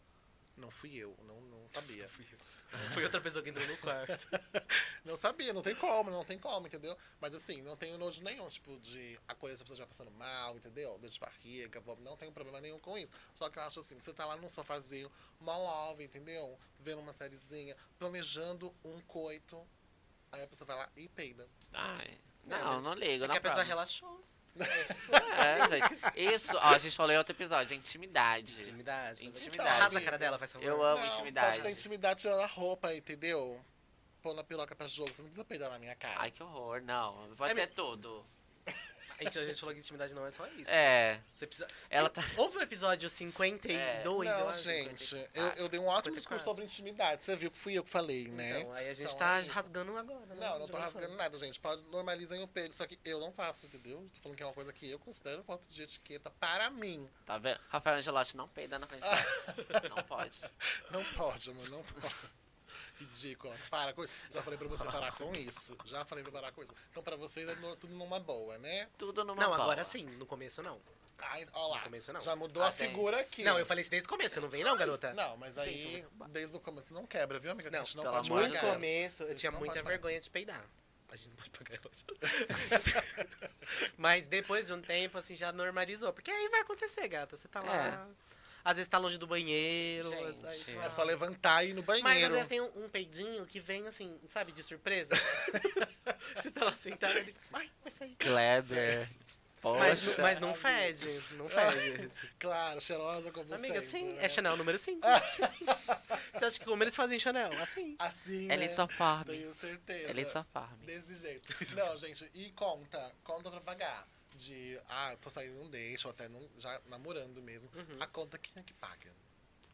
[SPEAKER 1] não fui eu, não, não sabia.
[SPEAKER 3] Foi outra pessoa que entrou no quarto.
[SPEAKER 1] Não sabia, não tem como, não tem como, entendeu? Mas assim, não tenho nojo nenhum, tipo, de acolher essa pessoa já passando mal, entendeu? Dor de barriga, vó- não tenho problema nenhum com isso. Só que eu acho assim, você tá lá num sofazinho, mal alvo, entendeu? Vendo uma sériezinha, planejando um coito. Aí a pessoa vai lá e peida.
[SPEAKER 2] Ai.
[SPEAKER 1] Né?
[SPEAKER 2] Não, não ligo.
[SPEAKER 3] É
[SPEAKER 2] não
[SPEAKER 3] que a pessoa
[SPEAKER 2] problem.
[SPEAKER 3] relaxou.
[SPEAKER 2] É, gente. Isso, ó, a gente falou em outro episódio, intimidade.
[SPEAKER 3] Intimidade. tá vendo?
[SPEAKER 2] É. Intimidade.
[SPEAKER 3] Arrasa a cara dela, faz favor.
[SPEAKER 2] Eu amo
[SPEAKER 1] não,
[SPEAKER 2] intimidade.
[SPEAKER 1] pode ter intimidade tirando a roupa, entendeu? Pôr na piroca pra jogo, você não precisa peidar na minha cara.
[SPEAKER 2] Ai, que horror, não. Pode
[SPEAKER 3] É,
[SPEAKER 2] ser tudo.
[SPEAKER 3] A gente, a gente falou que intimidade não é só isso.
[SPEAKER 2] É.
[SPEAKER 3] Você precisa...
[SPEAKER 2] Ela
[SPEAKER 3] Tem-
[SPEAKER 2] tá-
[SPEAKER 3] Houve o episódio 52,
[SPEAKER 2] É.
[SPEAKER 3] eu
[SPEAKER 1] não,
[SPEAKER 3] acho.
[SPEAKER 1] gente,
[SPEAKER 3] 54.
[SPEAKER 1] eu, eu dei um ótimo discurso
[SPEAKER 3] 54.
[SPEAKER 1] sobre intimidade. Você viu que fui eu que falei, né?
[SPEAKER 3] Então, aí a gente
[SPEAKER 1] Então,
[SPEAKER 3] tá
[SPEAKER 1] é isso.
[SPEAKER 3] rasgando agora. né?
[SPEAKER 1] Não, não
[SPEAKER 3] De
[SPEAKER 1] tô
[SPEAKER 3] uma
[SPEAKER 1] rasgando
[SPEAKER 3] forma.
[SPEAKER 1] nada, gente. Pode normalizem o peido, só que eu não faço, entendeu? Tô falando que é uma coisa que eu considero falta de etiqueta para mim.
[SPEAKER 2] Tá vendo? Rafael Angelotti não peida na frente dela. Não pode.
[SPEAKER 1] Não pode, amor, não pode. Ridícula, para com isso. Já falei pra você parar com isso. Já falei pra parar com isso. Então, pra vocês é no- tudo numa boa, né?
[SPEAKER 2] Tudo numa
[SPEAKER 3] Não,
[SPEAKER 2] bola.
[SPEAKER 3] agora sim. No começo, não.
[SPEAKER 1] Ai, ó lá.
[SPEAKER 3] No começo, não.
[SPEAKER 1] Já mudou
[SPEAKER 2] Ah,
[SPEAKER 1] a
[SPEAKER 2] tem.
[SPEAKER 1] figura aqui.
[SPEAKER 3] Não, eu falei isso desde o começo. Você não vem, não, garota?
[SPEAKER 1] Não, mas aí,
[SPEAKER 2] Gente,
[SPEAKER 1] desde o começo, não quebra, viu, amiga? Que a
[SPEAKER 3] Não,
[SPEAKER 1] gente não
[SPEAKER 2] pelo
[SPEAKER 1] pode
[SPEAKER 2] amor de
[SPEAKER 3] Desde o
[SPEAKER 1] pagar.
[SPEAKER 2] Deus.
[SPEAKER 3] começo, eu
[SPEAKER 1] Isso
[SPEAKER 3] tinha
[SPEAKER 1] não
[SPEAKER 3] muita
[SPEAKER 1] pode
[SPEAKER 3] vergonha de peidar. A gente não pode pagar ela. Mas depois de um tempo, assim, já normalizou. Porque aí vai acontecer, gata. Você tá lá. Às vezes tá longe do banheiro.
[SPEAKER 2] Gente.
[SPEAKER 3] às vezes-
[SPEAKER 1] É só levantar e ir no banheiro.
[SPEAKER 3] Mas às vezes tem um, um peidinho que vem, assim, sabe, de surpresa. você tá lá sentada e ele. Ai, vai sair.
[SPEAKER 2] Kleber.
[SPEAKER 3] Mas,
[SPEAKER 2] Poxa.
[SPEAKER 3] não- mas não fede, não fede.
[SPEAKER 1] Claro, cheirosa como
[SPEAKER 3] Amiga,
[SPEAKER 1] sempre,
[SPEAKER 3] sim,
[SPEAKER 1] né?
[SPEAKER 3] é Chanel número 5. Você acha que como eles fazem Chanel? Assim.
[SPEAKER 1] Assim, né?
[SPEAKER 2] Ele só farme.
[SPEAKER 1] Tenho certeza.
[SPEAKER 3] é
[SPEAKER 2] Ele só farme.
[SPEAKER 1] Desse jeito. Não, gente, e conta. Conta pra pagar. De, ah, tô saindo, não deixo, ou até não, já namorando mesmo.
[SPEAKER 3] Uhum.
[SPEAKER 1] A conta, quem é que paga?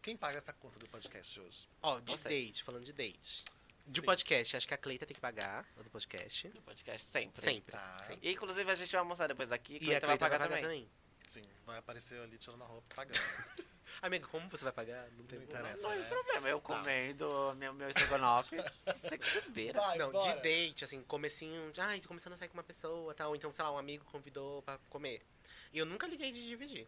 [SPEAKER 1] Quem paga essa conta do podcast hoje?
[SPEAKER 3] Ó, de
[SPEAKER 2] Você.
[SPEAKER 3] date, falando de date.
[SPEAKER 1] Sim.
[SPEAKER 3] De podcast, acho que a Cleita tem que pagar, a do podcast.
[SPEAKER 2] No podcast sempre.
[SPEAKER 3] Sempre.
[SPEAKER 1] Tá.
[SPEAKER 3] Sempre.
[SPEAKER 2] E, inclusive, a gente vai almoçar depois aqui.
[SPEAKER 3] E a
[SPEAKER 2] Cleiton vai pagar também.
[SPEAKER 1] Sim, vai aparecer ali tirando a roupa e pagando.
[SPEAKER 3] Amiga, como você vai pagar? Não tem
[SPEAKER 1] Não
[SPEAKER 3] problema.
[SPEAKER 1] interessa,
[SPEAKER 2] Não tem
[SPEAKER 1] né?
[SPEAKER 2] problema.
[SPEAKER 3] Tá.
[SPEAKER 2] Eu É, comendo meu, meu estrogonofe. Você que se vira.
[SPEAKER 1] Vai,
[SPEAKER 3] Não,
[SPEAKER 1] bora.
[SPEAKER 3] de date, assim, comecinho, de, ai, tô começando a sair com uma pessoa, tal. Então, sei lá, um amigo convidou pra comer. E eu nunca liguei de dividir.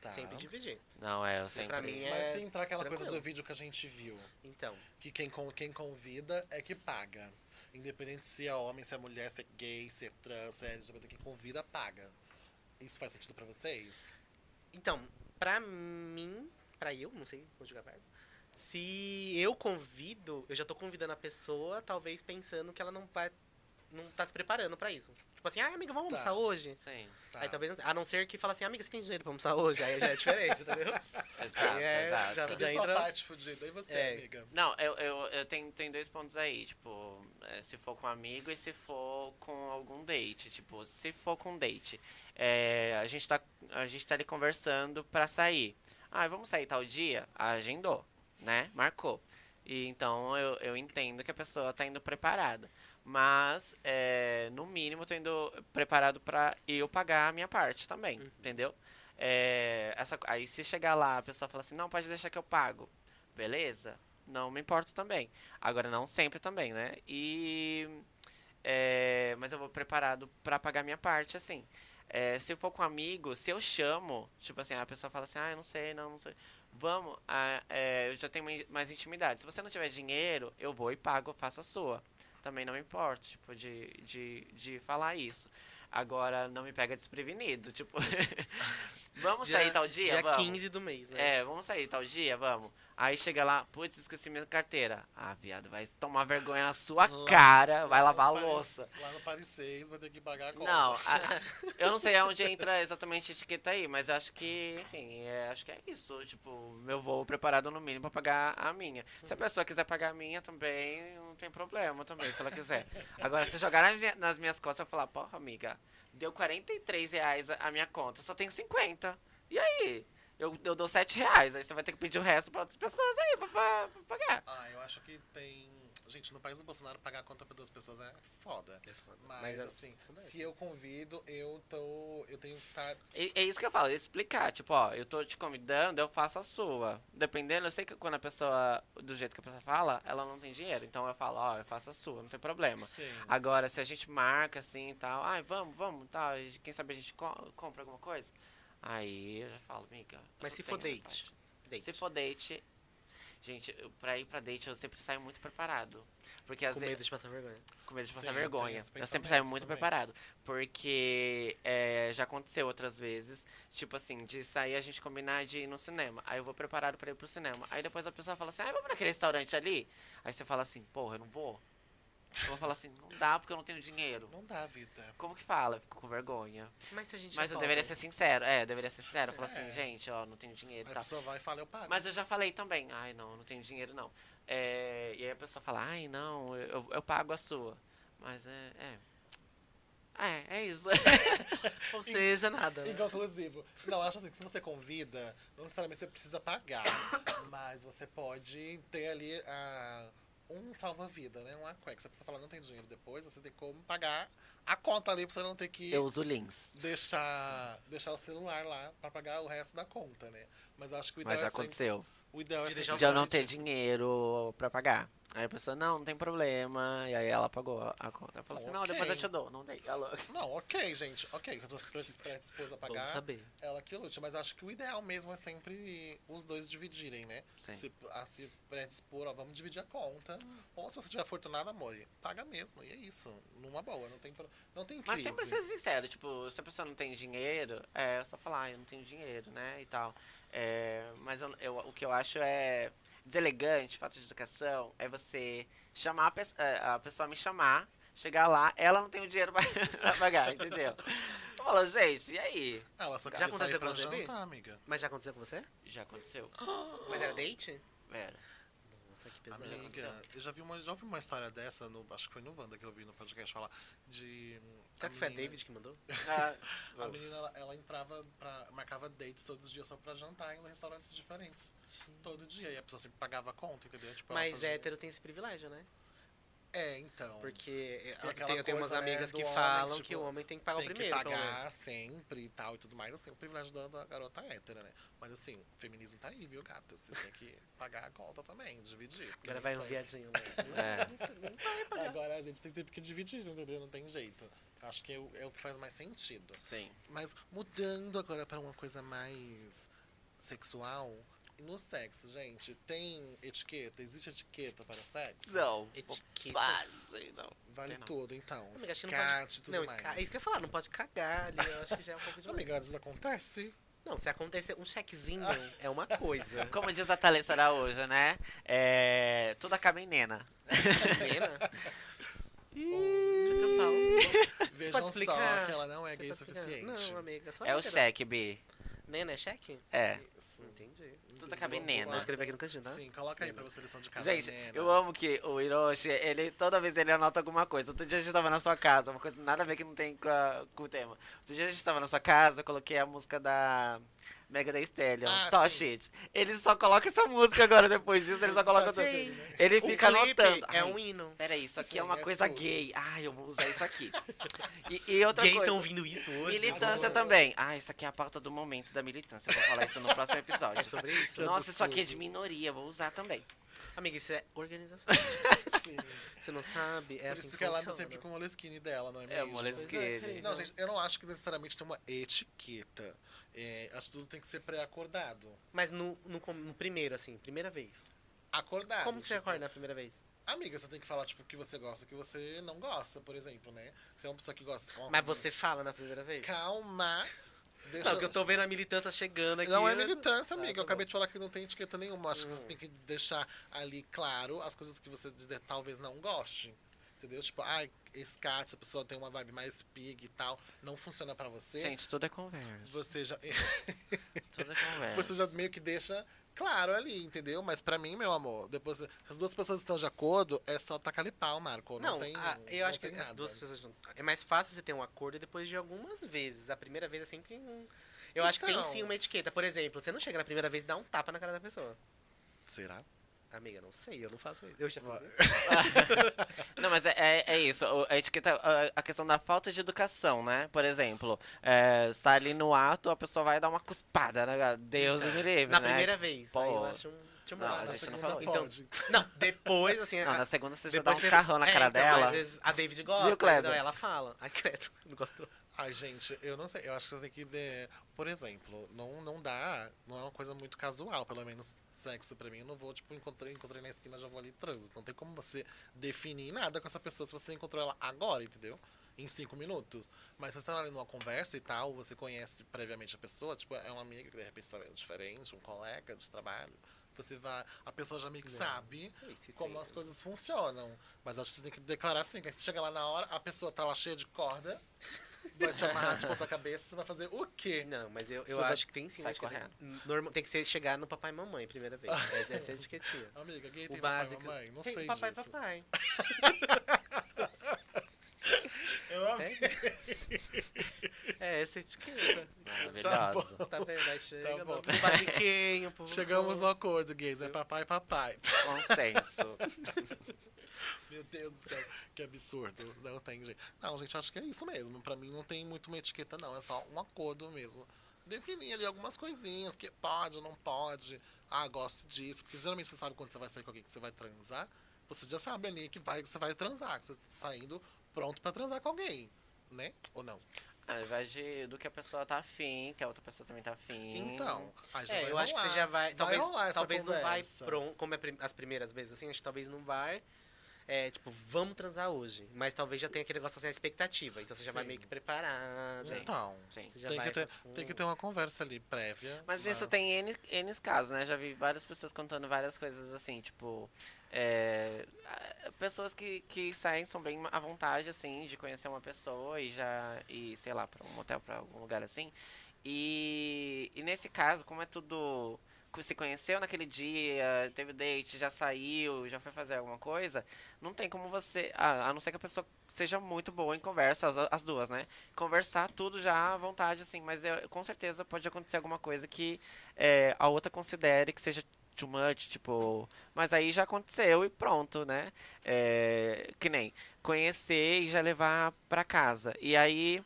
[SPEAKER 1] Tá.
[SPEAKER 3] Sempre dividir.
[SPEAKER 2] Não, é, eu sempre.
[SPEAKER 3] Pra mim é-
[SPEAKER 1] Mas se entrar aquela coisa
[SPEAKER 3] tranquilo.
[SPEAKER 1] do vídeo que a gente viu,
[SPEAKER 3] Então,
[SPEAKER 1] que quem, con- quem convida é que paga. Independente se é homem, se é mulher, se é gay, se é trans, se é LGBT, quem convida, paga. Isso faz sentido pra vocês?
[SPEAKER 3] Então, pra mim, pra eu, não sei conjugar verbo. Se eu convido, eu já tô convidando a pessoa, talvez pensando que ela não vai. Não tá se preparando pra isso. Tipo assim, ah, amiga, vamos
[SPEAKER 1] Tá.
[SPEAKER 3] almoçar hoje?
[SPEAKER 2] Sim.
[SPEAKER 1] Tá.
[SPEAKER 3] Aí talvez. A não ser que fala assim, amiga, você tem dinheiro pra almoçar hoje? Aí já é diferente, entendeu?
[SPEAKER 2] Exato,
[SPEAKER 3] É,
[SPEAKER 2] exato.
[SPEAKER 3] já-
[SPEAKER 1] Cadê sua
[SPEAKER 3] entra-
[SPEAKER 1] parte fudida? E você,
[SPEAKER 3] É.
[SPEAKER 1] amiga?
[SPEAKER 2] Não, eu, eu, eu tenho, tem dois pontos aí, tipo, é, se for com amigo e se for com algum date, tipo, se for com date, é, a gente tá, a gente tá ali conversando pra sair. Ah, vamos sair tal dia? Ah, Agendou, né? Marcou. E então eu, eu entendo que a pessoa tá indo preparada, mas é, no mínimo eu tô indo preparado pra eu pagar a minha parte também, entendeu? É, essa, aí se chegar lá, a pessoa fala assim, não, pode deixar que eu pago. Beleza? Não me importo também. Agora, não sempre também, né? E. é, mas eu vou preparado pra pagar minha parte, assim. É, se eu for com um amigo, se eu chamo, tipo assim, a pessoa fala assim, ah, eu não sei, não, não sei. Vamos, ah, é, eu já tenho mais- mais intimidade. Se você não tiver dinheiro, eu vou e pago, faço a sua. Também não me importo, tipo, de, de, de falar isso. Agora, não me pega desprevenido, tipo. Vamos sair tal dia?
[SPEAKER 3] Dia
[SPEAKER 2] Vamos.
[SPEAKER 3] 15 do mês, né?
[SPEAKER 2] É, vamos sair tal dia, vamos. Aí chega lá, putz, esqueci minha carteira. Ah, viado, vai tomar vergonha na sua
[SPEAKER 1] Lá-
[SPEAKER 2] cara, vai
[SPEAKER 1] Lá
[SPEAKER 2] lavar a
[SPEAKER 1] no Paris-
[SPEAKER 2] louça.
[SPEAKER 1] Lá no Paris 6, vai ter que pagar a conta.
[SPEAKER 2] Não, a- eu não sei aonde entra exatamente a etiqueta aí, mas eu acho que, enfim, é, acho que é isso. Tipo, meu voo preparado no mínimo pra pagar a minha. Se a pessoa quiser pagar a minha também, não tem problema também, se ela quiser. Agora, se jogar nas, minha- nas minhas costas, eu falar, porra, amiga, deu 43 reais a- a minha conta, só tenho 50. E aí? Eu, eu dou 7 reais, aí você vai ter que pedir o resto pra outras pessoas aí pra, pra- pra pagar.
[SPEAKER 1] Ah, eu acho que tem. Gente, no país do Bolsonaro, pagar a conta pra duas pessoas é foda.
[SPEAKER 3] É foda.
[SPEAKER 1] Mas,
[SPEAKER 3] Mas,
[SPEAKER 1] assim, se eu convido, eu tô. Eu tenho que tá estar.
[SPEAKER 2] E- É isso que eu falo, explicar, tipo, ó, eu tô te convidando, eu faço a sua. Dependendo, eu sei que quando a pessoa, do jeito que a pessoa fala, ela não tem dinheiro. Então eu falo, ó, eu faço a sua, não tem problema.
[SPEAKER 1] Sim.
[SPEAKER 3] Ah.
[SPEAKER 2] Agora, se a gente marca assim e tal, ai, vamos, vamos, tal, e quem sabe a gente co- compra alguma coisa. Aí eu já falo, amiga. eu
[SPEAKER 3] Mas
[SPEAKER 2] só
[SPEAKER 3] se for
[SPEAKER 2] tenho minha
[SPEAKER 3] date?
[SPEAKER 2] parte."
[SPEAKER 3] Date.
[SPEAKER 2] Se for date, gente, eu, pra ir pra date eu sempre saio muito preparado. Porque às
[SPEAKER 3] Com
[SPEAKER 2] vezes
[SPEAKER 3] medo de passar vergonha.
[SPEAKER 2] com medo de
[SPEAKER 1] Sim,
[SPEAKER 2] passar
[SPEAKER 1] eu tenho
[SPEAKER 2] vergonha.
[SPEAKER 1] esse
[SPEAKER 2] Eu sempre saio
[SPEAKER 1] pensamento
[SPEAKER 2] muito
[SPEAKER 1] também.
[SPEAKER 2] preparado. Porque é, já aconteceu outras vezes, tipo assim, de sair a gente combinar de ir no cinema. Aí eu vou preparado pra ir pro cinema. Aí depois a pessoa fala assim, ah, vamos naquele restaurante ali? Aí você fala assim, porra, eu não vou. Eu vou falar assim, não dá porque eu não tenho dinheiro.
[SPEAKER 1] Não dá, vida.
[SPEAKER 2] Como que fala? Eu Fico com vergonha.
[SPEAKER 3] Mas se a gente.
[SPEAKER 2] Mas eu
[SPEAKER 3] volta?
[SPEAKER 2] deveria ser sincero. É, eu deveria ser sincero. Falar assim,
[SPEAKER 1] É.
[SPEAKER 2] gente, ó, não tenho dinheiro
[SPEAKER 1] Aí
[SPEAKER 2] e
[SPEAKER 1] a
[SPEAKER 3] tá
[SPEAKER 2] tal.
[SPEAKER 1] pessoa vai e fala, eu pago.
[SPEAKER 2] Mas eu já falei também, ai não, eu não tenho dinheiro não. É, e aí a pessoa fala, ai não, eu, eu- eu pago a sua. Mas é. É, é, é isso.
[SPEAKER 3] Ou seja, nada. né?
[SPEAKER 1] Igual inclusivo. Não, eu acho assim que se você convida, não necessariamente você precisa pagar. mas você pode ter ali ah, um salva-vida, né? Um aqué. Que você precisa falar, não tem dinheiro depois, você tem como pagar a conta ali pra você não ter que.
[SPEAKER 2] eu uso links.
[SPEAKER 1] Deixar, deixar o celular lá pra pagar o resto da conta, né? Mas eu acho que o ideal
[SPEAKER 2] Mas já
[SPEAKER 1] é sempre-
[SPEAKER 2] aconteceu.
[SPEAKER 1] O ideal é
[SPEAKER 3] De
[SPEAKER 1] sempre
[SPEAKER 3] deixar o
[SPEAKER 2] De eu
[SPEAKER 1] dividir.
[SPEAKER 2] não ter dinheiro pra pagar. Aí a pessoa, não, não tem problema. E aí ela pagou a- a conta. Eu falo assim, não,
[SPEAKER 1] Ok.
[SPEAKER 2] depois eu te dou. Não dei. Alô.
[SPEAKER 1] Não, ok, gente. Ok, se a pessoa se predispôs a
[SPEAKER 3] Vamos
[SPEAKER 1] pagar,
[SPEAKER 3] saber.
[SPEAKER 1] ela que lute. Mas acho que o ideal mesmo é sempre os dois dividirem, né?
[SPEAKER 2] Sim.
[SPEAKER 1] Se, a se predispor, ó, vamos dividir a conta. Ou se você tiver afortunado, amor, paga mesmo. E é isso. Numa boa, não tem, pro- não tem
[SPEAKER 2] Mas
[SPEAKER 1] crise.
[SPEAKER 2] sempre ser sincero, tipo, se a pessoa não tem dinheiro, é só falar, ah, eu não tenho dinheiro, né, e tal. É, mas eu- eu- o que eu acho é deselegante, falta de educação, é você chamar a, pe é, a pessoa me chamar, chegar lá, ela não tem o dinheiro pra, pra pagar, entendeu? Eu falo, gente, e aí?
[SPEAKER 1] Ah, ela só
[SPEAKER 3] Já
[SPEAKER 1] queria sair
[SPEAKER 3] aconteceu
[SPEAKER 1] pra
[SPEAKER 3] com você, Bi?
[SPEAKER 1] jantar, amiga.
[SPEAKER 3] Mas já aconteceu com você?
[SPEAKER 2] Já aconteceu.
[SPEAKER 3] Mas era date?
[SPEAKER 2] Era.
[SPEAKER 3] Nossa, que pesado.
[SPEAKER 1] Amiga, eu já vi uma, já ouvi uma história dessa, no, acho que foi no Wanda que eu vi no podcast falar, de... hum,
[SPEAKER 3] Será
[SPEAKER 1] a
[SPEAKER 3] que foi a
[SPEAKER 1] menina-
[SPEAKER 3] David que mandou?
[SPEAKER 2] Ah,
[SPEAKER 1] A menina, ela, ela entrava, pra, marcava dates todos os dias só pra jantar em restaurantes diferentes. Todo dia. E a pessoa sempre pagava a conta, entendeu? Tipo, ela
[SPEAKER 3] Mas é
[SPEAKER 1] fazia-
[SPEAKER 3] hétero tem esse privilégio, né?
[SPEAKER 1] É, então.
[SPEAKER 3] Porque eu-
[SPEAKER 1] aquela
[SPEAKER 3] tem- eu tenho umas
[SPEAKER 1] coisa, né,
[SPEAKER 3] amigas
[SPEAKER 1] do
[SPEAKER 3] que
[SPEAKER 1] homem,
[SPEAKER 3] falam
[SPEAKER 1] tipo,
[SPEAKER 3] que o homem tem que pagar
[SPEAKER 1] tem
[SPEAKER 3] o primeiro.
[SPEAKER 1] que
[SPEAKER 3] né? pelo menos.
[SPEAKER 1] pagar sempre e tal e tudo mais. Assim, o privilégio da, da garota hétera, né? Mas assim, o feminismo tá aí, viu, gata? Vocês têm que pagar a conta também, dividir. porque
[SPEAKER 3] Agora
[SPEAKER 1] nem
[SPEAKER 3] vai um
[SPEAKER 1] sempre-
[SPEAKER 3] viadinho. né?
[SPEAKER 2] é.
[SPEAKER 1] Agora a gente tem sempre que dividir, entendeu? Não tem jeito. Acho que é o, é o que faz mais sentido.
[SPEAKER 2] Sim.
[SPEAKER 1] Mas mudando agora para uma coisa mais sexual, No sexo, gente, tem etiqueta? Existe etiqueta para sexo?
[SPEAKER 2] Não.
[SPEAKER 3] É. Etiqueta.
[SPEAKER 2] Quase, não.
[SPEAKER 1] Vale
[SPEAKER 2] tem não.
[SPEAKER 1] tudo, então.
[SPEAKER 3] Amiga, acho que não
[SPEAKER 1] Escate
[SPEAKER 3] pode...
[SPEAKER 1] tudo
[SPEAKER 3] não,
[SPEAKER 1] mais.
[SPEAKER 3] esca- é isso que eu ia falar, não pode cagar ali. Eu acho que já é um pouco demais.
[SPEAKER 1] Amiga, isso acontece?
[SPEAKER 3] Não, se acontecer um chequezinho,
[SPEAKER 1] Ah.
[SPEAKER 3] é uma coisa.
[SPEAKER 2] Como diz a Thalissa Araújo, né? É. Tudo acaba em nena.
[SPEAKER 1] né?
[SPEAKER 3] Pena.
[SPEAKER 2] Tudo pau.
[SPEAKER 1] Vejam
[SPEAKER 3] pode
[SPEAKER 1] só
[SPEAKER 3] explicar?
[SPEAKER 1] que ela não é
[SPEAKER 3] Você
[SPEAKER 1] gay o
[SPEAKER 3] tá explicando.
[SPEAKER 1] suficiente.
[SPEAKER 3] Não, amiga,
[SPEAKER 1] Tá
[SPEAKER 3] só
[SPEAKER 2] É o
[SPEAKER 3] hétero.
[SPEAKER 2] cheque, Bi.
[SPEAKER 3] Nena é cheque?
[SPEAKER 2] É.
[SPEAKER 1] Isso.
[SPEAKER 3] Entendi.
[SPEAKER 2] Tudo acaba em
[SPEAKER 1] Vamos
[SPEAKER 2] nena.
[SPEAKER 1] lá.
[SPEAKER 3] Vou escrever aqui no cantinho, tá?
[SPEAKER 1] Sim, coloca aí pra você lição de casa.
[SPEAKER 2] Gente,
[SPEAKER 1] nena.
[SPEAKER 2] eu amo que o Hiroshi, ele, toda vez ele anota alguma coisa. Outro dia a gente tava na sua casa, uma coisa nada a ver que não tem com, a- com o tema. Outro dia a gente tava na sua casa, eu coloquei a música da Mega Thee Stallion,
[SPEAKER 1] Ah,
[SPEAKER 2] Tosh
[SPEAKER 1] sim.
[SPEAKER 2] It. Ele só coloca essa música agora, depois disso, ele só coloca
[SPEAKER 1] Sim.
[SPEAKER 2] tudo. Ele
[SPEAKER 3] O
[SPEAKER 2] fica
[SPEAKER 3] clipe
[SPEAKER 2] anotando.
[SPEAKER 3] É
[SPEAKER 2] Ai,
[SPEAKER 3] um hino.
[SPEAKER 2] Peraí, isso aqui é
[SPEAKER 1] Sim,
[SPEAKER 2] uma
[SPEAKER 1] é
[SPEAKER 2] coisa
[SPEAKER 1] tudo.
[SPEAKER 2] gay. Ah, eu vou usar isso aqui. E, e outra
[SPEAKER 3] Gays
[SPEAKER 2] coisa.
[SPEAKER 3] estão ouvindo isso hoje.
[SPEAKER 2] Militância
[SPEAKER 1] Agora.
[SPEAKER 2] também. Ah, isso aqui é a pauta do momento da militância. Eu vou falar isso no próximo episódio.
[SPEAKER 3] É sobre isso?
[SPEAKER 2] Nossa, isso aqui é
[SPEAKER 3] Absurdo.
[SPEAKER 2] de minoria, vou usar também.
[SPEAKER 3] Amiga, isso é organização.
[SPEAKER 1] Sim.
[SPEAKER 3] Você não sabe? É
[SPEAKER 1] Por
[SPEAKER 3] assim
[SPEAKER 1] isso que ela anda
[SPEAKER 3] É funciona.
[SPEAKER 1] sempre com o moleskine dela, não é
[SPEAKER 2] É,
[SPEAKER 1] mesmo?
[SPEAKER 2] o Moleskine.
[SPEAKER 3] Pois é, querida.
[SPEAKER 1] Não, gente, eu não acho que necessariamente tem uma etiqueta. É, acho que tudo tem que ser pré-acordado.
[SPEAKER 3] Mas no, no, com- no primeiro, assim, primeira vez.
[SPEAKER 1] Acordado.
[SPEAKER 3] Como que você
[SPEAKER 1] tipo,
[SPEAKER 3] acorda na primeira vez?
[SPEAKER 1] Amiga, você tem que falar, tipo, o que você gosta e o que você não gosta, por exemplo, né? Você é uma pessoa que gosta. Ó,
[SPEAKER 3] Mas você fala na primeira vez?
[SPEAKER 1] Calma. Deixa
[SPEAKER 3] Não, porque eu tô vendo a militância chegando aqui.
[SPEAKER 1] Não é militância,
[SPEAKER 3] Ah,
[SPEAKER 1] amiga.
[SPEAKER 3] tá
[SPEAKER 1] eu acabei
[SPEAKER 3] bom. Uhum.
[SPEAKER 1] de falar que não tem etiqueta nenhuma. Acho que você tem que deixar ali claro as coisas que você de- talvez não goste. Entendeu? Tipo, ai, esse cara, essa pessoa tem uma vibe mais pig e tal, não funciona pra você.
[SPEAKER 2] Gente, tudo é conversa.
[SPEAKER 1] Você já,
[SPEAKER 2] Tudo é conversa.
[SPEAKER 1] você já meio que deixa claro ali, entendeu? Mas pra mim, meu amor, depois se as duas pessoas estão de acordo, é só tacar ali pau, Marco. Tipo, Não,
[SPEAKER 3] Não,
[SPEAKER 1] tem.
[SPEAKER 3] a- eu
[SPEAKER 1] não
[SPEAKER 3] acho que
[SPEAKER 1] tem
[SPEAKER 3] as
[SPEAKER 1] nada.
[SPEAKER 3] duas pessoas não- É mais fácil você ter um acordo depois de algumas vezes. A primeira vez é sempre um. Eu acho que tem
[SPEAKER 1] Então.
[SPEAKER 3] sim uma etiqueta. Por exemplo, você não chega na primeira vez e dá um tapa na cara da pessoa.
[SPEAKER 1] Será?
[SPEAKER 3] Amiga, não sei, eu não faço isso. Eu já fiz isso.
[SPEAKER 2] Não, mas é, é, é isso. o- A etiqueta, a- a questão da falta de educação, né? Por exemplo, é, está ali no ato, a pessoa vai dar uma cuspada, né? Deus me livre,
[SPEAKER 3] Tá. Na
[SPEAKER 2] né?
[SPEAKER 3] primeira vez.
[SPEAKER 2] Pô.
[SPEAKER 3] Aí eu acho um. tinha um
[SPEAKER 2] Não,
[SPEAKER 3] bafo.
[SPEAKER 2] a
[SPEAKER 1] Ah, Na
[SPEAKER 2] gente não
[SPEAKER 1] segunda
[SPEAKER 2] falou isso.
[SPEAKER 1] pode.
[SPEAKER 3] então, Não, depois, assim.
[SPEAKER 2] Não,
[SPEAKER 3] a-
[SPEAKER 2] na segunda você já dá
[SPEAKER 3] depois
[SPEAKER 2] um
[SPEAKER 3] você-
[SPEAKER 2] carrão na
[SPEAKER 3] É,
[SPEAKER 2] cara
[SPEAKER 3] então,
[SPEAKER 2] dela.
[SPEAKER 3] Às vezes a David gosta,
[SPEAKER 2] Viu, Kleber?
[SPEAKER 3] então ela fala. Ai, credo, não gostou.
[SPEAKER 1] Ai, gente, eu não sei. Eu acho que você tem que. de- Por exemplo, não, não dá. Não é uma coisa muito casual. Pelo menos sexo pra mim. Eu não vou, tipo, encontrei, encontrei na esquina, já vou ali e transo. Não tem como você definir nada com essa pessoa se você encontrou ela agora, entendeu? Em cinco minutos. Mas se você tá ali numa conversa e tal, você conhece previamente a pessoa, tipo, é uma amiga que de repente tá diferente, um colega de trabalho. Você vai. A pessoa já meio que sabe
[SPEAKER 3] sei se
[SPEAKER 1] como
[SPEAKER 3] tem.
[SPEAKER 1] as coisas funcionam. Mas acho que você tem que declarar assim, que aí você chega lá na hora, a pessoa tá lá cheia de corda. Vai te amarrar de ponta cabeça, você vai fazer o quê?
[SPEAKER 3] Não, mas eu, eu
[SPEAKER 1] Você vai-
[SPEAKER 3] acho que tem sim.
[SPEAKER 2] sai
[SPEAKER 3] acho que tem-
[SPEAKER 2] correndo.
[SPEAKER 3] normal- tem que ser chegar no papai e mamãe primeira vez. Essa essa é a etiquetinha.
[SPEAKER 1] Amiga, gay
[SPEAKER 3] O
[SPEAKER 1] tem papai
[SPEAKER 3] básico.
[SPEAKER 1] mamãe? Não
[SPEAKER 3] tem
[SPEAKER 1] sei
[SPEAKER 3] papai,
[SPEAKER 1] disso.
[SPEAKER 3] papai.
[SPEAKER 1] Eu amo.
[SPEAKER 3] É essa é a etiqueta.
[SPEAKER 2] Maravilhosa.
[SPEAKER 3] Tá vendo? Aí chega
[SPEAKER 1] bom.
[SPEAKER 3] no no barriquinho, pô.
[SPEAKER 1] Chegamos no acordo, gays. É papai, papai.
[SPEAKER 2] Consenso.
[SPEAKER 1] Meu Deus do céu, que absurdo. Não tem jeito. Não, gente, acho que é isso mesmo. Pra mim não tem muito uma etiqueta, não. É só um acordo mesmo. Definir ali algumas coisinhas, que pode, não pode. Ah, gosto disso. Porque geralmente você sabe quando você vai sair com alguém que você vai transar. Você já sabe ali que, vai, que você vai transar, que você tá saindo pronto pra transar com alguém. Né? Ou não?
[SPEAKER 2] Ao invés de, do que a pessoa tá afim, que a outra pessoa também tá afim.
[SPEAKER 1] Então, aí já
[SPEAKER 3] É,
[SPEAKER 1] vai
[SPEAKER 3] eu acho que você
[SPEAKER 1] rolar.
[SPEAKER 3] já vai. Talvez,
[SPEAKER 1] rolar essa
[SPEAKER 3] talvez não vai
[SPEAKER 1] conversa.
[SPEAKER 3] pronto. Como é prim- as primeiras vezes, assim, acho que talvez não vai. É, tipo, vamos transar hoje. Mas talvez já tenha aquele negócio assim, a expectativa. Então você já vai
[SPEAKER 1] Sim.
[SPEAKER 3] meio que preparado. né?
[SPEAKER 2] Sim.
[SPEAKER 1] Então,
[SPEAKER 2] Sim.
[SPEAKER 3] Você já
[SPEAKER 1] tem,
[SPEAKER 3] vai
[SPEAKER 1] que ter,
[SPEAKER 3] com-
[SPEAKER 1] tem que ter uma conversa ali prévia.
[SPEAKER 2] Mas isso tem N, N casos, né? Já vi várias pessoas contando várias coisas assim, tipo. é, a- pessoas que, que saem são bem à vontade, assim, de conhecer uma pessoa e já. e sei lá, pra um motel, pra algum lugar assim. E, e nesse caso, como é tudo. co- Se conheceu naquele dia, teve date, já saiu, já foi fazer alguma coisa, não tem como você. A, a não ser que a pessoa seja muito boa em conversa, as, as duas, né? Conversar tudo já à vontade, assim, mas eu- com certeza pode acontecer alguma coisa que é, a outra considere que seja too much, tipo. Mas aí já aconteceu e pronto, né? É, que nem conhecer e já levar pra casa. E aí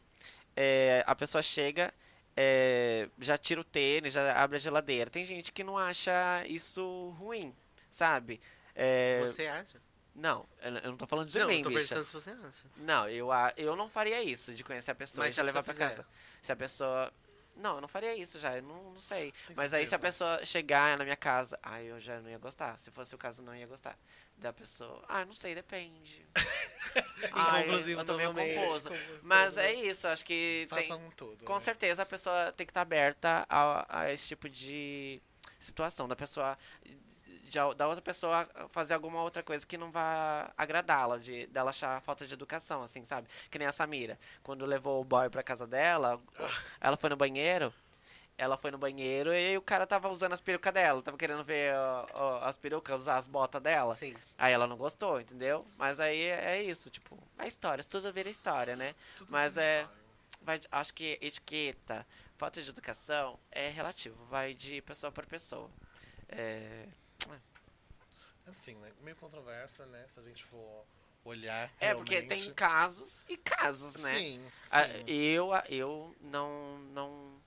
[SPEAKER 2] é, a pessoa chega, é, já tira o tênis, já abre a geladeira. Tem gente que não acha isso ruim, sabe? É,
[SPEAKER 3] Você acha?
[SPEAKER 2] Não, eu eu não tô falando de
[SPEAKER 3] não,
[SPEAKER 2] mim,
[SPEAKER 3] eu tô
[SPEAKER 2] bicha.
[SPEAKER 3] perguntando se você acha.
[SPEAKER 2] Não, eu, a- eu não faria isso, de conhecer a pessoa
[SPEAKER 3] Mas
[SPEAKER 2] e
[SPEAKER 3] se
[SPEAKER 2] já
[SPEAKER 3] a
[SPEAKER 2] levar pra
[SPEAKER 3] pessoa
[SPEAKER 2] casa. Se a pessoa. Não, eu não faria isso já, eu não, não sei.
[SPEAKER 1] Tem
[SPEAKER 2] Mas aí se
[SPEAKER 1] certeza?
[SPEAKER 2] a pessoa chegar na minha casa, ai, eu já não ia gostar. Se fosse o caso, não ia gostar. Da pessoa, ah, não sei, depende. Ai,
[SPEAKER 3] Inconclusivo
[SPEAKER 2] eu tô meio
[SPEAKER 3] novamente.
[SPEAKER 2] confuso.
[SPEAKER 3] Inconclusivo.
[SPEAKER 2] Mas é isso, acho que tem,
[SPEAKER 1] Façam tudo.
[SPEAKER 2] com
[SPEAKER 1] né?
[SPEAKER 2] certeza a pessoa tem que estar aberta a, a esse tipo de situação, da pessoa de a- da outra pessoa fazer alguma outra coisa que não vá agradá-la, de dela achar falta de educação, assim, sabe? Que nem a Samira, quando levou o boy pra casa dela, ela foi no banheiro, ela foi no banheiro e o cara tava usando as perucas dela, tava querendo ver ó, ó, as perucas, usar as botas dela.
[SPEAKER 3] Sim.
[SPEAKER 2] Aí ela não gostou, entendeu? Mas aí é isso, tipo, a história, tudo vira história, né?
[SPEAKER 1] Tudo
[SPEAKER 2] Mas
[SPEAKER 1] tem
[SPEAKER 2] é-
[SPEAKER 1] história.
[SPEAKER 2] Vai, de- acho que etiqueta, falta de educação é relativo, vai de pessoa para pessoa. É,
[SPEAKER 1] Assim, né? Meio controversa, né? Se a gente for olhar.
[SPEAKER 2] é porque tem
[SPEAKER 1] realmente.
[SPEAKER 2] casos e casos, né?
[SPEAKER 1] Sim, sim.
[SPEAKER 2] Ah,
[SPEAKER 3] é,
[SPEAKER 2] eu ah, eu não, não,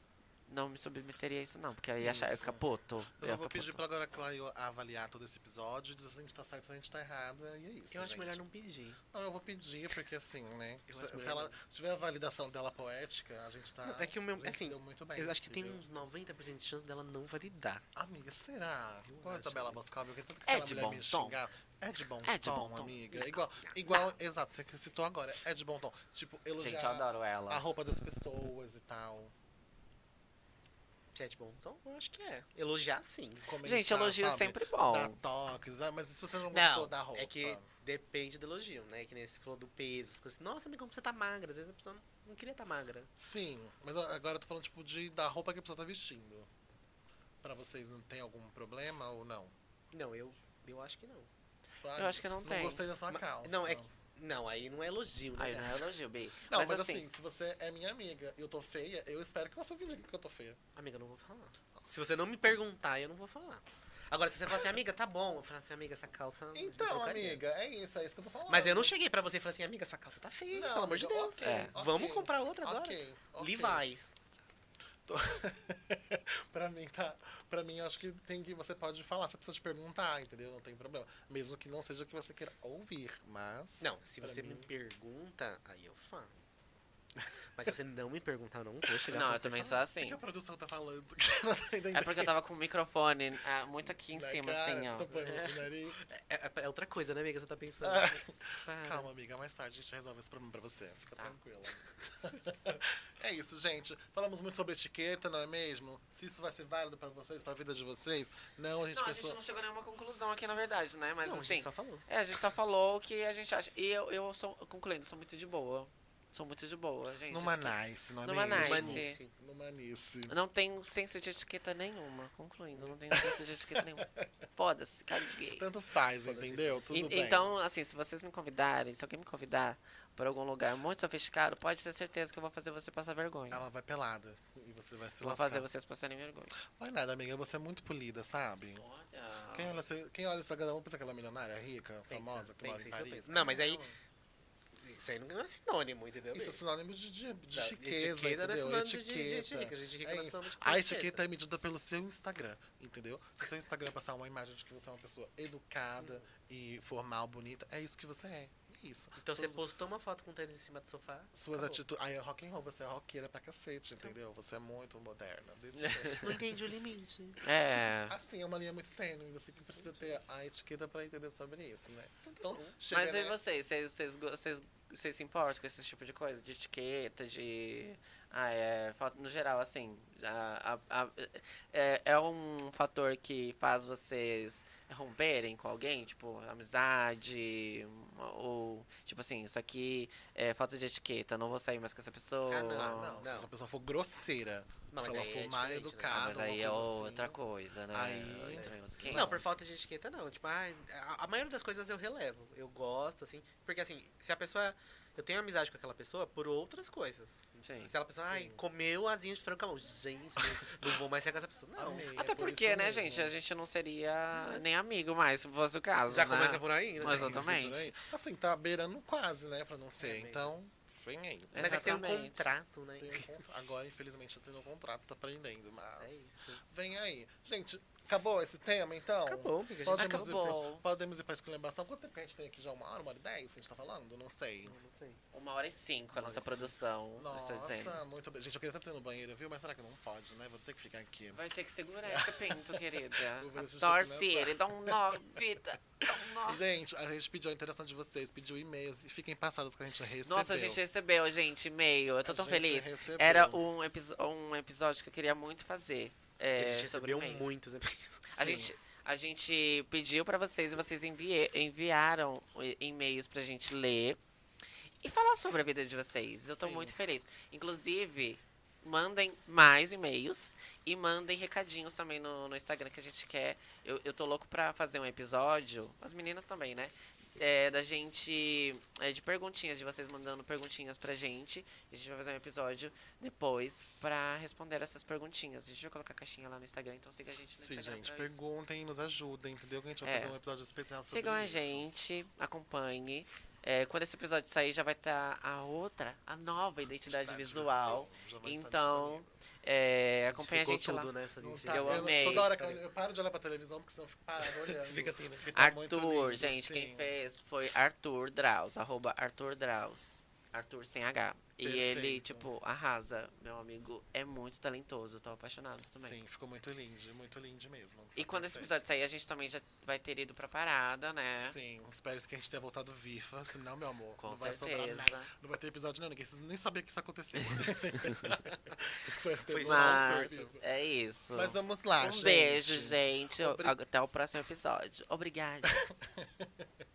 [SPEAKER 2] não me submeteria a isso, não, porque aí ia achar, eu ia ficar
[SPEAKER 1] Isso.
[SPEAKER 2] puto. eu
[SPEAKER 1] Eu
[SPEAKER 3] é, tá
[SPEAKER 2] ia
[SPEAKER 1] vou
[SPEAKER 2] ficar
[SPEAKER 1] pedir
[SPEAKER 2] puto.
[SPEAKER 1] pra agora Clay avaliar todo esse episódio, dizer se a gente tá certo, se a gente tá errada, e é isso.
[SPEAKER 3] Eu acho
[SPEAKER 1] gente.
[SPEAKER 3] melhor não pedir.
[SPEAKER 1] Não, eu vou pedir, porque assim, né?
[SPEAKER 3] Eu
[SPEAKER 1] Se,
[SPEAKER 3] acho
[SPEAKER 1] se
[SPEAKER 3] melhor
[SPEAKER 1] ela tiver a validação dela poética, a gente tá.
[SPEAKER 3] Não, é que o meu-
[SPEAKER 1] a gente
[SPEAKER 3] assim,
[SPEAKER 1] deu muito bem.
[SPEAKER 3] Eu acho que tem
[SPEAKER 1] entendeu?
[SPEAKER 3] uns 90% de chance dela não validar.
[SPEAKER 1] Amiga, será? é
[SPEAKER 3] Eu
[SPEAKER 1] Igual a
[SPEAKER 3] acho,
[SPEAKER 1] Isabela
[SPEAKER 3] amiga.
[SPEAKER 1] Boscovio, que tanto que
[SPEAKER 2] É
[SPEAKER 1] aquela
[SPEAKER 2] de
[SPEAKER 1] mulher
[SPEAKER 2] bom
[SPEAKER 1] me
[SPEAKER 2] tom.
[SPEAKER 1] xingava. É de bom
[SPEAKER 2] É de
[SPEAKER 1] tom,
[SPEAKER 2] bom tom.
[SPEAKER 1] amiga. Igual, igual, exato, você que citou agora. É de bom tom. Tipo, elogiar
[SPEAKER 2] Gente, eu adoro
[SPEAKER 1] a
[SPEAKER 2] ela.
[SPEAKER 1] roupa das pessoas e tal.
[SPEAKER 3] Se é de bom tom, eu acho que é. Elogiar sim.
[SPEAKER 1] Comentar,
[SPEAKER 2] Gente, elogio é
[SPEAKER 1] sabe?
[SPEAKER 2] sempre bom.
[SPEAKER 1] Dar toques. ah, Mas e se você não gostou
[SPEAKER 3] Não,
[SPEAKER 1] da roupa?
[SPEAKER 3] é que depende do elogio, né? Que nem você falou do peso, as coisas assim. Nossa, amigo, como você tá magra. Às vezes a pessoa não- não queria estar magra.
[SPEAKER 1] Sim, mas a- agora eu tô falando, tipo, de, da roupa que a pessoa tá vestindo. Pra vocês, não tem algum problema ou não?
[SPEAKER 3] Não, eu, eu acho que não.
[SPEAKER 1] Ah,
[SPEAKER 2] Eu acho que não tem.
[SPEAKER 1] Não gostei da sua
[SPEAKER 3] Ma-
[SPEAKER 1] calça.
[SPEAKER 3] Não, é que. Não, aí não é elogio, né?
[SPEAKER 2] Aí não
[SPEAKER 3] gata?
[SPEAKER 2] é elogio, Bi.
[SPEAKER 1] Não,
[SPEAKER 2] mas,
[SPEAKER 1] mas,
[SPEAKER 2] assim,
[SPEAKER 1] assim, se você é minha amiga e eu tô feia, eu espero que você me diga que eu tô feia.
[SPEAKER 3] Amiga, eu não vou falar. Se você não me perguntar, eu não vou falar. Agora, se você falar assim, amiga, tá bom. Eu falo assim, amiga, essa calça. eu
[SPEAKER 1] Então,
[SPEAKER 3] trocaria.
[SPEAKER 1] amiga, é isso, é isso que eu tô falando.
[SPEAKER 3] Mas eu não cheguei pra você e falei assim, amiga, sua calça tá feia,
[SPEAKER 1] Não,
[SPEAKER 3] pelo amor de
[SPEAKER 1] amiga,
[SPEAKER 3] Deus.
[SPEAKER 1] ok,
[SPEAKER 2] É.
[SPEAKER 1] ok,
[SPEAKER 3] Vamos comprar outra agora.
[SPEAKER 1] Ok, ok.
[SPEAKER 3] Levi's.
[SPEAKER 1] Tô- pra mim, tá. Pra mim, eu acho que tem que. Você pode falar, você precisa te perguntar, entendeu? Não tem problema. Mesmo que não seja o que você queira ouvir, mas.
[SPEAKER 3] Não, se
[SPEAKER 1] pra
[SPEAKER 3] você
[SPEAKER 1] mim-
[SPEAKER 3] me pergunta, aí eu falo. Mas se você não me perguntar, eu não vou chegar pra
[SPEAKER 2] não, eu
[SPEAKER 3] você e
[SPEAKER 2] também
[SPEAKER 3] falar.
[SPEAKER 2] sou
[SPEAKER 1] O que
[SPEAKER 2] assim.
[SPEAKER 1] que a produção tá falando? Que eu não tô entendendo.
[SPEAKER 2] É porque eu tava com o microfone ah, muito aqui em
[SPEAKER 1] Na
[SPEAKER 2] cima,
[SPEAKER 1] cara,
[SPEAKER 2] assim, ó.
[SPEAKER 1] tampando o nariz.
[SPEAKER 3] É, é- é outra coisa, né, amiga? Você tá pensando.
[SPEAKER 1] Ah.
[SPEAKER 3] Para.
[SPEAKER 1] Calma, amiga, mais tarde a gente resolve esse problema pra você. Fica
[SPEAKER 2] Tá.
[SPEAKER 1] tranquila. é isso, gente. Falamos muito sobre etiqueta, não é mesmo? Se isso vai ser válido pra vocês, pra vida de vocês. Não, a gente
[SPEAKER 2] Não, a
[SPEAKER 1] pensou.
[SPEAKER 2] gente não chegou a nenhuma conclusão aqui, na verdade, né? Mas
[SPEAKER 3] não, a
[SPEAKER 2] assim,
[SPEAKER 3] gente só falou.
[SPEAKER 2] É, a gente só falou o que a gente acha. E eu, eu sou, concluindo, sou muito de boa. Sou muito de boa, gente.
[SPEAKER 1] Numa nice, não é
[SPEAKER 2] Numa
[SPEAKER 1] mesmo?
[SPEAKER 2] nice.
[SPEAKER 3] Manice.
[SPEAKER 1] Numa nice.
[SPEAKER 2] Não tenho senso de etiqueta nenhuma, concluindo. Não tenho senso de etiqueta nenhuma. Foda-se, caguei.
[SPEAKER 1] Tanto faz, entendeu? Tá Tudo
[SPEAKER 2] E-
[SPEAKER 1] bem.
[SPEAKER 2] Então, assim, se vocês me convidarem, se alguém me convidar para algum lugar muito sofisticado, pode ter certeza que eu vou fazer você passar vergonha.
[SPEAKER 1] Ela vai pelada. E você vai se
[SPEAKER 2] Vou
[SPEAKER 1] lascar.
[SPEAKER 2] fazer vocês passarem vergonha.
[SPEAKER 1] Vai nada, amiga. Você é muito polida, sabe? Quem
[SPEAKER 2] Olha.
[SPEAKER 1] olha, seu- quem olha o Instagram pensa que ela é milionária, rica,
[SPEAKER 3] Pensa,
[SPEAKER 1] famosa, que mora em
[SPEAKER 3] pensa, isso eu
[SPEAKER 1] Paris.
[SPEAKER 3] penso. Não, mas aí-
[SPEAKER 1] Caramba.
[SPEAKER 3] Isso aí não é sinônimo, entendeu?
[SPEAKER 1] Isso é sinônimo de, de, de
[SPEAKER 3] Da-
[SPEAKER 1] chiqueza,
[SPEAKER 3] etiqueta, né?
[SPEAKER 1] entendeu?
[SPEAKER 3] Sinônimo de- de
[SPEAKER 1] etiqueta.
[SPEAKER 3] gente rica, gente rica,
[SPEAKER 1] É
[SPEAKER 3] nós
[SPEAKER 1] isso.
[SPEAKER 3] falamos de
[SPEAKER 1] A
[SPEAKER 3] etiqueta.
[SPEAKER 1] etiqueta é medida pelo seu Instagram, entendeu? Se o seu Instagram passar uma imagem de que você é uma pessoa educada e formal, bonita, é isso que você é. É isso.
[SPEAKER 3] Então você
[SPEAKER 1] Suas-
[SPEAKER 3] postou uma foto com tênis em cima do sofá.
[SPEAKER 1] Suas
[SPEAKER 3] acabou. Então.
[SPEAKER 1] atitudes. Aí é rock and roll, você é roqueira pra cacete, entendeu? Você é muito moderna. desse jeito.
[SPEAKER 3] Não entendi o limite.
[SPEAKER 2] É.
[SPEAKER 1] assim, é uma linha muito tênue. Você que precisa ter a etiqueta pra entender sobre isso, né? Então, chega,
[SPEAKER 2] Mas e
[SPEAKER 1] né?
[SPEAKER 2] vocês? Vocês, vocês, go- vocês, vocês se importam com esse tipo de coisa? De etiqueta, de. Ah, é. fa- No geral, assim. a- a- a- é, é um fator que faz vocês romperem com alguém? Tipo, amizade? Ou, tipo assim, isso aqui é falta de etiqueta, não vou sair mais com essa pessoa.
[SPEAKER 3] não,
[SPEAKER 1] Ah, não,
[SPEAKER 3] não.
[SPEAKER 1] Se a pessoa for grosseira,
[SPEAKER 3] Não,
[SPEAKER 1] se
[SPEAKER 3] mas
[SPEAKER 1] ela
[SPEAKER 3] aí
[SPEAKER 1] for
[SPEAKER 3] é
[SPEAKER 1] mal
[SPEAKER 3] diferente, né?
[SPEAKER 1] educada,
[SPEAKER 2] Ah, mas aí é
[SPEAKER 1] uma coisa
[SPEAKER 2] outra
[SPEAKER 1] assim,
[SPEAKER 2] coisa, né?
[SPEAKER 1] Aí-
[SPEAKER 2] Entra em outros
[SPEAKER 3] Não,
[SPEAKER 2] 500.
[SPEAKER 3] por falta de etiqueta não. Tipo, ai, a, a maioria das coisas eu relevo. Eu gosto, assim. Porque assim, se a pessoa. Eu tenho amizade com aquela pessoa por outras coisas.
[SPEAKER 2] Sim.
[SPEAKER 3] Se ela pessoa, ai,
[SPEAKER 1] Sim. comeu
[SPEAKER 3] comeu asinha de frango com a mão. Gente, não vou mais ser com essa pessoa. Não.
[SPEAKER 1] Amei.
[SPEAKER 2] Até
[SPEAKER 1] É por
[SPEAKER 2] porque,
[SPEAKER 1] isso
[SPEAKER 2] né,
[SPEAKER 1] mesmo.
[SPEAKER 2] gente? A gente não seria nem amigo mais, se fosse o caso.
[SPEAKER 3] Já
[SPEAKER 2] né?
[SPEAKER 3] começa por aí, né?
[SPEAKER 2] Mas
[SPEAKER 1] Isso,
[SPEAKER 2] Exatamente.
[SPEAKER 1] por aí. Assim, tá beirando quase, né? Pra não ser.
[SPEAKER 3] É mesmo.
[SPEAKER 1] então,
[SPEAKER 4] refém ainda.
[SPEAKER 3] Mas é que tem um
[SPEAKER 2] Exatamente.
[SPEAKER 3] contrato, né?
[SPEAKER 1] Tem um contra- Agora, infelizmente, eu tenho um contrato, tá aprendendo, mas.
[SPEAKER 3] É isso.
[SPEAKER 1] Vem aí. Gente, acabou esse tema então?
[SPEAKER 3] Acabou, amiga. Gente,
[SPEAKER 1] Podemos ir
[SPEAKER 2] Acabou.
[SPEAKER 1] pra, podemos ir pra esculhambação. Quanto tempo que a gente tem aqui já? Uma hora, uma hora e dez que a gente tá falando? Não sei.
[SPEAKER 3] Eu não sei.
[SPEAKER 2] Uma hora e cinco a
[SPEAKER 3] Uma hora
[SPEAKER 2] nossa
[SPEAKER 3] e cinco.
[SPEAKER 2] produção. está dizendo.
[SPEAKER 1] Nossa, muito bem. Gente, eu queria tanto ir no banheiro, viu? Mas será que não pode, né? Vou ter que ficar aqui.
[SPEAKER 2] Vai ter que segurar esse pinto, querida.
[SPEAKER 1] Eu vou assistir
[SPEAKER 2] Torce
[SPEAKER 1] aqui nessa.
[SPEAKER 2] ele, dá um nó, vida. Dá um nó.
[SPEAKER 1] Gente, a gente pediu a interação de vocês, pediu e-mails e fiquem passados que a gente recebeu.
[SPEAKER 2] Nossa, a gente é recebeu, gente, e-mail. Eu tô
[SPEAKER 1] A
[SPEAKER 2] tão
[SPEAKER 1] gente
[SPEAKER 2] feliz.
[SPEAKER 1] recebeu.
[SPEAKER 2] Era um, episo- um episódio que eu queria muito fazer.
[SPEAKER 3] A
[SPEAKER 2] É,
[SPEAKER 3] gente
[SPEAKER 2] sobre
[SPEAKER 3] recebeu
[SPEAKER 2] e-mails.
[SPEAKER 3] muitos
[SPEAKER 2] A
[SPEAKER 1] Sim.
[SPEAKER 2] gente, a gente pediu pra vocês e vocês envie- enviaram e- e-mails pra gente ler e falar sobre a vida de vocês. Eu tô
[SPEAKER 1] Sim.
[SPEAKER 2] muito feliz. Inclusive, mandem mais e-mails e mandem recadinhos também no, no Instagram que a gente quer. Eu, eu tô louco pra fazer um episódio, as meninas também, né? É, da gente. É, de perguntinhas, de vocês mandando perguntinhas pra gente. A gente vai fazer um episódio depois pra responder essas perguntinhas. A gente vai colocar a caixinha lá no Instagram, então siga a gente no
[SPEAKER 1] Sim,
[SPEAKER 2] Instagram.
[SPEAKER 1] gente,
[SPEAKER 2] pra isso.
[SPEAKER 1] perguntem e nos ajudem, entendeu? Que a gente vai
[SPEAKER 2] É.
[SPEAKER 1] fazer um episódio especial sobre
[SPEAKER 2] Sigam a
[SPEAKER 1] isso.
[SPEAKER 2] gente, acompanhe. É, quando esse episódio sair, já vai estar a outra, a nova identidade visual.
[SPEAKER 1] já vai estar
[SPEAKER 2] Então,
[SPEAKER 1] disponível.
[SPEAKER 2] é, acompanha a gente
[SPEAKER 3] tudo,
[SPEAKER 2] lá.
[SPEAKER 3] né? essa
[SPEAKER 1] Não
[SPEAKER 3] gente-
[SPEAKER 1] tá
[SPEAKER 2] eu
[SPEAKER 1] vendo?
[SPEAKER 2] amei.
[SPEAKER 1] Toda hora que eu, eu paro de olhar pra televisão, porque senão eu fico parado olhando.
[SPEAKER 3] Fica assim, né?
[SPEAKER 1] Porque tá muito
[SPEAKER 2] Arthur,
[SPEAKER 1] lindo, assim.
[SPEAKER 2] gente,
[SPEAKER 1] sim.
[SPEAKER 2] quem fez foi Arthur Draus, arroba Arthur Draus. Arthur sem H. E ele,
[SPEAKER 1] Perfeito.
[SPEAKER 2] tipo, arrasa. Meu amigo é muito talentoso, tô apaixonado também.
[SPEAKER 1] Sim, ficou muito lindo, muito lindo mesmo.
[SPEAKER 2] E quando esse
[SPEAKER 1] Perfeito.
[SPEAKER 2] episódio sair, a gente também já vai ter ido pra parada, né?
[SPEAKER 1] Sim, espero que a gente tenha voltado viva, senão, meu amor,
[SPEAKER 2] Com
[SPEAKER 1] não vai sobrar
[SPEAKER 2] certeza.
[SPEAKER 1] nada. Não vai ter episódio nenhum, ninguém nem sabia que isso aconteceu. espero ter
[SPEAKER 3] Foi
[SPEAKER 1] voltado
[SPEAKER 2] Mas
[SPEAKER 1] viva.
[SPEAKER 2] é isso.
[SPEAKER 1] um Mas vamos lá,
[SPEAKER 2] um
[SPEAKER 1] gente.
[SPEAKER 2] beijo, gente.
[SPEAKER 1] Obri-
[SPEAKER 2] Até o próximo episódio. Obrigada.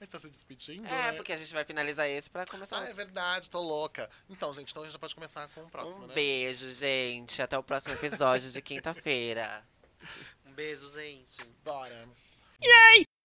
[SPEAKER 1] A gente tá se despedindo,
[SPEAKER 2] é,
[SPEAKER 1] né?
[SPEAKER 2] porque a gente vai finalizar esse pra começar
[SPEAKER 1] Ah, é
[SPEAKER 2] outro.
[SPEAKER 1] verdade, tô louca. Então, gente, então a gente já pode começar com o próximo,
[SPEAKER 2] um
[SPEAKER 1] né?
[SPEAKER 2] beijo, gente. Até o próximo episódio de quinta-feira.
[SPEAKER 3] Um beijo, gente.
[SPEAKER 1] Bora.